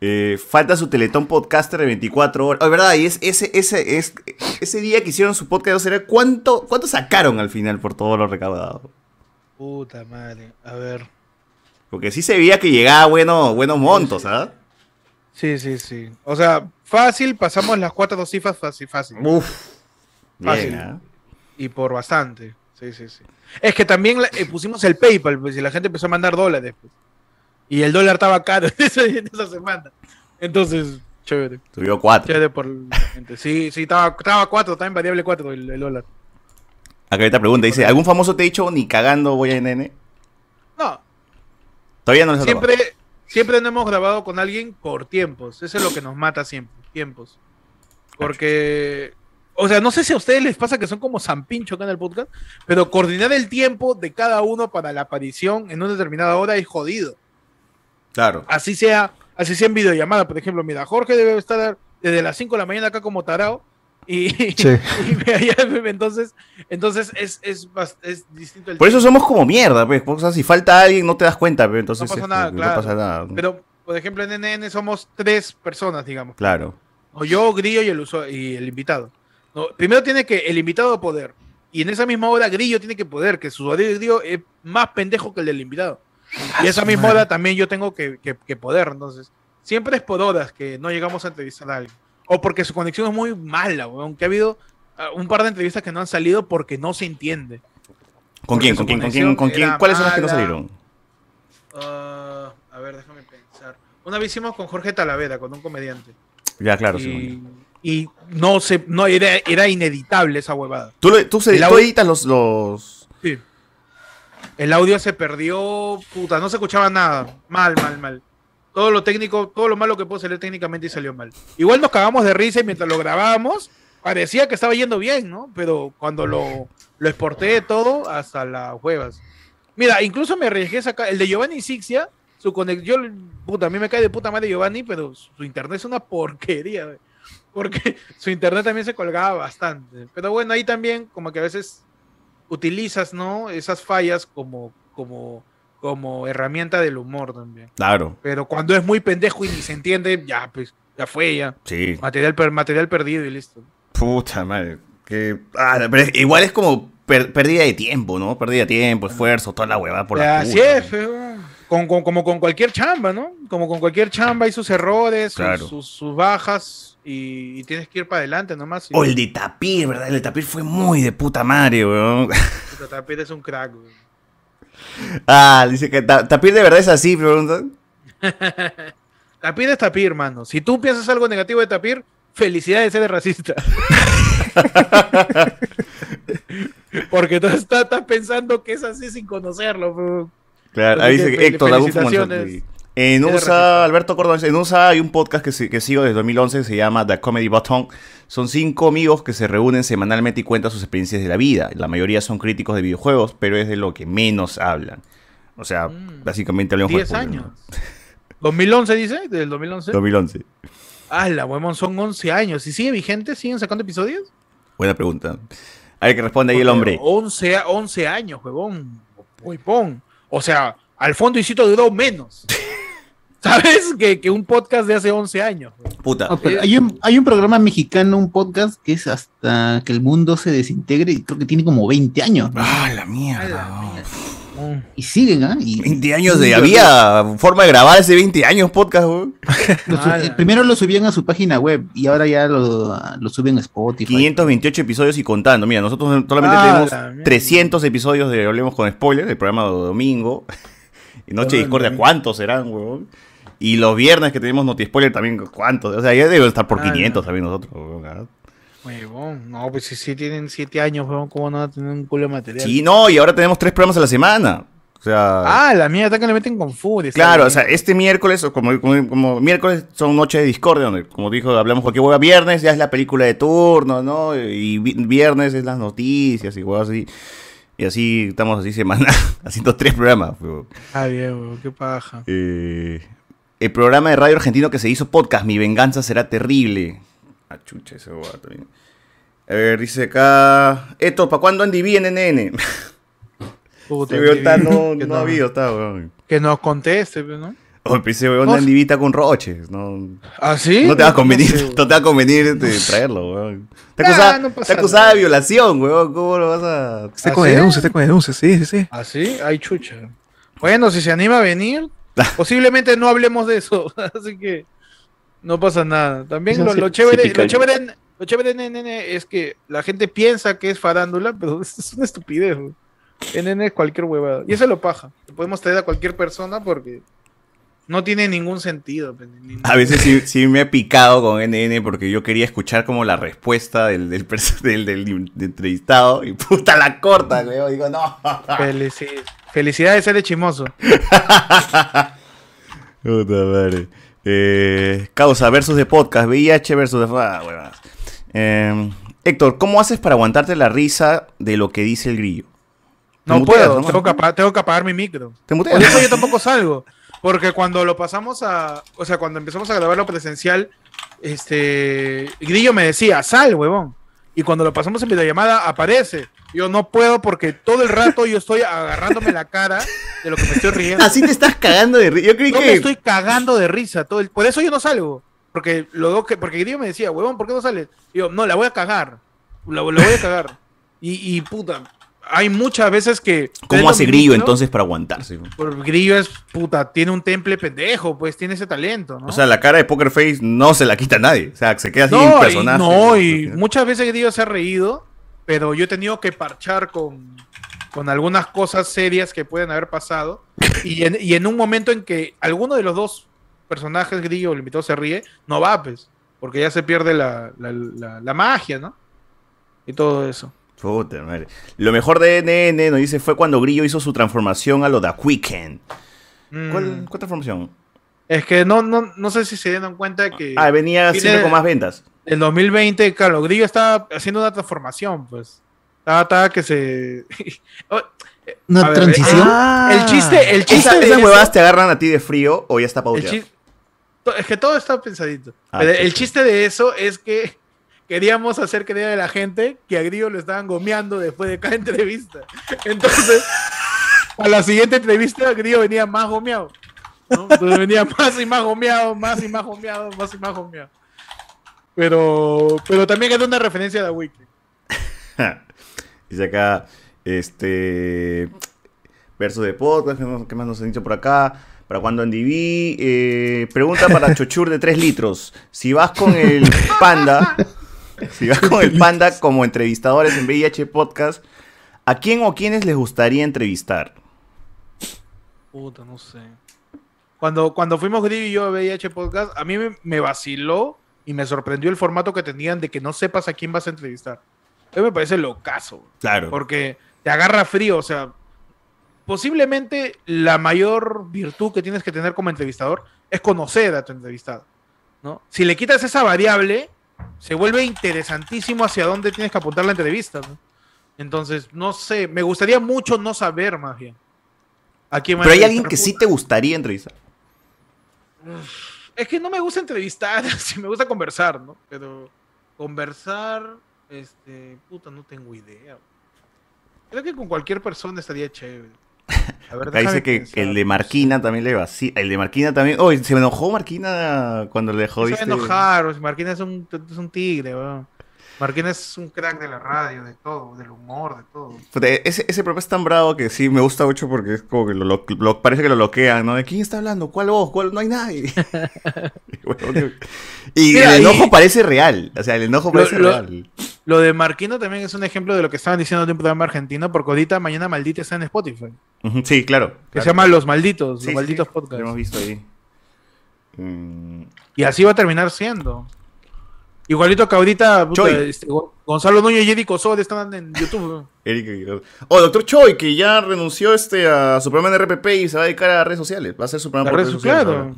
Eh, falta su Teletón Podcaster de 24 horas. Oh, Es verdad, y es, ese, ese, es, ese día que hicieron su podcast, de 12 horas, ¿cuánto, ¿cuánto sacaron al final por todo lo recaudado? Puta madre. A ver. Porque sí se veía que llegaba bueno, buenos montos, ¿ah? Sí, sí, sí. O sea, fácil, pasamos las cuatro dos cifras fácil, fácil. Uf. Fácil. Bien, ¿ah? Y por bastante. Sí, sí, sí. Es que también la- eh, pusimos el PayPal, pues, y la gente empezó a mandar dólares. pues. Y el dólar estaba caro en esa, en esa semana. Entonces, chévere. Subió 4. Chévere por la gente. Sí, sí, estaba, estaba cuatro, estaba en variable cuatro el, el dólar. Acá hay otra pregunta, dice, ¿algún famoso te ha dicho ni cagando voy a NN? No. Todavía no les ha tocado. Siempre, siempre no hemos grabado con alguien por tiempos. Eso es lo que nos mata siempre. Tiempos. Porque. O sea, no sé si a ustedes les pasa que son como Zampincho acá en el podcast, pero coordinar el tiempo de cada uno para la aparición en una determinada hora es jodido. Claro. Así sea, así sea en videollamada. Por ejemplo, mira, Jorge debe estar desde las 5 de la mañana acá como tarao. Y, y me- allá- entonces, entonces es, es, bas- es distinto el Por eso tiempo. somos como mierda, pues. O sea, si falta alguien no te das cuenta, pero entonces no pasa este, nada, no claro. pasa nada. Pero, por ejemplo, en NN somos tres personas, digamos. Claro. O yo, Grillo y el, usu- y el invitado. No, primero tiene que el invitado poder. Y en esa misma hora, Grillo tiene que poder, que su horario de Grillo es más pendejo que el del invitado. Y esa misma hora también yo tengo que, que- que poder. Entonces, siempre es por horas que no llegamos a entrevistar a alguien. O porque su conexión es muy mala, aunque ha habido ah, un par de entrevistas que no han salido porque no se entiende. ¿Con quién? ¿Con quién? ¿Con quién? ¿Con quién? era ¿Cuáles son las que no mala. salieron? Ah, a ver, déjame pensar. Una vez hicimos con Jorge Talavera, con un comediante. Ya, claro, sí. y, y no se, no era, era ineditable esa huevada. Tú, lo- tú, se- El tú audio- editas los, los. Sí. El audio se perdió, puta, no se escuchaba nada. Mal, mal, mal. Todo lo técnico, todo lo malo que puedo salir técnicamente y salió mal. Igual nos cagamos de risa y mientras lo grabábamos, parecía que estaba yendo bien, ¿no? Pero cuando lo, lo exporté todo, hasta las huevas. Mira, incluso me arriesgué a sacar el de Giovanni Sixia, su conexión, puta, a mí me cae de puta madre Giovanni, pero su internet es una porquería, güey. porque su internet también se colgaba bastante. Pero bueno, ahí también como que a veces utilizas, ¿no? Esas fallas como, como, como herramienta del humor también. Claro. Pero cuando es muy pendejo y ni se entiende, ya, pues, ya fue, ya. Sí. Material, per- material perdido y listo. Puta madre. Que, ah, pero es- igual es como per- pérdida de tiempo, ¿no? Pérdida de tiempo, esfuerzo, toda la huevada por la Así puta. es, feo. Con- con- como con cualquier chamba, ¿no? Como con cualquier chamba hay sus errores, sus- Claro. sus, sus bajas y, y tienes que ir para adelante nomás. y- O el de Tapir, ¿verdad? El de Tapir fue muy de puta madre, weón. Puta, Tapir es un crack, güey. Ah, dice que Ta- Tapir de verdad es así, preguntan. Tapir es tapir, hermano. Si tú piensas algo negativo de tapir, felicidades, eres racista. Porque tú estás, estás pensando que es así sin conocerlo. pe. Claro, ahí dice Así que que Héctor Lagún fuma felicitaciones. Santi. En Eres USA, Alberto Córdoba, dice, en USA hay un podcast que, si- que sigo desde 2011, se llama The Comedy Button. Son cinco amigos que se reúnen semanalmente y cuentan sus experiencias de la vida. La mayoría son críticos de videojuegos, pero es de lo que menos hablan. O sea, básicamente hablamos de 10 Mm. años. ¿eh? 2011 dice, del 2011. 2011. Ah, la huevón, son 11 años. ¿Y sigue vigente? ¿Siguen sacando episodios? Buena pregunta. A ver que responde ahí el hombre. 11, a- 11 años, huevón. Huevón. O sea, al fondo Isito duró menos. ¿Sabes? Que, que un podcast de hace 11 años. Puta. No, pero hay, un, hay un programa mexicano, un podcast que es hasta que el mundo se desintegre y creo que tiene como 20 años. Ah, la mierda. Y siguen, ¿ah? 20 años de... Había forma de grabar hace 20 años podcast, weón. primero lo subían a su página web y ahora ya lo, lo suben a Spotify. 528 episodios y contando. Mira, nosotros solamente Ah, la tenemos 300 episodios de Hablemos con Spoilers, el programa de domingo. Y Noche de Discordia, ¿cuántos serán, huevón? Y los viernes que tenemos Noti Spoiler también, ¿cuántos? O sea, ya deben estar por Ah, la- 500 también nosotros, huevón, ¿ah? Huevón. No, pues si, si tienen 7 años, huevón, ¿cómo no van a tener un culo de material? Sí, no, y ahora tenemos tres programas a la semana. O sea, Ah, la mierda, que le meten con furia. está claro, bien. o sea, este miércoles, o como, como- como miércoles son noches de discordia, donde, como dijo, hablamos cualquier hueva. Viernes ya es la película de turno, ¿no? Y vi- viernes es las noticias y huevas así. Y así estamos así semana, haciendo tres programas. huevón. Ah, bien, huevón, qué paja. Eh, el programa de radio argentino que se hizo podcast, Mi Venganza Será Terrible. Ah, chucha, ese huevo también. A ver, dice acá. Esto, ¿para cuándo Andy viene, nene? Puta, Sí, weón, qué está, bien. no, Que no ha habido, está, weón. Que nos conteste, pues, ¿no? Oh, pensé, weón, No. Andy Vita con roches. No, ¿Ah, sí? No te va a No convenir, sé, no, te va a convenir este, traerlo, weón. Está Nah, acusada, no pasa está acusada de violación, weón. ¿Cómo lo vas a...? ¿Ah, Está con denuncia, está con denuncia, sí, sí, sí. ¿Así? ¿Ah, Ay, chucha. Bueno, si se anima a venir, posiblemente no hablemos de eso. Así que no pasa nada. También Eso lo, sí- lo sí chévere, pica lo el- chévere, lo chévere de NN es que la gente piensa que es farándula, pero es una estupidez. güey. NN es cualquier huevada. Y eso es lo paja. Podemos traer a cualquier persona porque no tiene ningún sentido. pe, ni- ni- A veces sí, sí me he picado con NN porque yo quería escuchar como la respuesta del, del, pers- del- del- del entrevistado y puta la corta, weón. Digo, no. Felici- Felicidades, eres chimoso. Puta madre. Eh, causa versus de podcast, VIH versus de... Ah, huevadas. Eh, Héctor, ¿cómo haces para aguantarte la risa de lo que dice el grillo? Te No muteas, puedo, ¿no? tengo, que apa- tengo que apagar mi micro. Te Por muteas. eso yo tampoco salgo. Porque cuando lo pasamos a. O sea, cuando empezamos a grabar lo presencial, este. Grillo me decía, sal, huevón. Y cuando lo pasamos en videollamada, aparece. Yo no puedo porque todo el rato yo estoy agarrándome la cara de lo que me estoy riendo. Así te estás cagando de risa. Yo creí Yo que... me estoy cagando de risa. Todo el- Por eso yo no salgo. Porque lo veo que, porque Grillo me decía, huevón, ¿por qué no sales? Y yo, no, la voy a cagar. La, la voy a cagar. Y, y puta, hay muchas veces que. ¿Cómo prendo hace mi grillo micro, entonces para aguantarse? por- Grillo es puta, tiene un temple pendejo, pues tiene ese talento, ¿no? O sea, la cara de Poker Face no se la quita a nadie. O sea, se queda así en No, y, personaje. no, y muchas veces Grillo se ha reído, pero yo he tenido que parchar con, con algunas cosas serias que pueden haber pasado. Y en, y en un momento en que alguno de los dos personajes, Grillo o el invitado, se ríe, no va, pues, porque ya se pierde la, la- la- la magia, ¿no? Y todo eso. Puta madre. Lo mejor de NN nos dice fue cuando Grillo hizo su transformación a lo de Weekend. ¿Cuál, cuál transformación? Mm. Es que no, no, no sé si se dieron cuenta que. Ah, venía Tiene- siempre con más ventas. El 2020, claro, Grillo estaba haciendo una transformación, pues. Estaba, estaba que se. Oh, eh, Una a ver, transición. eh, El, chiste, el chiste. Esa- de esas eso- huevadas te agarran a ti de frío o Oh, ya está el pauteado. chi- to- Es que todo está pensadito. Ah, Pero sí, el sí. chiste de eso es que queríamos hacer creer a la gente que a Grillo lo estaban gomeando después de cada entrevista. Entonces, a la siguiente entrevista, Grillo venía más gomeado. ¿no? Entonces venía más y más gomeado, más y más gomeado, más y más gomeado. Pero, pero también era una referencia a la wiki. Dice acá, este. Verso de podcast, ¿qué más- ¿qué más nos han dicho por acá? Para cuando Andiví. eh, pregunta para Chochur de 3 litros. Si vas con el panda. Si vas con el panda como entrevistadores en VIH Podcast, ¿a quién o quiénes les gustaría entrevistar? Puta, no sé. Cuando, cuando fuimos Grivi y yo a VIH Podcast, a mí me, me vaciló y me sorprendió el formato que tenían de que no sepas a quién vas a entrevistar. Eso me parece locazo. Claro. Porque te agarra frío, o sea, posiblemente la mayor virtud que tienes que tener como entrevistador es conocer a tu entrevistado, ¿no? Si le quitas esa variable, se vuelve interesantísimo hacia dónde tienes que apuntar la entrevista, ¿no? Entonces, no sé, me gustaría mucho no saber más bien. ¿A quién van Pero a hay alguien entrevistar, que sí te gustaría entrevistar. puta. Es que no me gusta entrevistar, sí me gusta conversar, ¿no? Pero conversar, este, puta, no tengo idea. Creo que con cualquier persona estaría chévere. A ver, Acá dice déjame que el de Marquina también le vacía. El de Marquina también. Uy, se me enojó Marquina cuando le Se va jodiste. a enojar, o sea, Marquina es un, es un tigre, weón. Marquina es un crack de la radio, de todo, del humor, de todo. Puta, Ese, ese programa es tan bravo que sí, me gusta mucho porque es como que lo, lo- lo- parece que lo bloquean, ¿no? ¿De quién está hablando? ¿Cuál voz? ¿Cuál? No hay nadie. y bueno, y Mira, el y- enojo parece real. O sea, el enojo Lo, parece lo- real. lo de Marquino también es un ejemplo de lo que estaban diciendo de un programa argentino, porque ahorita Mañana Maldita está en Spotify, que Ujú, Sí, claro. claro. se llama Los Malditos, Sí, Los sí, Malditos sí, Podcast. Lo hemos visto ahí. Mm, Y así va a terminar siendo. Igualito que ahorita puta, Choy. este, Go- Gonzalo Nuño y Eddie Cosod están en YouTube. weón. Eric Aguilar. Oh, doctor Choi, que ya renunció este a su programa en RPP y se va a dedicar a redes sociales. Va a ser su programa La por red redes sociales. claro. ahora.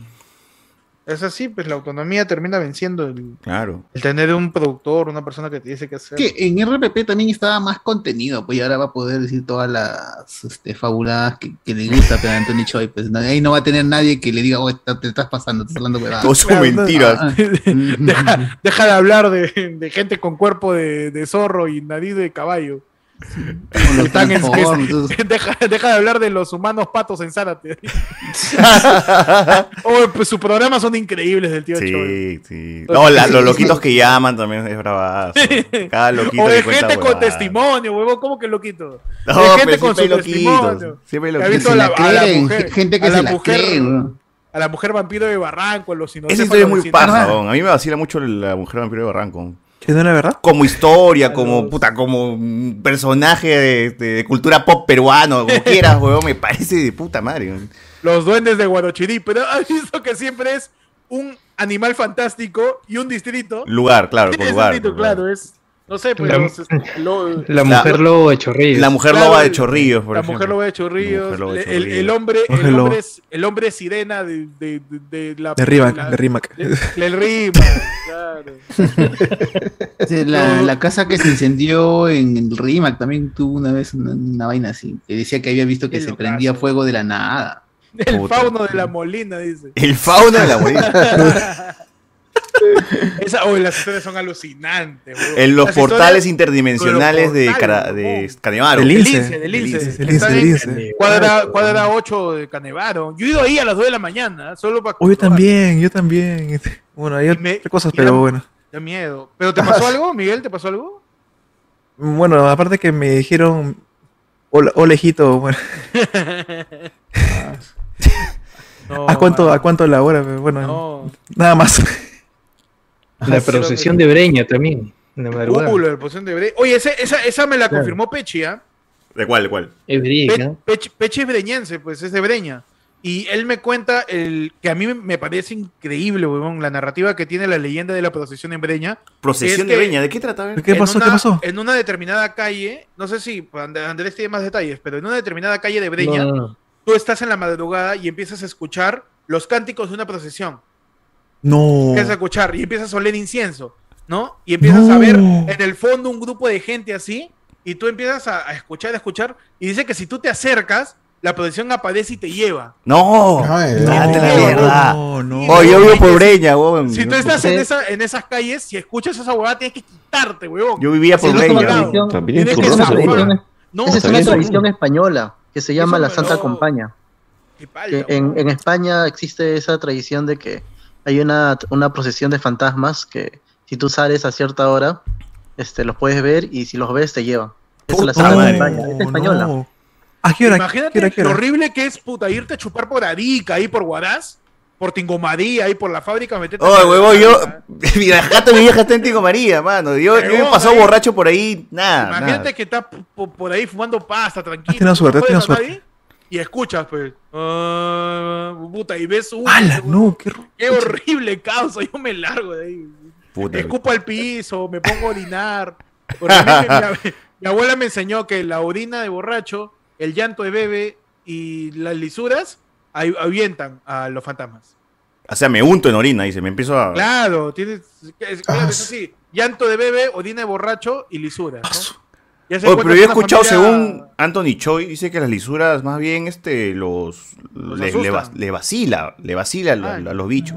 Es así, pues la autonomía termina venciendo el, Claro. el tener un productor, una persona que te dice qué hacer. Que en RPP también estaba más contenido, pues y ahora va a poder decir todas las este, fabuladas que, que le gusta pero a Anthony Choi. Pues, na- ahí no va a tener nadie que le diga, oh, está- te estás pasando, estás hablando huevadas. Todo son mentiras. Ah, deja, deja de hablar de, de gente con cuerpo de, de zorro y nariz de caballo. los Están en- Transformers, deja, deja de hablar de los humanos patos en Zárate. Oh, pues sus programas son increíbles del tío Choi. Sí, sí. No, la- los loquitos que llaman también es bravazo. Cada loquito o de que cuenta gente con huevada. testimonio, huevón, ¿cómo que loquito? No, de gente pero con su siempre hay loquitos, testimonio. siempre hay Que ha loquitos. visto Se a la, la a la creen, mujer, gente que a la se la mujer, cree, huevón. a la mujer vampiro de Barranco, a los Esa inocentes. historia es muy ¿eh? paja, huevón. A mí me vacila mucho la mujer vampiro de Barranco. ¿Es de la verdad? Como historia, como puta, como un personaje de, de- de cultura pop peruano, como quieras, huevón, me parece de puta madre. huevón. Los duendes de Guarochirí, pero has visto que siempre es un animal fantástico y un distrito. Lugar, claro, por Es un lugar, distrito, por lugar. claro, es. No sé, pero. La- es- este, lo- La mujer lobo de Chorrillos. La mujer Claro, loba de el- Chorrillos, por la ejemplo. mujer loba de Chorrillos, La mujer loba de el- el, Chorrillos. el hombre, Mujer el loba. hombre, es- el hombre sirena de, de, de, de la De Rimac, la- de Rimac. de- del Rimac, claro. Sí, La, la casa que se incendió en el RIMAC también tuvo una vez una, una vaina así, que decía que había visto que se prendía fuego de la nada. El fauno de la Molina, dice. El fauno de la Molina. Esa, oh, las historias son alucinantes, weón. En los Las portales historias- interdimensionales de, los portales, Cara- de Canevaro. Del Lince, del Lince. del Lince, Está del en eh. Lince. Cuadra, cuadra 8 de Canevaro. Yo he ido ahí a las 2 de la mañana, solo para. Oh, yo también, yo también. Bueno, hay otras cosas, pero bueno. Da miedo. ¿Pero te pasó algo, Miguel? ¿Te pasó algo? Bueno, aparte que me dijeron. Hola, hola, hijito. Bueno. No, ¿A cuánto, ¿A cuánto la hora? Pero Bueno, Oh, No. nada más. La procesión de Breña también. En la madrugada. Uh, la posición de Bre- Oye, ese- esa, esa me la Claro. confirmó Pechi, ¿ah? ¿De cuál, de cuál? Es Pe- verídica. Pech- Peche es breñense, pues es de Breña. Y él me cuenta el que a mí me parece increíble, huevón, la narrativa que tiene la leyenda de la procesión en Breña. Procesión Es de que Breña, ¿de qué trata? A ver. ¿Qué en pasó? una- ¿Qué pasó? En una determinada calle, no sé si And- Andrés tiene más detalles, pero en una determinada calle de Breña, No, no, no. tú estás en la madrugada y empiezas a escuchar los cánticos de una procesión No. empiezas a escuchar y empiezas a oler incienso, ¿no? Y empiezas a No. ver en el fondo un grupo de gente así y tú empiezas a, a escuchar, a escuchar y dice que si tú te acercas, la procesión aparece y te lleva. No, no, date la Ah, mierda. no, no. Oh, yo vivo por Breña, huevón. Si tú Yo- estás en, esa- en esas calles, si escuchas esa huevada, tienes que quitarte, huevón. Yo vivía Así por no Breña. está hablado. También Tienes en que Turrón, zafar. seguro. No, Esa es una también- tradición española que se llama Eso la me Santa lo- Compañía. Que en, en España existe esa tradición de que hay una, una procesión de fantasmas que si tú sales a cierta hora, este, los puedes ver y si los ves te llevan. Esa es la Puta Santa madre. Compañía, es No, española. no. ¿A qué hora? Imagínate ¿Qué hora, qué hora? lo horrible que es, puta, irte a chupar por Arica, ahí por Guaraz, por Tingomadía, ahí por la fábrica. meterte- Oh, huevón, yo. Mira, gato, mi vieja está en Tico María, mano. Yo, yo Huevón, he pasado ahí. borracho por ahí, nada. Imagínate nada. que estás p- p- por ahí fumando pasta, tranquilo. Has tenido ¿No suerte, has puedes tenido a nadie? y escuchas, pues. ah, puta, y ves un. ¡Hala! No, qué ru- ¡Qué horrible causa! Yo me largo de ahí. Puta. Escupo al piso, me pongo a orinar. Porque a mí me- mi, mi abuela me enseñó que la orina de borracho, el llanto de bebé y las lisuras ahí avientan a los fantasmas. O sea, me unto en orina, dice, me empiezo a. Claro, tienes, es, claro, Ah, es así. Llanto de bebé, orina de borracho y lisuras. ¿no? Y hace ah, cuenta Oye, Oh, pero yo he que una escuchado, familia- según Anthony Choi, dice que las lisuras más bien este los, le, le va- le vacila, le vacila a lo- a los bichos.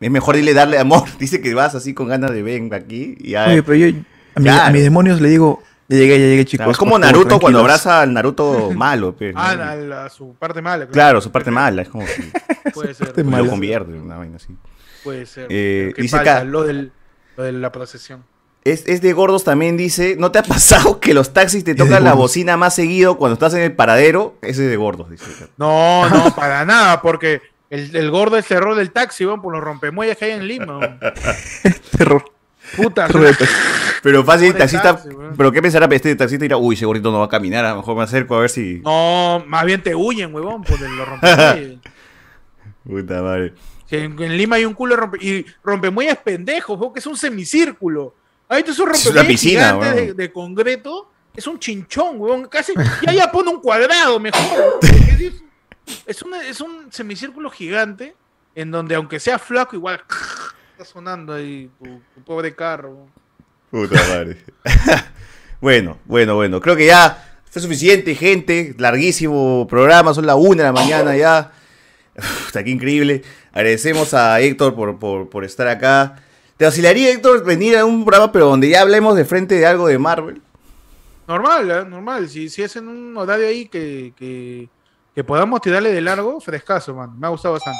Es mejor dile darle amor. Dice que vas así con ganas de ven aquí y ya. Oye, pero yo a, mi- a mis demonios le digo, ya llegué, ya llegué, chicos. es como por favor, Naruto cuando tranquilos. abraza al Naruto malo. pe, ¿no? Ah, a, la- a su parte mala. Claro, su parte mala. Es como que Puede ser. lo puede ser, convierte en una vaina así. Puede ser. Eh, Pero ¿qué dice falta? acá- Lo, del- lo de la procesión. Es, es de gordos también dice, ¿no te ha pasado que los taxis te tocan la gordos. bocina más seguido cuando estás en el paradero? Ese es de gordos, dice. acá. No, no, para nada, porque el, el gordo es terror del taxi, weón, por los rompemuelles que hay en Lima. weón. Terror. Puta. Pero fácil, el Ah, Pobre taxista. taxi, weón. pero qué pensará este taxista y dirá, uy, ese gordito no va a caminar, a lo mejor me acerco a ver si. No, más bien te huyen, huevón, por el- los rompemuelles. Puta madre. Que en, en Lima hay un culo de rompe, y rompemuelles pendejos, weón, que es un semicírculo. Ahí tú esos Es rompemuelles una piscina, gigantes de, weón. de concreto, es un chinchón, huevón, casi. Ya ya pone un cuadrado mejor. porque es- Es, una- es un semicírculo gigante en donde aunque sea flaco, igual está sonando ahí tu, tu pobre carro. weón. Puta madre. bueno, bueno, bueno. Creo que ya fue suficiente, gente. Larguísimo programa, son las 1 de la mañana ya. Está aquí increíble. Agradecemos a Héctor por, por, por estar acá. ¿Te vacilaría, Héctor, venir a un programa, pero donde ya hablemos de frente de algo de Marvel? Normal, ¿eh? normal. Si, si es en un horario ahí que, que, que podamos tirarle de largo, frescaso, man. Me ha gustado bastante.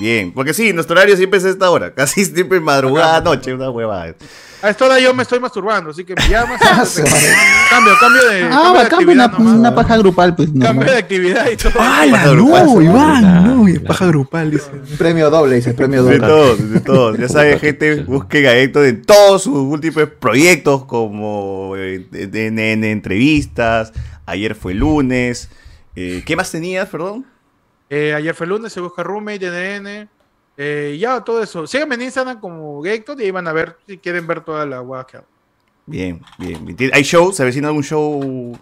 Bien, porque sí, nuestro horario siempre es esta hora. Casi siempre madrugada, noche, una huevada. A esta hora yo me estoy masturbando, así que ya más cambio, cambio de, Ah, cambio de acá una, actividad, nomás. una paja grupal, pues. cambio de normal. actividad y todo. Ah, ¡Hala, no, Iván! No, y paja grupal, dice. Premio doble, dice, premio De doble. todos, de todos. Ya saben, gente, busquen a Héctor en todos sus múltiples proyectos, como eh, en, en entrevistas, ayer fue lunes. Eh, ¿Qué más tenías, perdón? Eh, ayer fue lunes, se busca roommate, DDN. Eh, ya, todo eso. Síganme en Instagram como Gector y ahí van a ver si quieren ver toda la guada que hago. Bien, bien. bien. ¿Hay show? ¿Se avecina algún show?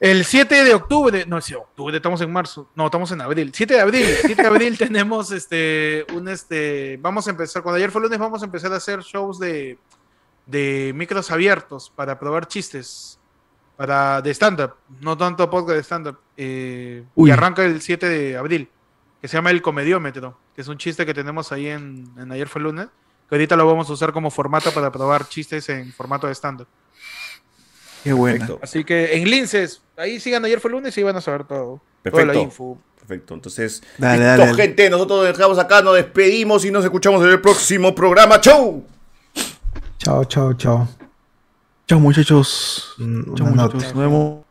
El 7 de octubre, no, es de octubre, estamos en marzo, no, estamos en abril. 7 de abril, 7 de abril tenemos este, un este, vamos a empezar, cuando ayer fue lunes, vamos a empezar a hacer shows de, de micros abiertos para probar chistes, para de stand-up, no tanto podcast de stand-up. eh, y Uy. arranca el 7 de abril, que se llama El Comediómetro, que es un chiste que tenemos ahí en, en ayer fue lunes, que ahorita lo vamos a usar como formato para probar chistes en formato de stand-up. Qué bueno. Así que en Linces, ahí sigan ayer fue lunes y van a saber todo. Toda la info. Perfecto. Perfecto. Entonces, Dale, listo, dale, dale. gente, nosotros dejamos acá, nos despedimos y nos escuchamos en el próximo programa. ¡Chau! Chao, chao, chao. Chao, muchachos. Chao, buenas Mm, muchachos. Nos vemos.